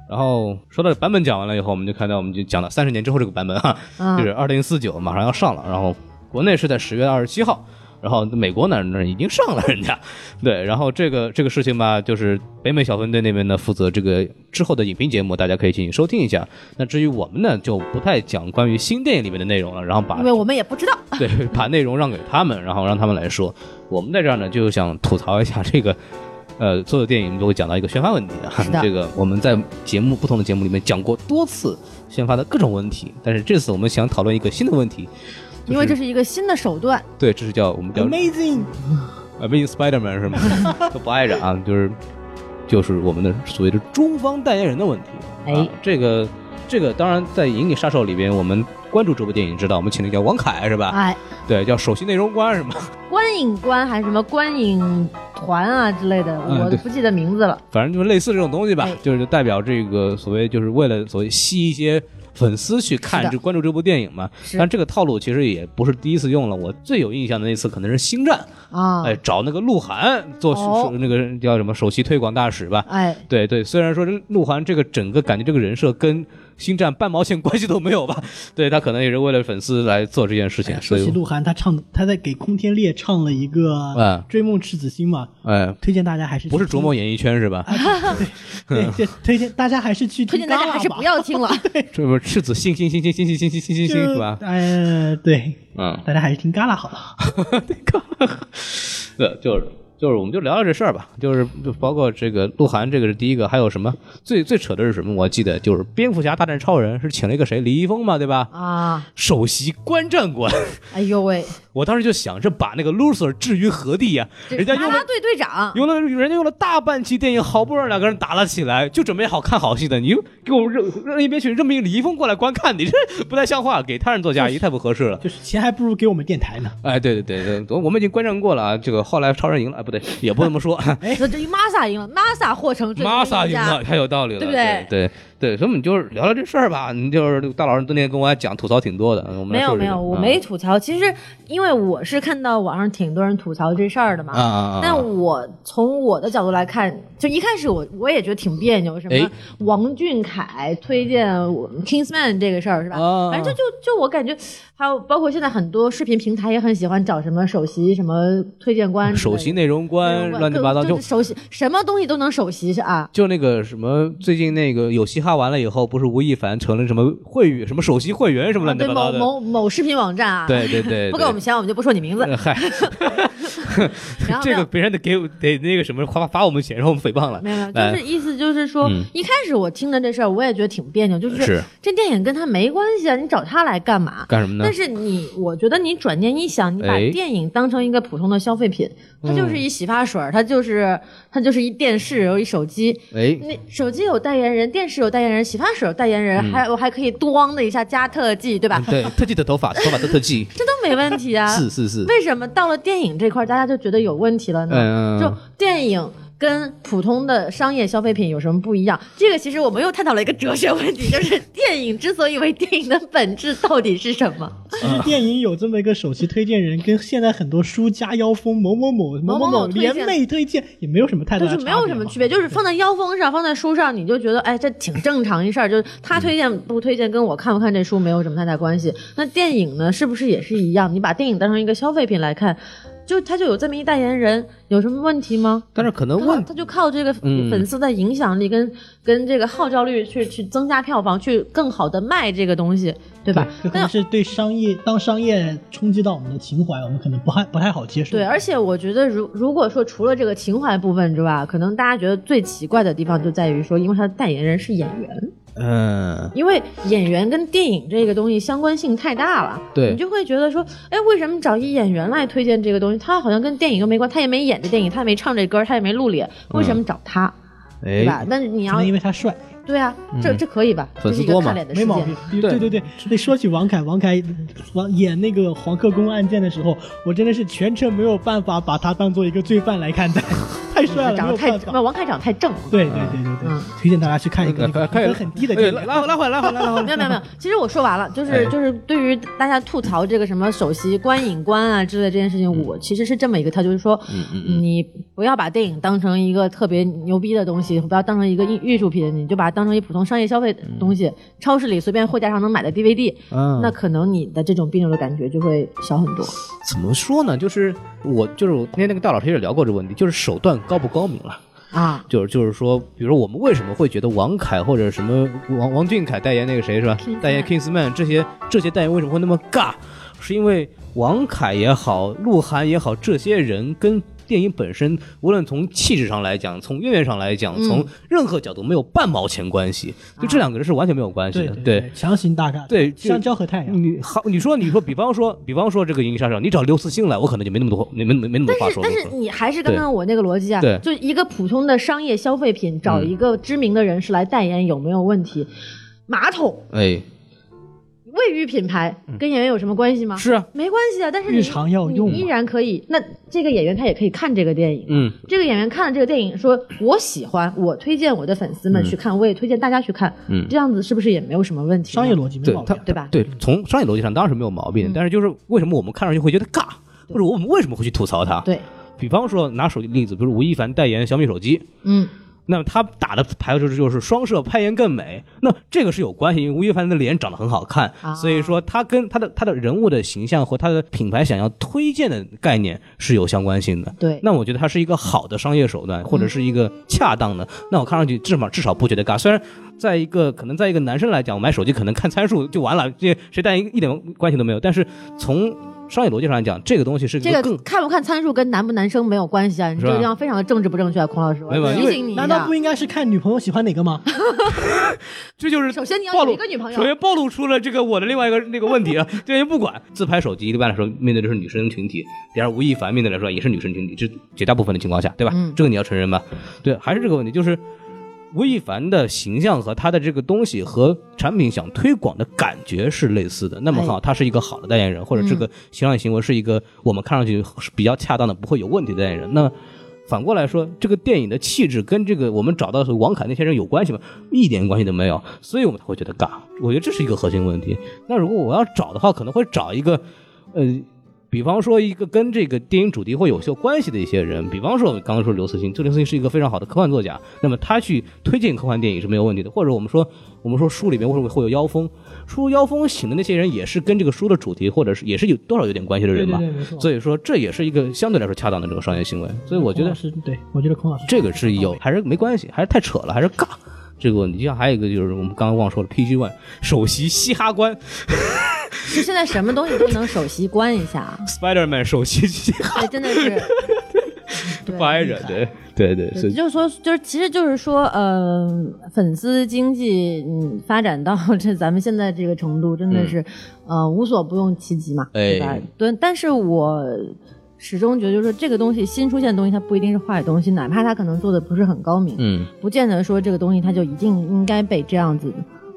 Speaker 3: 然后说到版本讲完了以后，我们就看到我们就讲了三十年之后这个版本哈，
Speaker 2: 嗯
Speaker 3: 就是二零四九马上要上了，然后国内是在十月二十七号。然后美国那那已经上了人家， 对，然后这个这个事情吧，就是北美小分队那边呢负责这个之后的影评节目，大家可以进行收听一下。那至于我们呢，就不太讲关于新电影里面的内容了，然后把
Speaker 2: 因为我们也不知道。
Speaker 3: 对，把内容让给他们，然后让他们来说。我们在这儿呢，就想吐槽一下这个，呃，所有电影都会讲到一个宣发问题啊
Speaker 2: 是的。
Speaker 3: 这个我们在节目不同的节目里面讲过多次宣发的各种问题，但是这次我们想讨论一个新的问题，
Speaker 2: 因为这是一个新的手段，
Speaker 3: 对，这是叫我们叫
Speaker 4: Amazing，
Speaker 3: Amazing Spider-Man 是吗？都不挨着啊，就是就是我们的所谓的中方代言人的问题。
Speaker 2: 哎
Speaker 3: 啊、这个这个当然在《银翼杀手》里边，我们关注这部电影知道，我们请了一个叫王凯是吧？
Speaker 2: 哎，
Speaker 3: 对，叫首席内容官是吗？
Speaker 2: 观影观还是什么观影团啊之类的，
Speaker 3: 嗯
Speaker 2: 我
Speaker 3: 对
Speaker 2: 不记得名字了。
Speaker 3: 反正就是类似这种东西吧
Speaker 2: 哎，
Speaker 3: 就是代表这个所谓就是为了所谓吸一些粉丝去
Speaker 2: 是
Speaker 3: 看
Speaker 2: 的
Speaker 3: 就关注这部电影嘛。
Speaker 2: 是
Speaker 3: 但这个套路其实也不是第一次用了，我最有印象的那次可能是《星战》，
Speaker 2: 啊，
Speaker 3: 哎，找那个鹿晗做
Speaker 2: 哦
Speaker 3: 首那个叫什么首席推广大使吧。
Speaker 2: 哎，
Speaker 3: 对对，虽然说这鹿晗这个整个感觉这个人设跟《星战》半毛钱关系都没 有吧，对他可能也是为了粉丝来做这件事情，
Speaker 4: 说
Speaker 3: 所
Speaker 4: 起
Speaker 3: 以
Speaker 4: 鹿晗，他唱他在给空天猎唱了一个
Speaker 3: 嗯
Speaker 4: 《追梦赤子心》嘛，
Speaker 3: 哎，
Speaker 4: 推荐大家还是去
Speaker 3: 不是
Speaker 4: 听
Speaker 3: 琢磨演艺圈是
Speaker 2: 哎
Speaker 3: 吧？
Speaker 4: 对， 这推荐大家还是去
Speaker 2: 推
Speaker 4: 听
Speaker 2: 荐大家
Speaker 4: Gala
Speaker 2: 还是
Speaker 4: 吧
Speaker 2: 不要听了。
Speaker 3: 这不是赤子心心心心心心心心心心
Speaker 4: 就
Speaker 3: 心是吧？
Speaker 4: 呃，对，
Speaker 3: 嗯。
Speaker 4: 大家还是听旮旯好了。
Speaker 3: 对，就是就是我们就聊聊这事儿吧，就是就包括这个鹿晗，这个是第一个，还有什么最最扯的是什么？我记得就是蝙蝠侠大战超人是请了一个谁，李易峰嘛，对吧？
Speaker 2: 啊，
Speaker 3: 首席观战官，
Speaker 2: 哎呦喂，
Speaker 3: 我当时就想，这把那个 loser 置于何地呀、
Speaker 2: 这
Speaker 3: 人家
Speaker 2: 啦
Speaker 3: 用
Speaker 2: 啦
Speaker 3: 了
Speaker 2: 队队长，
Speaker 3: 用了人家用了大半期电影，好不容易两个人打了起来，就准备好看好戏的，你给我扔扔一边去，这么一个李易峰过来观看，你这不太像话，给他人做嫁衣太不合适了。
Speaker 4: 就是钱还不如给我们电台呢。
Speaker 3: 哎，对对对对，我们已经观战过了啊，这个后来超人赢了，哎，不对，也不能这么说。
Speaker 2: 哎这这 Masa 赢了，Masa 获胜最佳
Speaker 3: Masa 赢了，太有道理了，
Speaker 2: 对不
Speaker 3: 对
Speaker 2: 对？
Speaker 3: 对对所以我们就是聊聊这事儿吧。你就是大老师昨天跟我还讲吐槽挺多的，我们来
Speaker 2: 没有
Speaker 3: 说
Speaker 2: 没有，
Speaker 3: 说这个
Speaker 2: 我
Speaker 3: 啊
Speaker 2: 没吐槽。其实因为我是看到网上挺多人吐槽这事儿的嘛，
Speaker 3: 啊啊啊！
Speaker 2: 但我从我的角度来看，就一开始我我也觉得挺别扭，什
Speaker 3: 哎
Speaker 2: 么王俊凯推荐我们 Kingsman 这个事儿是吧？
Speaker 3: 啊
Speaker 2: 反正就就就我感觉，还有包括现在很多视频平台也很喜欢找什么首席什么推荐官之类
Speaker 3: 首
Speaker 2: 的，
Speaker 3: 席内容官
Speaker 2: 各
Speaker 3: 乱七八糟，
Speaker 2: 就
Speaker 3: 就是
Speaker 2: 首席什么东西都能首席是啊。
Speaker 3: 就那个什么，最近那个有嘻哈完了以后，不是吴亦凡成了什么会员，什么首席会员什么乱七
Speaker 2: 啊对某
Speaker 3: 八糟的，
Speaker 2: 某某视频网站啊，
Speaker 3: 对对对，
Speaker 2: 不给我们钱我们就不说你 名字
Speaker 3: 对。。嗨，
Speaker 2: 然后没
Speaker 3: 这
Speaker 2: 有
Speaker 3: 个别人得给我得那个什么罚罚我们钱，然后我们诽谤了。
Speaker 2: 没有没有，
Speaker 3: 来
Speaker 2: 就是意思就是说，
Speaker 3: 嗯
Speaker 2: 一开始我听了这事儿，我也觉得挺别扭，就是
Speaker 3: 是
Speaker 2: 这电影跟他没关系啊，你找他来干嘛？
Speaker 3: 干什么呢
Speaker 2: 但？是你，我觉得你转念一想，你把
Speaker 3: 哎嗯
Speaker 2: 电影当成一个普通的消费品，它就是一洗发水儿，它就是它就是一电视，有一手机。
Speaker 3: 哎，
Speaker 2: 那手机有代言人，电视有代言人，洗发水有代言人，
Speaker 3: 嗯
Speaker 2: 还我还可以咣的一下加特技，对吧？
Speaker 3: 对，特技的头发，头发的特技，
Speaker 2: 这都没问 题啊。
Speaker 3: 嗯 是是是，
Speaker 2: 为什么到了电影这块儿，大家就觉得有问题了呢？
Speaker 3: 嗯嗯嗯
Speaker 2: 就电影。跟普通的商业消费品有什么不一样？这个其实我们又探讨了一个哲学问题，就是电影之所以为电影的本质到底是什么？
Speaker 4: 其
Speaker 3: 嗯
Speaker 4: 实电影有这么一个首席推荐人，跟现在很多书家妖风某某某某
Speaker 2: 某
Speaker 4: 某
Speaker 2: 某推荐
Speaker 4: 联袂推荐也没有什么太大
Speaker 2: 就
Speaker 4: 的
Speaker 2: 是
Speaker 4: 差别
Speaker 2: 没
Speaker 4: 嘛，
Speaker 2: 有什么区别，就是放在腰封上，放在书上，你就觉得哎，这挺正常一事儿。就是他推荐不推荐，跟我看不看这书没有什么太大关系。那电影呢，是不是也是一样？你把电影当成一个消费品来看，就他就有这么一代言人，有什么问题吗？
Speaker 3: 但是可能
Speaker 2: 靠
Speaker 3: 呃问
Speaker 2: 他就靠这个
Speaker 3: 嗯
Speaker 2: 粉丝的影响力跟、跟这个号召力去去增加票房，去更好的卖这个东西，对吧？
Speaker 4: 这可能是对商业当商业冲击到我们的情怀，我们可能不太不太好接受。
Speaker 2: 对，而且我觉得如，如果说除了这个情怀部分之外，可能大家觉得最奇怪的地方就在于说，因为他的代言人是演员，
Speaker 3: 嗯，
Speaker 2: 因为演员跟电影这个东西相关性太大了，
Speaker 3: 对
Speaker 2: 你就会觉得说，哎，为什么找一演员来推荐这个东西？他好像跟电影又没关，他也没演这电影，他也没唱这歌，他也没露脸，为什么找他？对吧
Speaker 3: 嗯哎，？
Speaker 2: 那你
Speaker 4: 可
Speaker 2: 要
Speaker 4: 能因为他帅，
Speaker 2: 对啊，这这可以吧？
Speaker 3: 嗯粉
Speaker 2: 这
Speaker 3: 丝
Speaker 2: 是一个
Speaker 3: 多嘛
Speaker 2: 看脸的
Speaker 4: 没
Speaker 2: 事
Speaker 4: 毛
Speaker 2: 件
Speaker 4: 病。。对对对，那说起王凯，王凯王演那个黄克公案件的时候，我真的是全程没有办法把他当做一个罪犯来看待， 太帅了，
Speaker 2: 长
Speaker 4: 没有
Speaker 2: 得太
Speaker 4: 办法。
Speaker 2: 那王凯长得太正了。
Speaker 4: 对对对对对
Speaker 2: 嗯，
Speaker 4: 推荐大家去看一个那个
Speaker 3: 可以
Speaker 4: 评分
Speaker 3: 了
Speaker 4: 很低
Speaker 3: 哎
Speaker 4: 的电
Speaker 3: 拉
Speaker 4: 影。
Speaker 3: 拉拉回来，拉回来，拉回来。
Speaker 2: 没有没有没有，其实我说完了，就是、
Speaker 3: 哎
Speaker 2: 就是对于大家吐槽这个什么首席观影官啊之类这件事情，
Speaker 4: 嗯
Speaker 2: 我其实是这么一个态度，就是说，你不要把电影当成一个特别牛逼的东西，不要当成一个艺艺术品，你就把它当成一普通商业消费
Speaker 4: 嗯
Speaker 2: 的东西，超市里随便货架上能买的 DVD，、
Speaker 3: 嗯
Speaker 2: 那可能你的这种别扭的感觉就会小很多。
Speaker 3: 怎么说呢？就是我，就是我那天那个大老师也聊过这个问题，就是手段高不高明了。
Speaker 2: 啊，
Speaker 3: 就是就是说，比如说我们为什么会觉得王凯或者什么王王俊凯代言那个谁是吧
Speaker 2: Kingsman
Speaker 3: 代言 Kingsman 这些这些代言为什么会那么尬？是因为王凯也好，鹿晗也好，这些人跟电影本身，无论从气质上来讲，从渊源上来讲，从任何角度没有半毛钱关系，就这两个人是完全没有关系
Speaker 4: 对
Speaker 3: 的。
Speaker 4: 对，强行搭嘎，
Speaker 3: 对就
Speaker 4: 香蕉和太阳。
Speaker 3: 哎你好，你说你说，比方说，比方说这个《银翼杀手》，你找刘慈欣来，我可能就没那么多，没没没没那么多话
Speaker 2: 但是
Speaker 3: 说了。
Speaker 2: 但是你还是刚刚我那个逻辑啊
Speaker 3: 对，
Speaker 2: 就一个普通的商业消费品，
Speaker 4: 嗯
Speaker 2: 找一个知名的人士来代言有没有问题？马桶、
Speaker 3: 哎，
Speaker 2: 卫浴品牌跟演员有什么关系吗？
Speaker 3: 是啊，
Speaker 2: 没关系啊，但是你
Speaker 4: 嗯日常要用嘛
Speaker 2: 你依然可以。那这个演员他也可以看这个电影，
Speaker 3: 嗯，
Speaker 2: 这个演员看了这个电影，说我喜欢，我推荐我的粉丝
Speaker 4: 嗯
Speaker 2: 们去看，我也推荐大家去看，
Speaker 3: 嗯
Speaker 2: 这样子是不是也没有什么问题呢？
Speaker 4: 商业逻辑没
Speaker 3: 对
Speaker 4: 毛
Speaker 3: 他
Speaker 4: 病，
Speaker 2: 对吧？
Speaker 3: 对，从商业逻辑上当然是没有毛病的，
Speaker 2: 嗯
Speaker 3: 但是就是为什么我们看上去会觉得尬，或者我们为什么会去吐槽他？，
Speaker 2: 对，
Speaker 3: 比方说拿手机例子，比如吴亦凡代言小米手机，
Speaker 2: 嗯，
Speaker 3: 那么他打的牌就是就是双摄拍颜更美，那这个是有关系，因为吴亦凡的脸长得很好看，
Speaker 2: 啊
Speaker 3: 所以说他跟他的他的人物的形象和他的品牌想要推荐的概念是有相关性的。
Speaker 2: 对。嗯
Speaker 3: 那我觉得它是一个好的商业手段，或者是一个恰当的。那我看上去至少至少不觉得尬。虽然在一个可能在一个男生来讲，我买手机可能看参数就完了，这谁带一一点关系都没有。但是从商业逻辑上来讲，这个东西是一
Speaker 2: 这
Speaker 3: 更
Speaker 2: 个看不看参数跟男不男生没有关系啊，你
Speaker 3: 是
Speaker 2: 这
Speaker 3: 吧
Speaker 2: 个地方非常的政治不正确，孔老师，我
Speaker 3: 没有
Speaker 2: 提
Speaker 3: 因为
Speaker 2: 醒你一啊
Speaker 4: 难道
Speaker 2: 下
Speaker 4: 不。应该是看女朋友喜欢哪个吗？
Speaker 3: 这就是
Speaker 2: 首先你要
Speaker 3: 暴
Speaker 2: 有
Speaker 3: 露
Speaker 2: 一个女朋友
Speaker 3: 首，先暴露出了这个我的另外一个那个问题啊，这先不管。自拍手机一般来说面对的是女生群体，第二吴亦凡面对来说也是女生群体，这绝大部分的情况下，对吧？
Speaker 2: 嗯
Speaker 3: 这个你要承认吧？对，还是这个问题，就是吴亦凡的形象和他的这个东西和产品想推广的感觉是类似的。那么好，他是一个好的代言人，或者这个形象行为是一个我们看上去是比较恰当的、不会有问题的代言人。那反过来说，这个电影的气质跟这个我们找到的王凯那些人有关系吗？一点关系都没有，所以我们才会觉得尬。我觉得这是一个核心问题。那如果我要找的话，可能会找一个，呃，比方说一个跟这个电影主题会有些关系的一些人，比方说我刚刚说刘慈欣，这刘慈欣是一个非常好的科幻作家，那么他去推荐科幻电影是没有问题的。或者我们说，我们说书里面为什么会有妖风？书妖风型的那些人也是跟这个书的主题或者是也是有多少有点关系的人吧。
Speaker 4: 没错
Speaker 3: 所以说，这也是一个相对来说恰当的这个商业行为。所以我觉
Speaker 4: 孔
Speaker 3: 得
Speaker 4: 老师对，我觉得孔老师
Speaker 3: 这个是有，还是没关系，还是太扯了，还是尬。这个问题，就像还有一个就是我们刚刚忘说了，PG One 首席嘻哈官
Speaker 2: 就现在什么东西都能首席关一下，
Speaker 3: ，Spider Man 首席嘻哈
Speaker 2: 对，真的是。对
Speaker 3: 白人，对对对，所
Speaker 2: 对，
Speaker 3: 以
Speaker 2: 就是说，就是其实就是说，呃，粉丝经济嗯发展到 这咱们现在这个程度，真的是、呃无所不用其极嘛，对吧
Speaker 3: 嗯哎？
Speaker 2: 对，但是我始终觉得，就是说这个东西新出现的东西，它不一定是坏东西，哪怕它可能做的不是很高明，
Speaker 3: 嗯
Speaker 2: 不见得说这个东西它就一定应该被这样子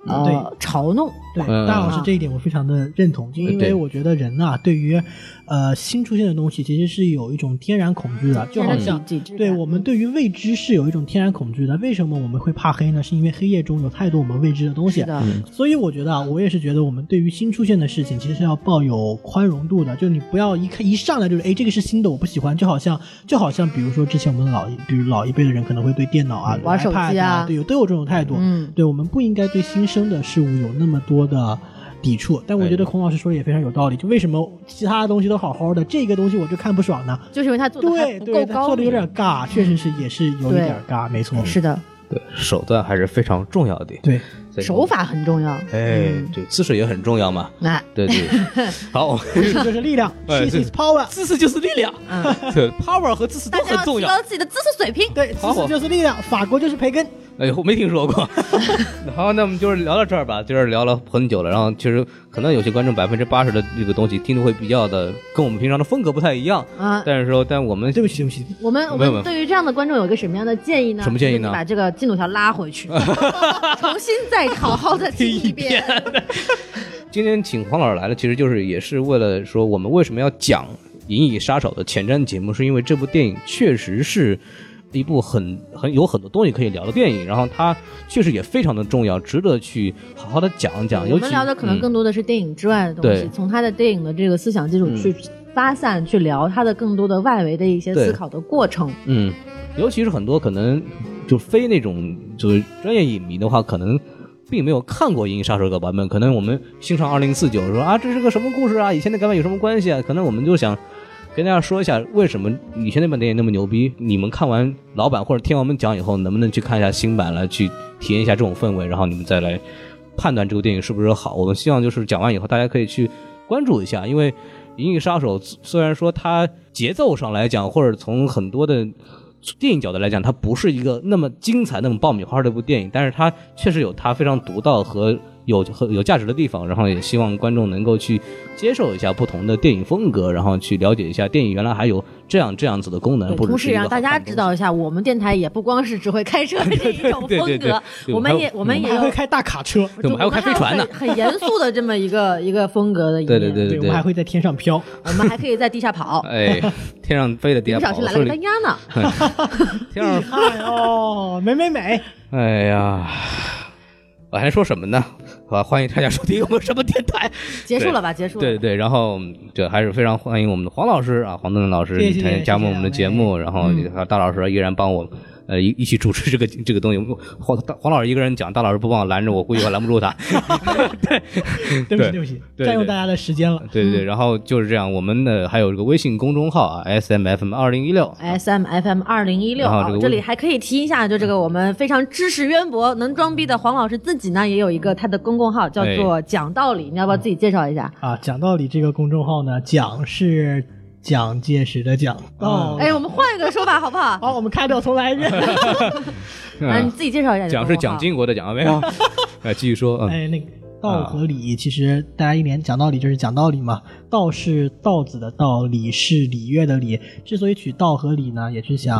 Speaker 3: 啊
Speaker 2: 呃
Speaker 4: 对
Speaker 2: 嘲弄。
Speaker 4: 对，
Speaker 3: 嗯
Speaker 4: 大老师这一点我非常的认同，就因
Speaker 3: 对
Speaker 4: 为我觉得人啊，对于呃新出现的东西，其实是有一种天然恐惧的，就好像。
Speaker 2: 体制感，
Speaker 4: 对我们对于未知是有一种天然恐惧的。为什么我们会怕黑呢？是因为黑夜中有太多我们未知的东西。
Speaker 2: 是的，
Speaker 3: 嗯
Speaker 4: 所以我觉得啊，我也是觉得我们对于新出现的事情，其实是要抱有宽容度的。就你不要一看一上来就是，哎，这个是新的，我不喜欢。就好像就好像比如说之前我们老一，比如老一辈的人可能会对电脑啊、
Speaker 2: 玩手
Speaker 4: iPad
Speaker 2: 机啊
Speaker 4: 对，有都有这种态度。
Speaker 2: 嗯
Speaker 4: 对，我们不应该对新生的事物有那么多的。抵触，但我觉得孔老师说的也非常有道理。就为什么其他的东西都好好的，这个东西我就看不爽呢？
Speaker 2: 就是因为它做的
Speaker 4: 对
Speaker 2: 不够
Speaker 4: 对，他
Speaker 2: 高
Speaker 4: 做的有
Speaker 2: 明，嗯
Speaker 4: 点尬，确实是也是有一
Speaker 2: 对
Speaker 4: 点尬，没错。
Speaker 2: 是的，
Speaker 3: 对手段还是非常重要的。
Speaker 4: 对，
Speaker 3: 所以
Speaker 2: 手，法很重要。
Speaker 3: 哎
Speaker 2: 嗯，
Speaker 3: 对，姿势也很重要嘛。
Speaker 2: 那
Speaker 3: 对对， 好，
Speaker 4: 知识就是力量
Speaker 3: 哎
Speaker 4: ，she
Speaker 3: 对
Speaker 4: is power。
Speaker 3: 姿势就是力量，
Speaker 2: 嗯，
Speaker 3: 对，power 和姿势
Speaker 2: 大
Speaker 3: 都
Speaker 2: 家
Speaker 3: 很
Speaker 2: 要
Speaker 3: 重
Speaker 2: 提
Speaker 3: 要。
Speaker 2: 高自己的知识水平。
Speaker 4: 对，
Speaker 3: 好
Speaker 4: 知识就是力量，法国就是培根。
Speaker 3: 哎呦，我没听说 过。好，那我们就是聊到这儿吧，就是聊了很久了。然后其实可能有些观众百分之八十的这个东西听的会比较的跟我们平常的风格不太一样，
Speaker 2: 啊，
Speaker 3: 但是说，但我们
Speaker 4: 对不起，对不起，
Speaker 2: 我们我
Speaker 3: 没有
Speaker 2: 们
Speaker 3: 没有
Speaker 2: 对于这样的观众有一个什么样的建议呢？
Speaker 3: 什么建议呢
Speaker 2: 就是你把这个进度条拉回 去，重新再好好的听一遍。
Speaker 3: 今天请黄老师来了，其实就是也是为了说我们为什么要讲《银翼杀手》的前瞻节目，是因为这部电影确实是一部很很有很多东西可以聊的电影，然后它确实也非常的重要，值得去好好的讲一讲。
Speaker 2: 我
Speaker 3: 尤其嗯
Speaker 2: 们聊的可能更多的是电影之外的东西，
Speaker 3: 对嗯
Speaker 2: 从他的电影的这个思想基础去发散，去聊他的更多的外围的一些
Speaker 3: 对
Speaker 2: 思考的过程。
Speaker 3: 嗯，尤其是很多可能就非那种就是专业影迷的话，可能。并没有看过《银翼杀手》这个版本，可能我们欣赏二零四九说啊，这是个什么故事啊？以前的改版有什么关系啊？可能我们就想跟大家说一下，为什么以前那版电影那么牛逼？你们看完老版或者听完我们讲以后，能不能去看一下新版来去体验一下这种氛围，然后你们再来判断这部电影是不是好？我们希望就是讲完以后，大家可以去关注一下，因为《银翼杀手》虽虽然说它节奏上来讲，或者从很多的电影角度来讲，它不是一个那么精彩、那么爆米花的一部电影，但是它确实有它非常独到和有和有价值的地方。然后也希望观众能够去接受一下不同的电影风格，然后去了解一下电影原来还有这样这样子的功能，
Speaker 2: 对，
Speaker 3: 呃或者
Speaker 2: 同
Speaker 3: 是
Speaker 2: 时
Speaker 3: 一
Speaker 2: 也
Speaker 3: 个
Speaker 2: 让大
Speaker 3: 好
Speaker 2: 家
Speaker 3: 看的
Speaker 2: 知道一下，我们电台也不光是只会开车这一种
Speaker 3: 对对
Speaker 2: 风
Speaker 3: 对
Speaker 2: 格，
Speaker 3: 对
Speaker 2: 我
Speaker 3: 我
Speaker 2: 们
Speaker 3: 们还
Speaker 2: 也
Speaker 3: 有
Speaker 2: 我们也
Speaker 4: 我们还
Speaker 2: 有
Speaker 4: 会。开大卡车，
Speaker 3: 对我们还有开飞船呢
Speaker 2: 很很严肃的这么一个一个风格的一面，
Speaker 3: 东西。对对对
Speaker 4: 对，我
Speaker 3: 对
Speaker 4: 们还，会在天上飘。
Speaker 2: 我们还可以在地下跑，
Speaker 3: 哎，天 上飞的
Speaker 2: 一
Speaker 3: 跌
Speaker 2: 不
Speaker 3: 跑
Speaker 2: 小，心来了
Speaker 3: 手
Speaker 2: 个单
Speaker 3: 里
Speaker 2: 压呢。
Speaker 3: 天上
Speaker 4: 哎
Speaker 3: 哦
Speaker 4: 呦， 美美美！
Speaker 3: 哎呀，我还说什么呢？啊，欢迎大家收听我们什么电台？
Speaker 2: 结束了吧？结束了。
Speaker 3: 对对，然后嗯这还是非常欢迎我们的黄老师啊，黄东东老师
Speaker 4: 谢谢谢谢
Speaker 3: 加盟我们的节目，然后
Speaker 2: 嗯
Speaker 3: 大老师依然帮我呃，一一起主持这个这个东西。黄大黄老师一个人讲，大老师不忘拦着我，估计我拦不住他。
Speaker 4: 对嗯不起，对不起，
Speaker 3: 对
Speaker 4: 占用
Speaker 3: 对
Speaker 4: 大家的时间了。
Speaker 3: 对对对，然后就是这样。我们呢还有这个微信公众号啊，S M F M 二零一六，
Speaker 2: S M F M 二零一六
Speaker 3: 然后
Speaker 2: 啊
Speaker 3: 这个，嗯
Speaker 2: 这
Speaker 3: 问
Speaker 2: 里还可以提一下，就这个我们非常知识渊博、能装逼的黄老师自己呢，也有一个他的公共号
Speaker 3: 哎
Speaker 2: 叫做“讲道理”，你要不要自己介绍一下？
Speaker 4: 啊，讲道理，这个公众号呢，讲是蒋介石的蒋。哦，
Speaker 2: 哎，我们换一个说法好不好？
Speaker 4: 好，我们开掉，重 来一 遍。
Speaker 2: 啊，你自己介绍一下你的
Speaker 3: 嗯讲
Speaker 2: 公
Speaker 3: 是
Speaker 2: 众号。
Speaker 3: 蒋经国的蒋，啊没 有？哎，继续说，嗯，
Speaker 4: 哎，那个道和理，其实大家一连讲道理就是讲道理嘛。道是道子的道，理是礼乐的礼。之所以取道和理呢，也是想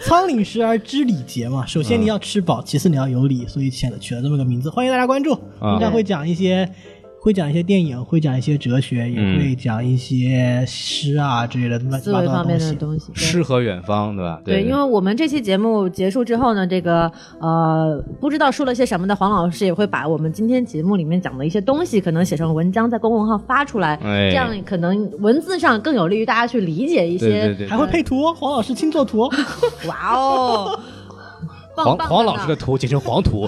Speaker 4: 仓廪实而知礼节嘛。首先你要吃饱，其次你要有礼，所以选了取了这么个名字。欢迎大家关注，
Speaker 3: 啊
Speaker 4: 应该会讲一些。会讲一些电影，会讲一些哲学，也
Speaker 3: 嗯
Speaker 4: 会讲一些诗啊之类的乱七
Speaker 2: 思
Speaker 4: 八
Speaker 2: 维
Speaker 4: 糟
Speaker 2: 方面
Speaker 4: 东
Speaker 2: 的
Speaker 4: 西。
Speaker 2: 东西。对
Speaker 3: 诗和远方，对吧？
Speaker 2: 对，因为我们这期节目结束之后呢，这个呃，不知道说了些什么的黄老师也会把我们今天节目里面讲的一些东西，可能写成文章在公众号发出来，
Speaker 3: 哎
Speaker 2: 这样可能文字上更有利于大家去理解一些。
Speaker 3: 对对对，
Speaker 4: 还会配图哦，黄老师亲作图哦。
Speaker 2: 哇哦，棒
Speaker 3: 黄
Speaker 2: 棒
Speaker 3: 黄老师的
Speaker 2: 呢
Speaker 3: 图简称黄 图，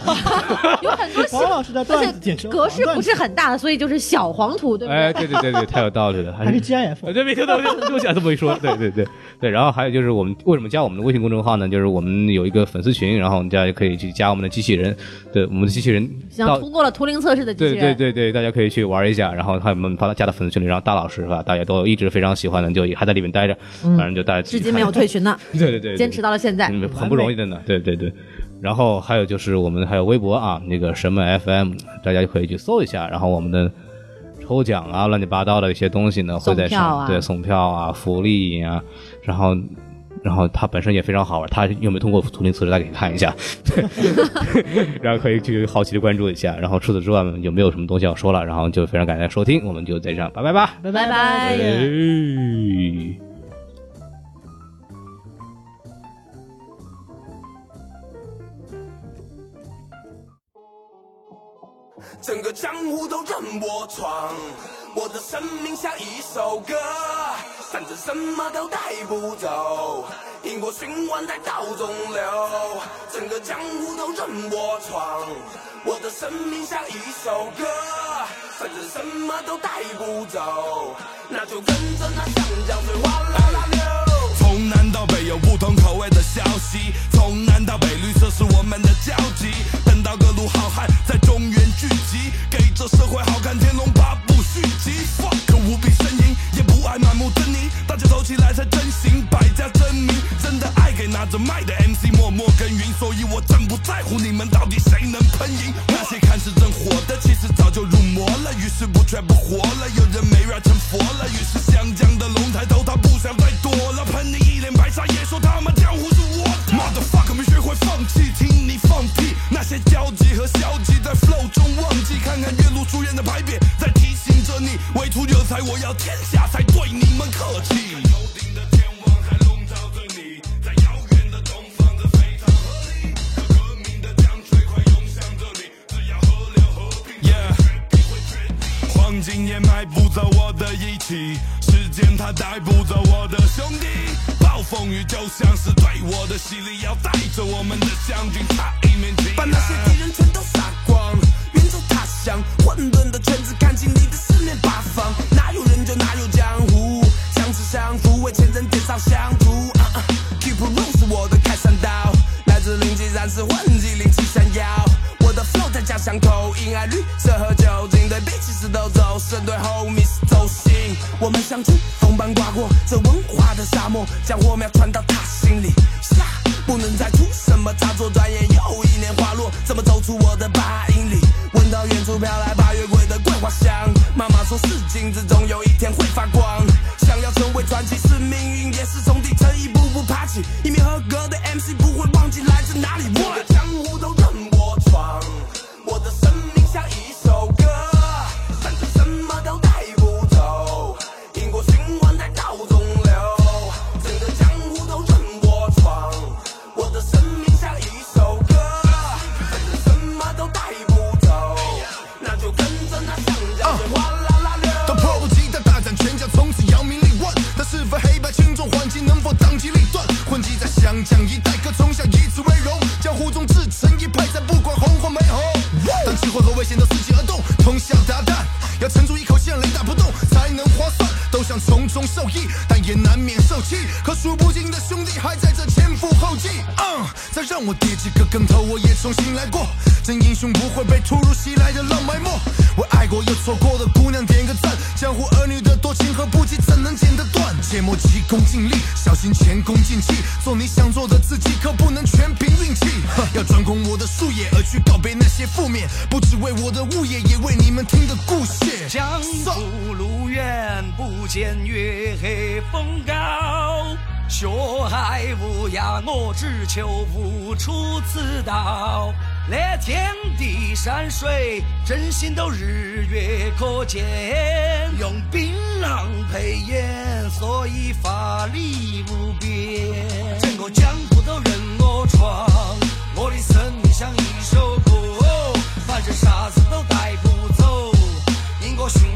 Speaker 2: 有很多
Speaker 4: 黄老师的段子
Speaker 2: 而
Speaker 4: 简称
Speaker 2: 且格式
Speaker 4: 黄段
Speaker 2: 不
Speaker 4: 子
Speaker 2: 是很大，所以就是小黄图，对不对？
Speaker 3: 哎，对对对对，太有道理了，
Speaker 4: 还
Speaker 3: 还
Speaker 4: 是哦
Speaker 3: 是
Speaker 4: GIF，
Speaker 3: 啊，对，每天都都想这么一说，对对对对。然后还有就是我们为什么加我们的微信公众号呢？就是我们有一个粉丝群，然后大家就可以去加我们的机器人，对，我们的机器人
Speaker 2: 像
Speaker 3: 到
Speaker 2: 通过了图灵测试的机器
Speaker 3: 对
Speaker 2: 人，
Speaker 3: 对对对，大家可以去玩一下，然后他们把他加到粉丝群里，然后大老师是吧，大家都一直非常喜欢的，就还在里面待着，反正就大家自己
Speaker 2: 嗯至今
Speaker 3: 看
Speaker 2: 没有，退群呢，
Speaker 3: 对对对对，
Speaker 2: 坚持到了现 在。
Speaker 3: 嗯很不容易的呢，对对对。然后还有就是我们还有微博啊，那个什么 FM，大家就可以去搜一下，然后我们的。抽奖啊，乱七八糟的一些东西呢，会在
Speaker 2: 送票
Speaker 3: 上、
Speaker 2: 啊
Speaker 3: 对送票啊、福利啊，然后，然后它本身也非常好玩，它有没有通过图灵测试，大家可以看 一下，对，然后可以去好奇的关注一下。然后除此之外，有没有什么东西要说了？然后就非常感谢收听，我们就再这样，拜拜吧。
Speaker 4: 拜
Speaker 2: 拜拜
Speaker 3: 哎
Speaker 7: 整个江湖都任我闯。我的生命像一首歌，反正什么都带不走，因果循环在道中流。整个江湖都任我闯，我的生命像一首歌，反正什么都带不走，那就跟着那香江水哗啦啦流。
Speaker 8: 从南到北有不同口味的消息，从南到北，绿色是我们的交集。等到各路好汉在中原聚集，给这社会好看《天龙八部》续集。fuck 无比呻吟，也不爱满目狰狞，大家走起来才真行，百家争鸣。真的爱给拿着麦的 MC 默默耕耘，所以我真不在乎你们到底谁能喷赢。那些看似正火的，其实早就入魔了，于是不却不活了，有人没软成佛了，于是湘江的龙抬头，他不想再躲了，喷你一脸白沙，也说他妈江湖是我的。motherfucker 没学会放弃，听你放屁，那些焦急和消极在 flow 中忘记，看看岳麓书院的牌匾在提醒着你，为图有才，我要天下才对你们客气。头顶的天王还笼罩着你，在遥远的东方，这非常合理。和革命的江水快涌向这里，只要河流和平。Yeah。黄金也买不走我的义气，时间它带不走我的兄弟。暴风雨就像是对我的洗礼，要带着我们的将军踏一面旗。
Speaker 7: 把那些敌人全都杀光，远走他乡，混沌的圈子看清你的四面八方，哪有人就哪有江湖，相识相扶，为前人点烧香烛。啊啊 Keep Rule 是我的开山刀，来自零七三四混迹零七三幺，我的 flow 再加上口音，爱绿色和酒精，对 b 其实都走，神对 homie 是走心。我们相聚，风般刮过这文化的沙漠，将火苗传到他心里。下不能再出什么差错，转眼又一年花落，怎么走出我的八英里？闻到远处飘来八月桂的桂花香，妈妈说是金子总有一天会发光。想要成为传奇是命运，也是从底层一步步爬起。一名合格的 MC 不会忘记来自哪里。我的江湖都任我闯，我的生命像一首歌，反正什么都带不走，因果循环在道中流。整个江湖都任我闯，我的生命像一首歌，反正什么都带不走，那就跟着那湘江水哗啦啦
Speaker 8: 都
Speaker 7: 流。
Speaker 8: 迫不及待大展拳脚，从此扬名立万。他是否黑白轻重缓急能否当机立断？混迹在湘江一带，可从小一想从中受益，但也难免受气。可数不尽的兄弟还在这前赴后继。嗯，再让我跌几个跟头，我也重新来过。真英雄不会被突如其来的浪埋没。为爱过又错过的姑娘点个赞，江湖儿女的多情和不羁怎能剪得断？切莫急功近利，小心前功尽弃。做你想做的自己，可不能全凭运气。哼要专攻我的术业，而去告别那些负面，不只为我的物业，也为你们听的故事。
Speaker 7: 江
Speaker 8: So-
Speaker 7: 湖路远不见月黑风高，学海无涯，我只求无出此道。连天地山水，真心都日月可见。用槟榔配烟，所以法力无边。整个江湖都任我闯，我的生命像一首歌，反正啥子都带不走。因果循